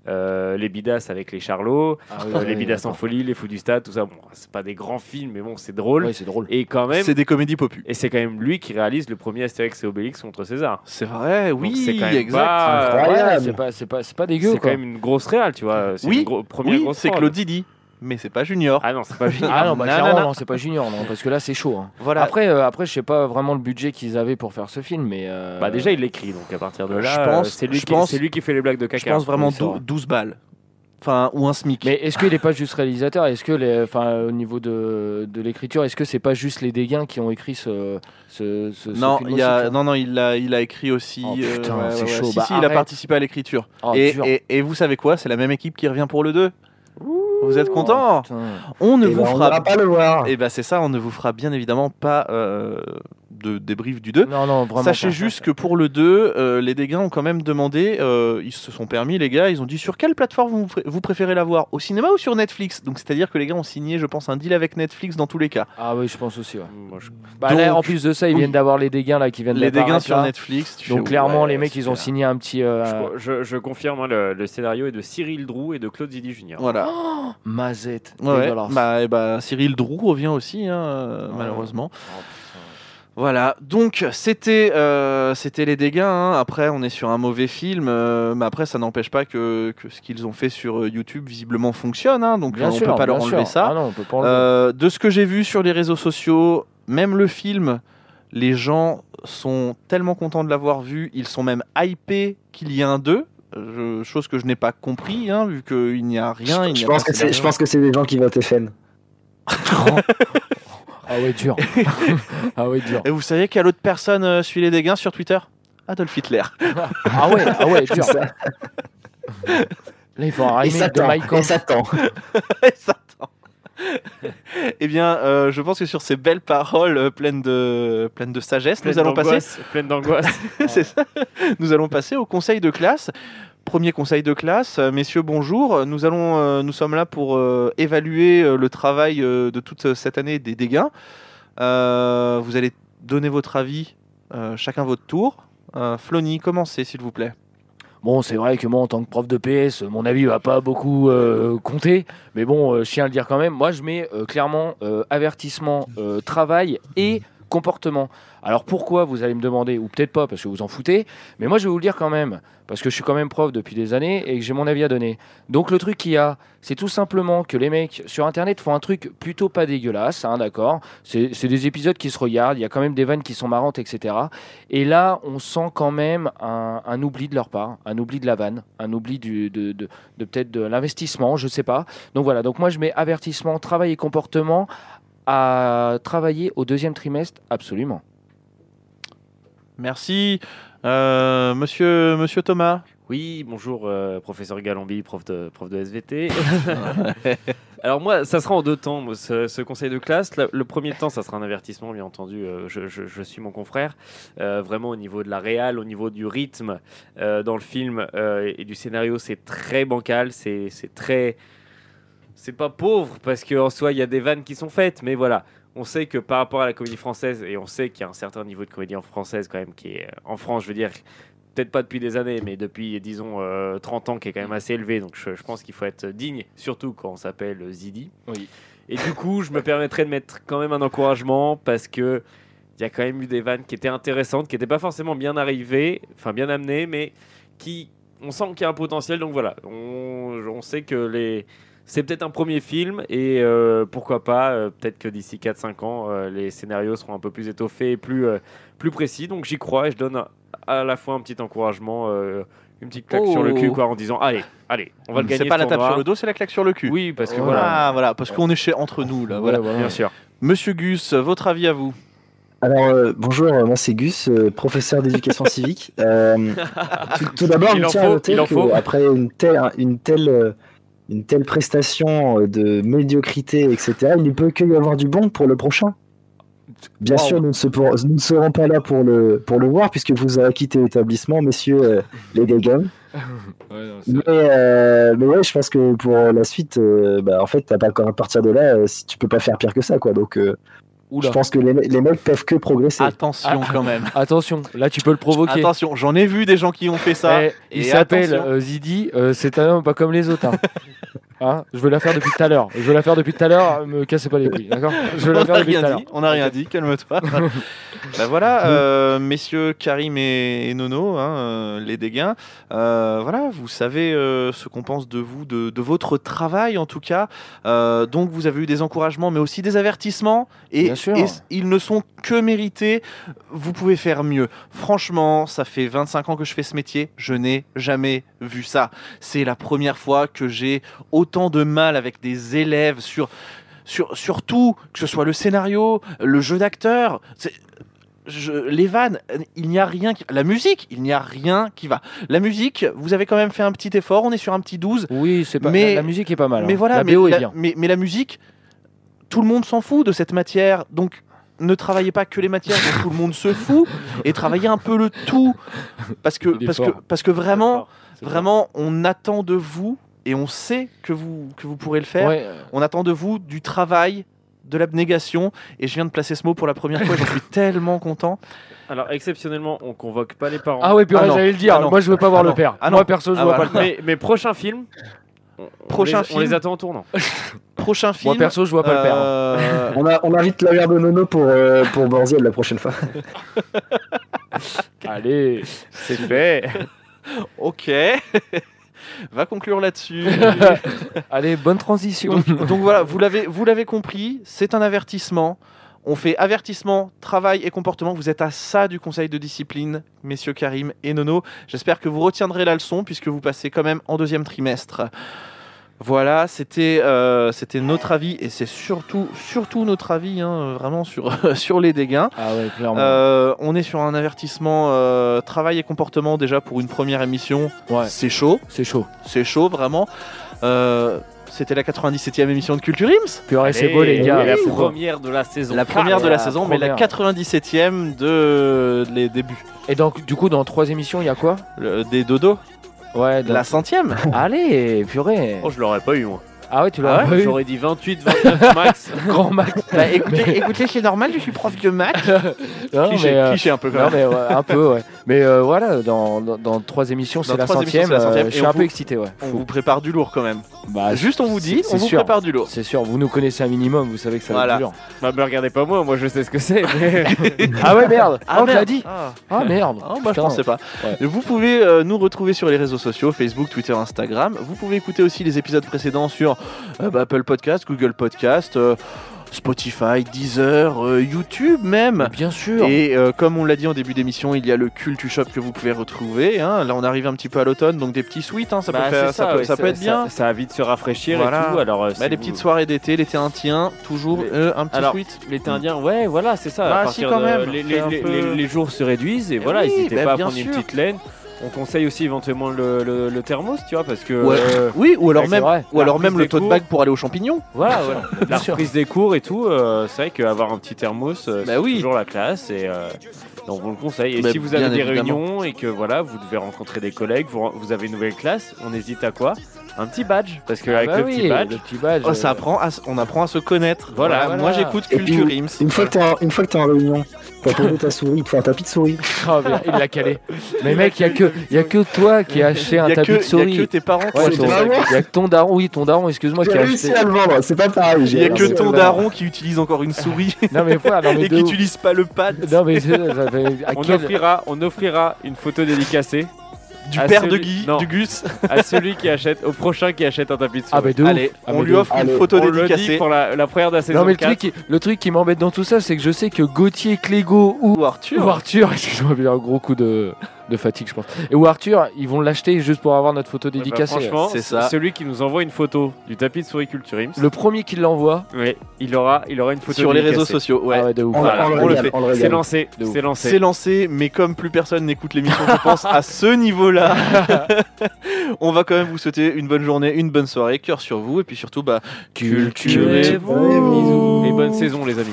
[SPEAKER 5] euh, les Bidas avec les Charlots,
[SPEAKER 4] Ah
[SPEAKER 5] euh, Les Bidas en folie, Les Fous du Stade, tout ça. Bon, c'est pas des grands films, mais bon, c'est drôle.
[SPEAKER 4] Ouais, c'est drôle.
[SPEAKER 5] Et quand même,
[SPEAKER 1] C'est des comédies popu.
[SPEAKER 5] et c'est quand même lui qui réalise le premier Astérix et Obélix contre César.
[SPEAKER 1] C'est vrai,
[SPEAKER 5] Donc
[SPEAKER 1] oui,
[SPEAKER 5] c'est quand même
[SPEAKER 1] exact.
[SPEAKER 5] pas-
[SPEAKER 4] Ouais,
[SPEAKER 6] incroyable.
[SPEAKER 4] c'est pas, c'est pas, c'est pas dégueu.
[SPEAKER 5] C'est
[SPEAKER 4] quoi.
[SPEAKER 5] quand même une grosse réal, tu vois. C'est
[SPEAKER 1] Oui,
[SPEAKER 5] une gro- première
[SPEAKER 1] Oui,
[SPEAKER 5] grosse
[SPEAKER 1] c'est
[SPEAKER 5] prod.
[SPEAKER 1] Claude Didi, mais c'est pas Junior.
[SPEAKER 5] Ah non, c'est pas fini.
[SPEAKER 4] Ah non, bah
[SPEAKER 1] Nanana.
[SPEAKER 4] clairement, non, c'est pas Junior, non, parce que là, c'est chaud. hein.
[SPEAKER 1] Voilà.
[SPEAKER 4] Après, euh, après, je sais pas vraiment le budget qu'ils avaient pour faire ce film, mais euh,
[SPEAKER 5] Bah déjà, il l'écrit, donc à partir de
[SPEAKER 1] Je
[SPEAKER 5] là,
[SPEAKER 1] pense-
[SPEAKER 5] euh, c'est lui,
[SPEAKER 1] je
[SPEAKER 5] qui-
[SPEAKER 1] pense-
[SPEAKER 5] c'est lui qui fait les blagues de caca.
[SPEAKER 1] je pense vraiment
[SPEAKER 4] oui, c'est
[SPEAKER 1] dou-
[SPEAKER 4] vrai.
[SPEAKER 1] 12 balles. Enfin, ou un SMIC.
[SPEAKER 4] Mais est-ce qu'il n'est pas juste réalisateur Est-ce que, les, enfin, au niveau de, de l'écriture, est-ce que c'est pas juste les dégains qui ont écrit ce, ce, ce- ce
[SPEAKER 1] non,
[SPEAKER 4] film
[SPEAKER 1] il y a-
[SPEAKER 4] aussi, tu
[SPEAKER 1] non,
[SPEAKER 4] vois
[SPEAKER 1] non, il a, il a écrit aussi.
[SPEAKER 4] Oh, putain,
[SPEAKER 1] euh, ouais,
[SPEAKER 4] c'est
[SPEAKER 1] ouais, ouais.
[SPEAKER 4] chaud.
[SPEAKER 1] Si,
[SPEAKER 4] Bah,
[SPEAKER 1] si, il a
[SPEAKER 4] arrête.
[SPEAKER 1] participé à l'écriture.
[SPEAKER 4] Oh,
[SPEAKER 1] et,
[SPEAKER 4] dur.
[SPEAKER 1] et- et vous savez quoi C'est la même équipe qui revient pour le 2. Vous êtes contents
[SPEAKER 4] Putain.
[SPEAKER 1] On ne
[SPEAKER 6] eh ben,
[SPEAKER 1] vous
[SPEAKER 6] on
[SPEAKER 1] fera
[SPEAKER 6] n'ira pas le voir.
[SPEAKER 1] Et bah c'est ça, on ne vous fera bien évidemment pas euh, de débrief du 2.
[SPEAKER 4] Non, non, vraiment.
[SPEAKER 1] Sachez
[SPEAKER 4] pas.
[SPEAKER 1] juste que pour le 2, euh, les dégâts ont quand même demandé, euh, ils se sont permis les gars, ils ont dit sur quelle plateforme vous, pré- vous préférez la voir, au cinéma ou sur Netflix Donc c'est-à-dire que les gars ont signé, je pense, un deal avec Netflix dans tous les cas.
[SPEAKER 4] Ah oui, je pense aussi. ouais.
[SPEAKER 5] Moi, je-
[SPEAKER 4] Bah,
[SPEAKER 1] Donc,
[SPEAKER 4] là, en plus de ça, ils
[SPEAKER 1] oui.
[SPEAKER 4] viennent d'avoir les dégains là qui viennent
[SPEAKER 1] Les dégâts
[SPEAKER 4] d'apparaître,
[SPEAKER 1] sur
[SPEAKER 4] là.
[SPEAKER 1] Netflix. tu
[SPEAKER 4] hein. Donc
[SPEAKER 1] fais,
[SPEAKER 4] clairement,
[SPEAKER 1] ouais,
[SPEAKER 4] les mecs, ils ont
[SPEAKER 1] super.
[SPEAKER 4] signé un petit
[SPEAKER 1] Bah,
[SPEAKER 4] euh,
[SPEAKER 5] je, je- je confirme, hein, le, le scénario est de Cyril Drou et de Claude Zidi Junior.
[SPEAKER 1] Voilà.
[SPEAKER 4] mazette.
[SPEAKER 1] Ouais, ouais.
[SPEAKER 4] dégueulasse.
[SPEAKER 1] Bah, et bah, Cyril Drou revient aussi, hein, euh,
[SPEAKER 4] Ouais.
[SPEAKER 1] malheureusement.
[SPEAKER 4] Oh, putain.
[SPEAKER 1] Voilà, donc c'était euh, c'était les dégâts. hein. Après, on est sur un mauvais film, euh, mais après, ça n'empêche pas que, que ce qu'ils ont fait sur euh, YouTube visiblement fonctionne. hein. donc
[SPEAKER 4] Bien
[SPEAKER 1] on
[SPEAKER 4] sûr,
[SPEAKER 1] peut pas leur
[SPEAKER 4] bien
[SPEAKER 1] enlever
[SPEAKER 4] sûr.
[SPEAKER 1] ça.
[SPEAKER 4] Ah non, on peut pas enlever.
[SPEAKER 1] Euh, de ce que j'ai vu sur les réseaux sociaux, même le film, les gens sont tellement contents de l'avoir vu, ils sont même hypés qu'il y a un 2. euh, je- chose que je n'ai pas compris, hein, vu qu'il n'y a rien. il n'y
[SPEAKER 6] je,
[SPEAKER 1] a
[SPEAKER 6] pense
[SPEAKER 1] pas
[SPEAKER 6] que c'est, je pense que c'est des gens qui votent FN.
[SPEAKER 4] Ah ouais, dur. ah ouais, dur.
[SPEAKER 1] Et vous savez quelle autre personne euh, suit les dégâts sur Twitter Adolf Hitler.
[SPEAKER 4] Ah ouais, ah ouais, dur.
[SPEAKER 6] Ça.
[SPEAKER 4] Là, il faut un
[SPEAKER 6] Et
[SPEAKER 4] remake de
[SPEAKER 6] Satan.
[SPEAKER 4] Mike
[SPEAKER 6] Et
[SPEAKER 4] Camp.
[SPEAKER 6] Satan.
[SPEAKER 1] Et Satan. eh bien, euh, je pense que sur ces belles paroles euh, pleines de, pleines de sagesse, nous allons, passer,
[SPEAKER 5] d'angoisse, Pleine d'angoisse.
[SPEAKER 1] C'est ça. nous allons passer au conseil de classe. Premier conseil de classe, euh, messieurs, bonjour. Nous, allons, euh, nous sommes là pour euh, évaluer euh, le travail euh, de toute cette année des dégâts. Euh, vous allez donner votre avis, euh, chacun votre tour. Euh, Flony, commencez s'il vous plaît.
[SPEAKER 4] Bon, c'est vrai que moi, en tant que prof de PS, euh, mon avis va pas beaucoup euh, compter. Mais bon, euh, je tiens à le dire quand même. Moi, je mets euh, clairement euh, avertissement, euh, travail et comportement. Alors pourquoi, vous allez me demander, ou peut-être pas, parce que vous en foutez, mais moi je vais vous le dire quand même, parce que je suis quand même prof depuis des années et que j'ai mon avis à donner. Donc le truc qu'il y a, c'est tout simplement que les mecs sur Internet font un truc plutôt pas dégueulasse, hein, d'accord C'est c'est des épisodes qui se regardent, il y a quand même des vannes qui sont marrantes, etc. Et là, on sent quand même un, un oubli de leur part, un oubli de la vanne, un oubli du, de, de- de peut-être de l'investissement, je sais pas. Donc voilà, donc moi je mets avertissement, travail et comportement à travailler au deuxième trimestre, absolument.
[SPEAKER 1] Merci. Euh, monsieur, monsieur Thomas.
[SPEAKER 5] Oui, bonjour, euh, professeur Galombi, prof de, prof de SVT. Alors moi, ça sera en deux temps, moi, ce, ce conseil de classe. Le, le premier temps, ça sera un avertissement, bien entendu. euh, je, je- je suis mon confrère. Euh, vraiment, au niveau de la réal, au niveau du rythme euh, dans le film euh, et du scénario, c'est très bancal, c'est c'est très... C'est pas pauvre, parce qu'en soi, il y a des vannes qui sont faites, mais voilà. On sait que par rapport à la comédie française, et on sait qu'il y a un certain niveau de comédie en française quand même, qui est, euh, en France, je veux dire, peut-être pas depuis des années, mais depuis, disons, euh, 30 ans, qui est quand même assez élevé. Donc je, je pense qu'il faut être digne, surtout quand on s'appelle Zidi.
[SPEAKER 4] Oui.
[SPEAKER 5] Et du coup, je me permettrai de mettre quand même un encouragement parce que il y a quand même eu des vannes qui étaient intéressantes, qui n'étaient pas forcément bien arrivées, enfin bien amenées, mais qui, on sent qu'il y a un potentiel. Donc voilà, on, on sait que les. C'est peut-être un premier film et euh, pourquoi pas, euh, peut-être que d'ici 4-5 ans, euh, les scénarios seront un peu plus étoffés et plus, euh, plus précis. Donc j'y crois et je donne un- à la fois un petit encouragement, euh, une petite claque sur le cul
[SPEAKER 1] Oh.
[SPEAKER 5] quoi, en disant allez, allez, on va le gagner.
[SPEAKER 1] C'est pas
[SPEAKER 5] ce
[SPEAKER 1] la tape
[SPEAKER 5] tournoi.
[SPEAKER 1] sur le dos, c'est la claque sur le cul.
[SPEAKER 5] Oui, parce que
[SPEAKER 1] Ah,
[SPEAKER 5] voilà.
[SPEAKER 1] voilà, parce qu'on est chez entre nous là. Voilà,
[SPEAKER 5] Bien sûr.
[SPEAKER 1] Monsieur Gus, votre avis à vous
[SPEAKER 6] Alors euh, bonjour, euh, moi c'est Gus, euh, professeur d'éducation civique. Euh, tout tout d'abord,
[SPEAKER 5] Il
[SPEAKER 6] je
[SPEAKER 5] en
[SPEAKER 6] tiens à
[SPEAKER 5] faut,
[SPEAKER 6] noter
[SPEAKER 5] il en
[SPEAKER 6] que
[SPEAKER 5] faut.
[SPEAKER 6] après une telle, une telle, euh, une telle prestation euh, de médiocrité, etc., il ne peut que y avoir du bon pour le prochain. Bien
[SPEAKER 1] Wow.
[SPEAKER 6] sûr, nous ne, se pour- nous ne serons pas là pour le, pour le voir, puisque vous avez quitté l'établissement, messieurs euh, les gagons. Mais, euh, mais ouais, je pense que pour la suite, euh, bah, en fait, t'as pas à partir de là, euh, si tu peux pas faire pire que ça, quoi. Donc, euh,
[SPEAKER 4] Oula.
[SPEAKER 6] je pense que les, les mecs peuvent que progresser.
[SPEAKER 1] Attention quand même.
[SPEAKER 4] Attention, là tu peux le provoquer.
[SPEAKER 1] Attention, j'en ai vu des gens qui ont fait ça.
[SPEAKER 4] Eh, il
[SPEAKER 1] Et
[SPEAKER 4] s'appelle
[SPEAKER 1] attention.
[SPEAKER 4] euh, Zidi, euh, c'est un homme pas comme les autres. hein. Hein, je veux la faire depuis tout à l'heure. Je veux la faire depuis tout à l'heure, euh, me cassez pas les couilles, d'accord Je veux
[SPEAKER 1] on
[SPEAKER 4] la
[SPEAKER 1] n'a
[SPEAKER 4] faire depuis tout à
[SPEAKER 1] rien
[SPEAKER 4] l'heure.
[SPEAKER 1] dit, on n'a rien dit, calme-toi. ben voilà, euh, messieurs Karim et, et Nono, hein, euh, les dégâts. Euh, voilà, vous savez euh, ce qu'on pense de vous, de, de votre travail en tout cas. Euh, donc vous avez eu des encouragements, mais aussi des avertissements. Et,
[SPEAKER 4] Bien sûr.
[SPEAKER 1] et s- ils ne sont que mérités. Vous pouvez faire mieux. Franchement, ça fait 25 ans que je fais ce métier. Je n'ai jamais vu ça. C'est la première fois que j'ai autant de mal avec des élèves sur sur, sur tout, que ce soit le scénario, le jeu d'acteur, c'est- je, les vannes, euh, il n'y a rien qui... La musique, il n'y a rien qui va. La musique, vous avez quand même fait un petit effort, on est sur un petit 12,
[SPEAKER 4] Oui, c'est pas.
[SPEAKER 1] Mais-
[SPEAKER 4] la, la musique est pas mal.
[SPEAKER 1] mais
[SPEAKER 4] hein.
[SPEAKER 1] voilà,
[SPEAKER 4] la
[SPEAKER 1] mais,
[SPEAKER 4] BO
[SPEAKER 1] la,
[SPEAKER 4] est bien.
[SPEAKER 1] Mais, mais la musique, tout le monde s'en fout de cette matière, donc ne travaillez pas que les matières dont tout le monde se fout, et travaillez un peu le tout, parce que,
[SPEAKER 4] Il est
[SPEAKER 1] parce que,
[SPEAKER 4] fort.
[SPEAKER 1] parce que vraiment,
[SPEAKER 5] C'est fort.
[SPEAKER 1] vraiment, on attend de vous, et on sait que vous, que vous pourrez le faire,
[SPEAKER 4] Ouais, euh,
[SPEAKER 1] on attend de vous du travail, de l'abnégation. Et je viens de placer ce mot pour la première fois. J'en suis tellement content.
[SPEAKER 5] Alors exceptionnellement, on convoque pas les parents.
[SPEAKER 4] Ah ouais, puis
[SPEAKER 1] Ah non.
[SPEAKER 4] j'allais le dire.
[SPEAKER 1] Ah non.
[SPEAKER 4] Moi, je veux pas voir
[SPEAKER 1] Ah
[SPEAKER 4] le
[SPEAKER 1] non.
[SPEAKER 4] père.
[SPEAKER 1] Ah non.
[SPEAKER 4] Moi, perso, je
[SPEAKER 1] Ah
[SPEAKER 4] vois
[SPEAKER 1] voilà.
[SPEAKER 4] pas le père.
[SPEAKER 5] Mais, mais prochain film. on- on
[SPEAKER 1] Prochain
[SPEAKER 5] les-
[SPEAKER 1] film.
[SPEAKER 5] On les attend en tournant.
[SPEAKER 1] Prochain
[SPEAKER 4] Moi,
[SPEAKER 1] film.
[SPEAKER 4] perso, je vois pas le père. hein.
[SPEAKER 1] euh,
[SPEAKER 6] On, a, on invite la mère de Nono pour, euh, pour Borziel la prochaine fois.
[SPEAKER 4] Allez, c'est fait.
[SPEAKER 1] ok. Va conclure là-dessus.
[SPEAKER 4] Allez, bonne transition.
[SPEAKER 1] donc, donc voilà, vous l'avez, vous l'avez compris. C'est un avertissement. On fait avertissement, travail et comportement. Vous êtes à ça du conseil de discipline, messieurs Karim et Nono. J'espère que vous retiendrez la leçon puisque vous passez quand même en deuxième trimestre. Voilà, c'était euh, c'était notre avis et c'est surtout surtout notre avis hein, vraiment sur sur les dégâts.
[SPEAKER 4] Ah ouais, clairement.
[SPEAKER 1] Euh, on est sur un avertissement euh, travail et comportement déjà pour une première émission.
[SPEAKER 4] Ouais.
[SPEAKER 1] C'est chaud,
[SPEAKER 4] C'est chaud.
[SPEAKER 1] c'est chaud vraiment. Euh, C'était la 97e émission de Culture Ims,
[SPEAKER 4] Purée, c'est
[SPEAKER 5] Allez,
[SPEAKER 4] beau, les gars.
[SPEAKER 5] La
[SPEAKER 4] Pour-
[SPEAKER 5] première de ah, la saison.
[SPEAKER 1] la première de la
[SPEAKER 4] la
[SPEAKER 1] saison, mais la
[SPEAKER 4] première.
[SPEAKER 1] 97e de les débuts
[SPEAKER 4] Et donc, du coup, dans trois émissions, il y a quoi
[SPEAKER 1] Le- des dodos.
[SPEAKER 4] Ouais,
[SPEAKER 1] La centième.
[SPEAKER 4] Allez, purée.
[SPEAKER 5] Oh, je l'aurais pas eu, moi.
[SPEAKER 4] Ah ouais, tu l'as pas eu
[SPEAKER 5] J'aurais dit 28, 29 max.
[SPEAKER 4] Grand max.
[SPEAKER 1] Bah, écoutez, c'est normal, je suis prof de maths.
[SPEAKER 4] Non,
[SPEAKER 1] cliché,
[SPEAKER 4] mais, euh,
[SPEAKER 1] cliché un peu quand
[SPEAKER 4] non,
[SPEAKER 1] même.
[SPEAKER 4] mais ouais, un peu, ouais. Mais euh, voilà, dans, dans, dans trois émissions,
[SPEAKER 1] Dans
[SPEAKER 4] c'est la
[SPEAKER 1] trois émissions,
[SPEAKER 4] centième.
[SPEAKER 1] c'est la centième,
[SPEAKER 4] euh,
[SPEAKER 1] et
[SPEAKER 4] je suis
[SPEAKER 1] on
[SPEAKER 4] un peu
[SPEAKER 1] vous-
[SPEAKER 4] excité, ouais.
[SPEAKER 1] On vous prépare du lourd quand même. Juste, on vous dit,
[SPEAKER 4] Ah, c'est-
[SPEAKER 1] on
[SPEAKER 4] c'est
[SPEAKER 1] vous
[SPEAKER 4] sûr.
[SPEAKER 1] prépare du lourd.
[SPEAKER 4] C'est sûr, vous nous connaissez un minimum, vous savez que ça va
[SPEAKER 1] Voilà.
[SPEAKER 4] être dur.
[SPEAKER 5] Bah, me regardez pas moi, moi je sais ce que c'est. mais-
[SPEAKER 4] Ah ouais, merde
[SPEAKER 1] Ah,
[SPEAKER 4] Ah, on te l'a
[SPEAKER 1] merde.
[SPEAKER 4] dit
[SPEAKER 1] Ah.
[SPEAKER 4] Ah merde
[SPEAKER 1] Ah, moi je
[SPEAKER 4] Putain.
[SPEAKER 1] pensais pas.
[SPEAKER 4] Ouais.
[SPEAKER 1] Vous pouvez euh, nous retrouver sur les réseaux sociaux, Facebook, Twitter, Instagram. Vous pouvez écouter aussi les épisodes précédents sur euh, bah, Apple Podcast, Google Podcast, euh, Spotify, Deezer, euh, YouTube même.
[SPEAKER 4] Bien sûr
[SPEAKER 1] Et euh, comme on l'a dit en début d'émission, il y a le Cultu Shop que vous pouvez retrouver. hein. Là, on arrive un petit peu à l'automne, donc des petits sweets, hein, ça,
[SPEAKER 5] Bah,
[SPEAKER 1] peut, faire-
[SPEAKER 5] c'est
[SPEAKER 1] ça peut-
[SPEAKER 5] ouais,
[SPEAKER 1] ça peut être bien.
[SPEAKER 5] Ça, ça va vite se rafraîchir
[SPEAKER 1] Voilà.
[SPEAKER 5] et tout. Alors, euh,
[SPEAKER 1] Bah,
[SPEAKER 5] si
[SPEAKER 1] les
[SPEAKER 5] vous-
[SPEAKER 1] petites soirées d'été, l'été indien, toujours
[SPEAKER 5] Les-
[SPEAKER 1] euh, un petit
[SPEAKER 5] Alors,
[SPEAKER 1] sweet.
[SPEAKER 5] L'été indien, ouais, voilà, c'est ça. à
[SPEAKER 1] Bah,
[SPEAKER 5] partir
[SPEAKER 1] si, quand
[SPEAKER 5] de-
[SPEAKER 1] même,
[SPEAKER 5] Les,
[SPEAKER 1] c'est
[SPEAKER 5] les-
[SPEAKER 1] un
[SPEAKER 5] les-
[SPEAKER 1] peu-
[SPEAKER 5] les- les jours se réduisent et
[SPEAKER 1] Eh
[SPEAKER 5] voilà,
[SPEAKER 1] oui,
[SPEAKER 5] n'hésitez
[SPEAKER 1] bah,
[SPEAKER 5] pas à
[SPEAKER 1] bien
[SPEAKER 5] prendre une
[SPEAKER 1] sûr.
[SPEAKER 5] petite laine. On conseille aussi éventuellement le, le- le thermos, tu vois, parce que.
[SPEAKER 1] Ouais.
[SPEAKER 5] euh,
[SPEAKER 1] Oui, ou alors
[SPEAKER 4] c'est
[SPEAKER 1] même,
[SPEAKER 4] vrai.
[SPEAKER 1] ou alors
[SPEAKER 5] La reprise
[SPEAKER 1] même le
[SPEAKER 5] des
[SPEAKER 1] tote
[SPEAKER 5] cours.
[SPEAKER 1] bag pour aller aux champignons.
[SPEAKER 5] Voilà, voilà. La
[SPEAKER 4] sûr.
[SPEAKER 5] reprise des cours et tout, euh, c'est vrai qu'avoir un petit thermos, euh,
[SPEAKER 1] Bah
[SPEAKER 5] c'est
[SPEAKER 1] oui.
[SPEAKER 5] toujours la classe et euh, donc on le conseille. Et
[SPEAKER 1] Bah,
[SPEAKER 5] si vous
[SPEAKER 1] bien
[SPEAKER 5] avez des
[SPEAKER 1] évidemment.
[SPEAKER 5] réunions et que voilà, vous devez rencontrer des collègues, vous, vous avez une nouvelle classe, on hésite à quoi Un petit badge, parce que
[SPEAKER 4] Ah
[SPEAKER 5] avec
[SPEAKER 4] bah
[SPEAKER 5] le
[SPEAKER 4] oui,
[SPEAKER 5] petit badge,
[SPEAKER 4] le petit badge,
[SPEAKER 1] Oh, ça
[SPEAKER 4] euh,
[SPEAKER 1] apprend à, s- on apprend à se connaître.
[SPEAKER 5] Voilà,
[SPEAKER 1] Moi
[SPEAKER 4] voilà.
[SPEAKER 1] j'écoute
[SPEAKER 6] Et puis,
[SPEAKER 1] Culture Ims.
[SPEAKER 6] Une fois que t'es en, une fois que t'es en réunion, t'as posé ta souris, enfin ta petite souris.
[SPEAKER 4] Ah, mais il l'a calé. Mais mec, il y a que, y a que toi qui as acheté
[SPEAKER 1] Il
[SPEAKER 4] un
[SPEAKER 1] y a
[SPEAKER 4] tapis
[SPEAKER 1] que,
[SPEAKER 4] de souris.
[SPEAKER 1] y a que tes parents.
[SPEAKER 4] Ouais,
[SPEAKER 1] qui
[SPEAKER 4] ton-
[SPEAKER 1] ont ça.
[SPEAKER 4] y a que ton daron, oui, ton daron, excuse-moi, qui
[SPEAKER 6] J'ai
[SPEAKER 4] a
[SPEAKER 6] réussi
[SPEAKER 4] acheté.
[SPEAKER 6] à le vendre, c'est pas pareil.
[SPEAKER 1] Il
[SPEAKER 6] j'ai
[SPEAKER 1] y a que
[SPEAKER 6] réussi à
[SPEAKER 1] ton
[SPEAKER 6] le vendre.
[SPEAKER 1] daron qui utilise encore une souris
[SPEAKER 4] Non, mais voilà, non, mais
[SPEAKER 1] et
[SPEAKER 4] de
[SPEAKER 1] qui
[SPEAKER 4] ouf.
[SPEAKER 1] n'utilise pas le pad
[SPEAKER 4] Non, mais c'est- ça fait- à
[SPEAKER 5] on,
[SPEAKER 4] quel-
[SPEAKER 5] offrira, on offrira une photo dédicacée
[SPEAKER 1] du
[SPEAKER 5] À
[SPEAKER 1] père
[SPEAKER 5] celui-
[SPEAKER 1] de Guy,
[SPEAKER 5] non.
[SPEAKER 1] du Gus.
[SPEAKER 5] à celui qui achète, au prochain qui achète un tapis de
[SPEAKER 4] Ah,
[SPEAKER 5] souris.
[SPEAKER 4] bah de ouf.
[SPEAKER 1] Allez,
[SPEAKER 4] Ah,
[SPEAKER 1] on
[SPEAKER 4] mais
[SPEAKER 1] lui
[SPEAKER 4] de
[SPEAKER 1] offre une
[SPEAKER 6] Allez,
[SPEAKER 1] photo
[SPEAKER 5] on le dit
[SPEAKER 1] dédicacée.
[SPEAKER 5] pour la, la première de la saison
[SPEAKER 4] Non, mais le
[SPEAKER 5] 4.
[SPEAKER 4] truc, qui- le truc qui m'embête dans tout ça, c'est que je sais que Gauthier, Clégo ou
[SPEAKER 1] Ou Arthur.
[SPEAKER 4] Ou Arthur, excuse-moi, j'ai eu un gros coup de, de fatigue, je pense. Et ou Arthur, ils vont l'acheter juste pour avoir notre photo
[SPEAKER 1] bah,
[SPEAKER 5] Eh ben,
[SPEAKER 4] dédicacée.
[SPEAKER 5] franchement,
[SPEAKER 1] C'est ça.
[SPEAKER 5] celui qui nous envoie une photo du tapis de souris Culture Ims,
[SPEAKER 4] le premier qui l'envoie,
[SPEAKER 5] oui, il, aura, il aura une photo
[SPEAKER 1] Sur les réseaux
[SPEAKER 5] dédicacée.
[SPEAKER 1] sociaux, ouais.
[SPEAKER 4] ah ouais, de ouf.
[SPEAKER 6] On,
[SPEAKER 5] Voilà,
[SPEAKER 6] on le
[SPEAKER 1] on le
[SPEAKER 6] régale,
[SPEAKER 1] fait.
[SPEAKER 6] on le
[SPEAKER 5] C'est
[SPEAKER 6] régale.
[SPEAKER 5] lancé,
[SPEAKER 4] De ouf.
[SPEAKER 5] c'est lancé.
[SPEAKER 1] C'est lancé, mais comme plus personne n'écoute l'émission, je pense, à ce niveau-là, on va quand même vous souhaiter une bonne journée, une bonne soirée, cœur sur vous, et puis surtout, bah, culturez-vous.
[SPEAKER 5] Culturez-vous. Et bonne saison, les amis.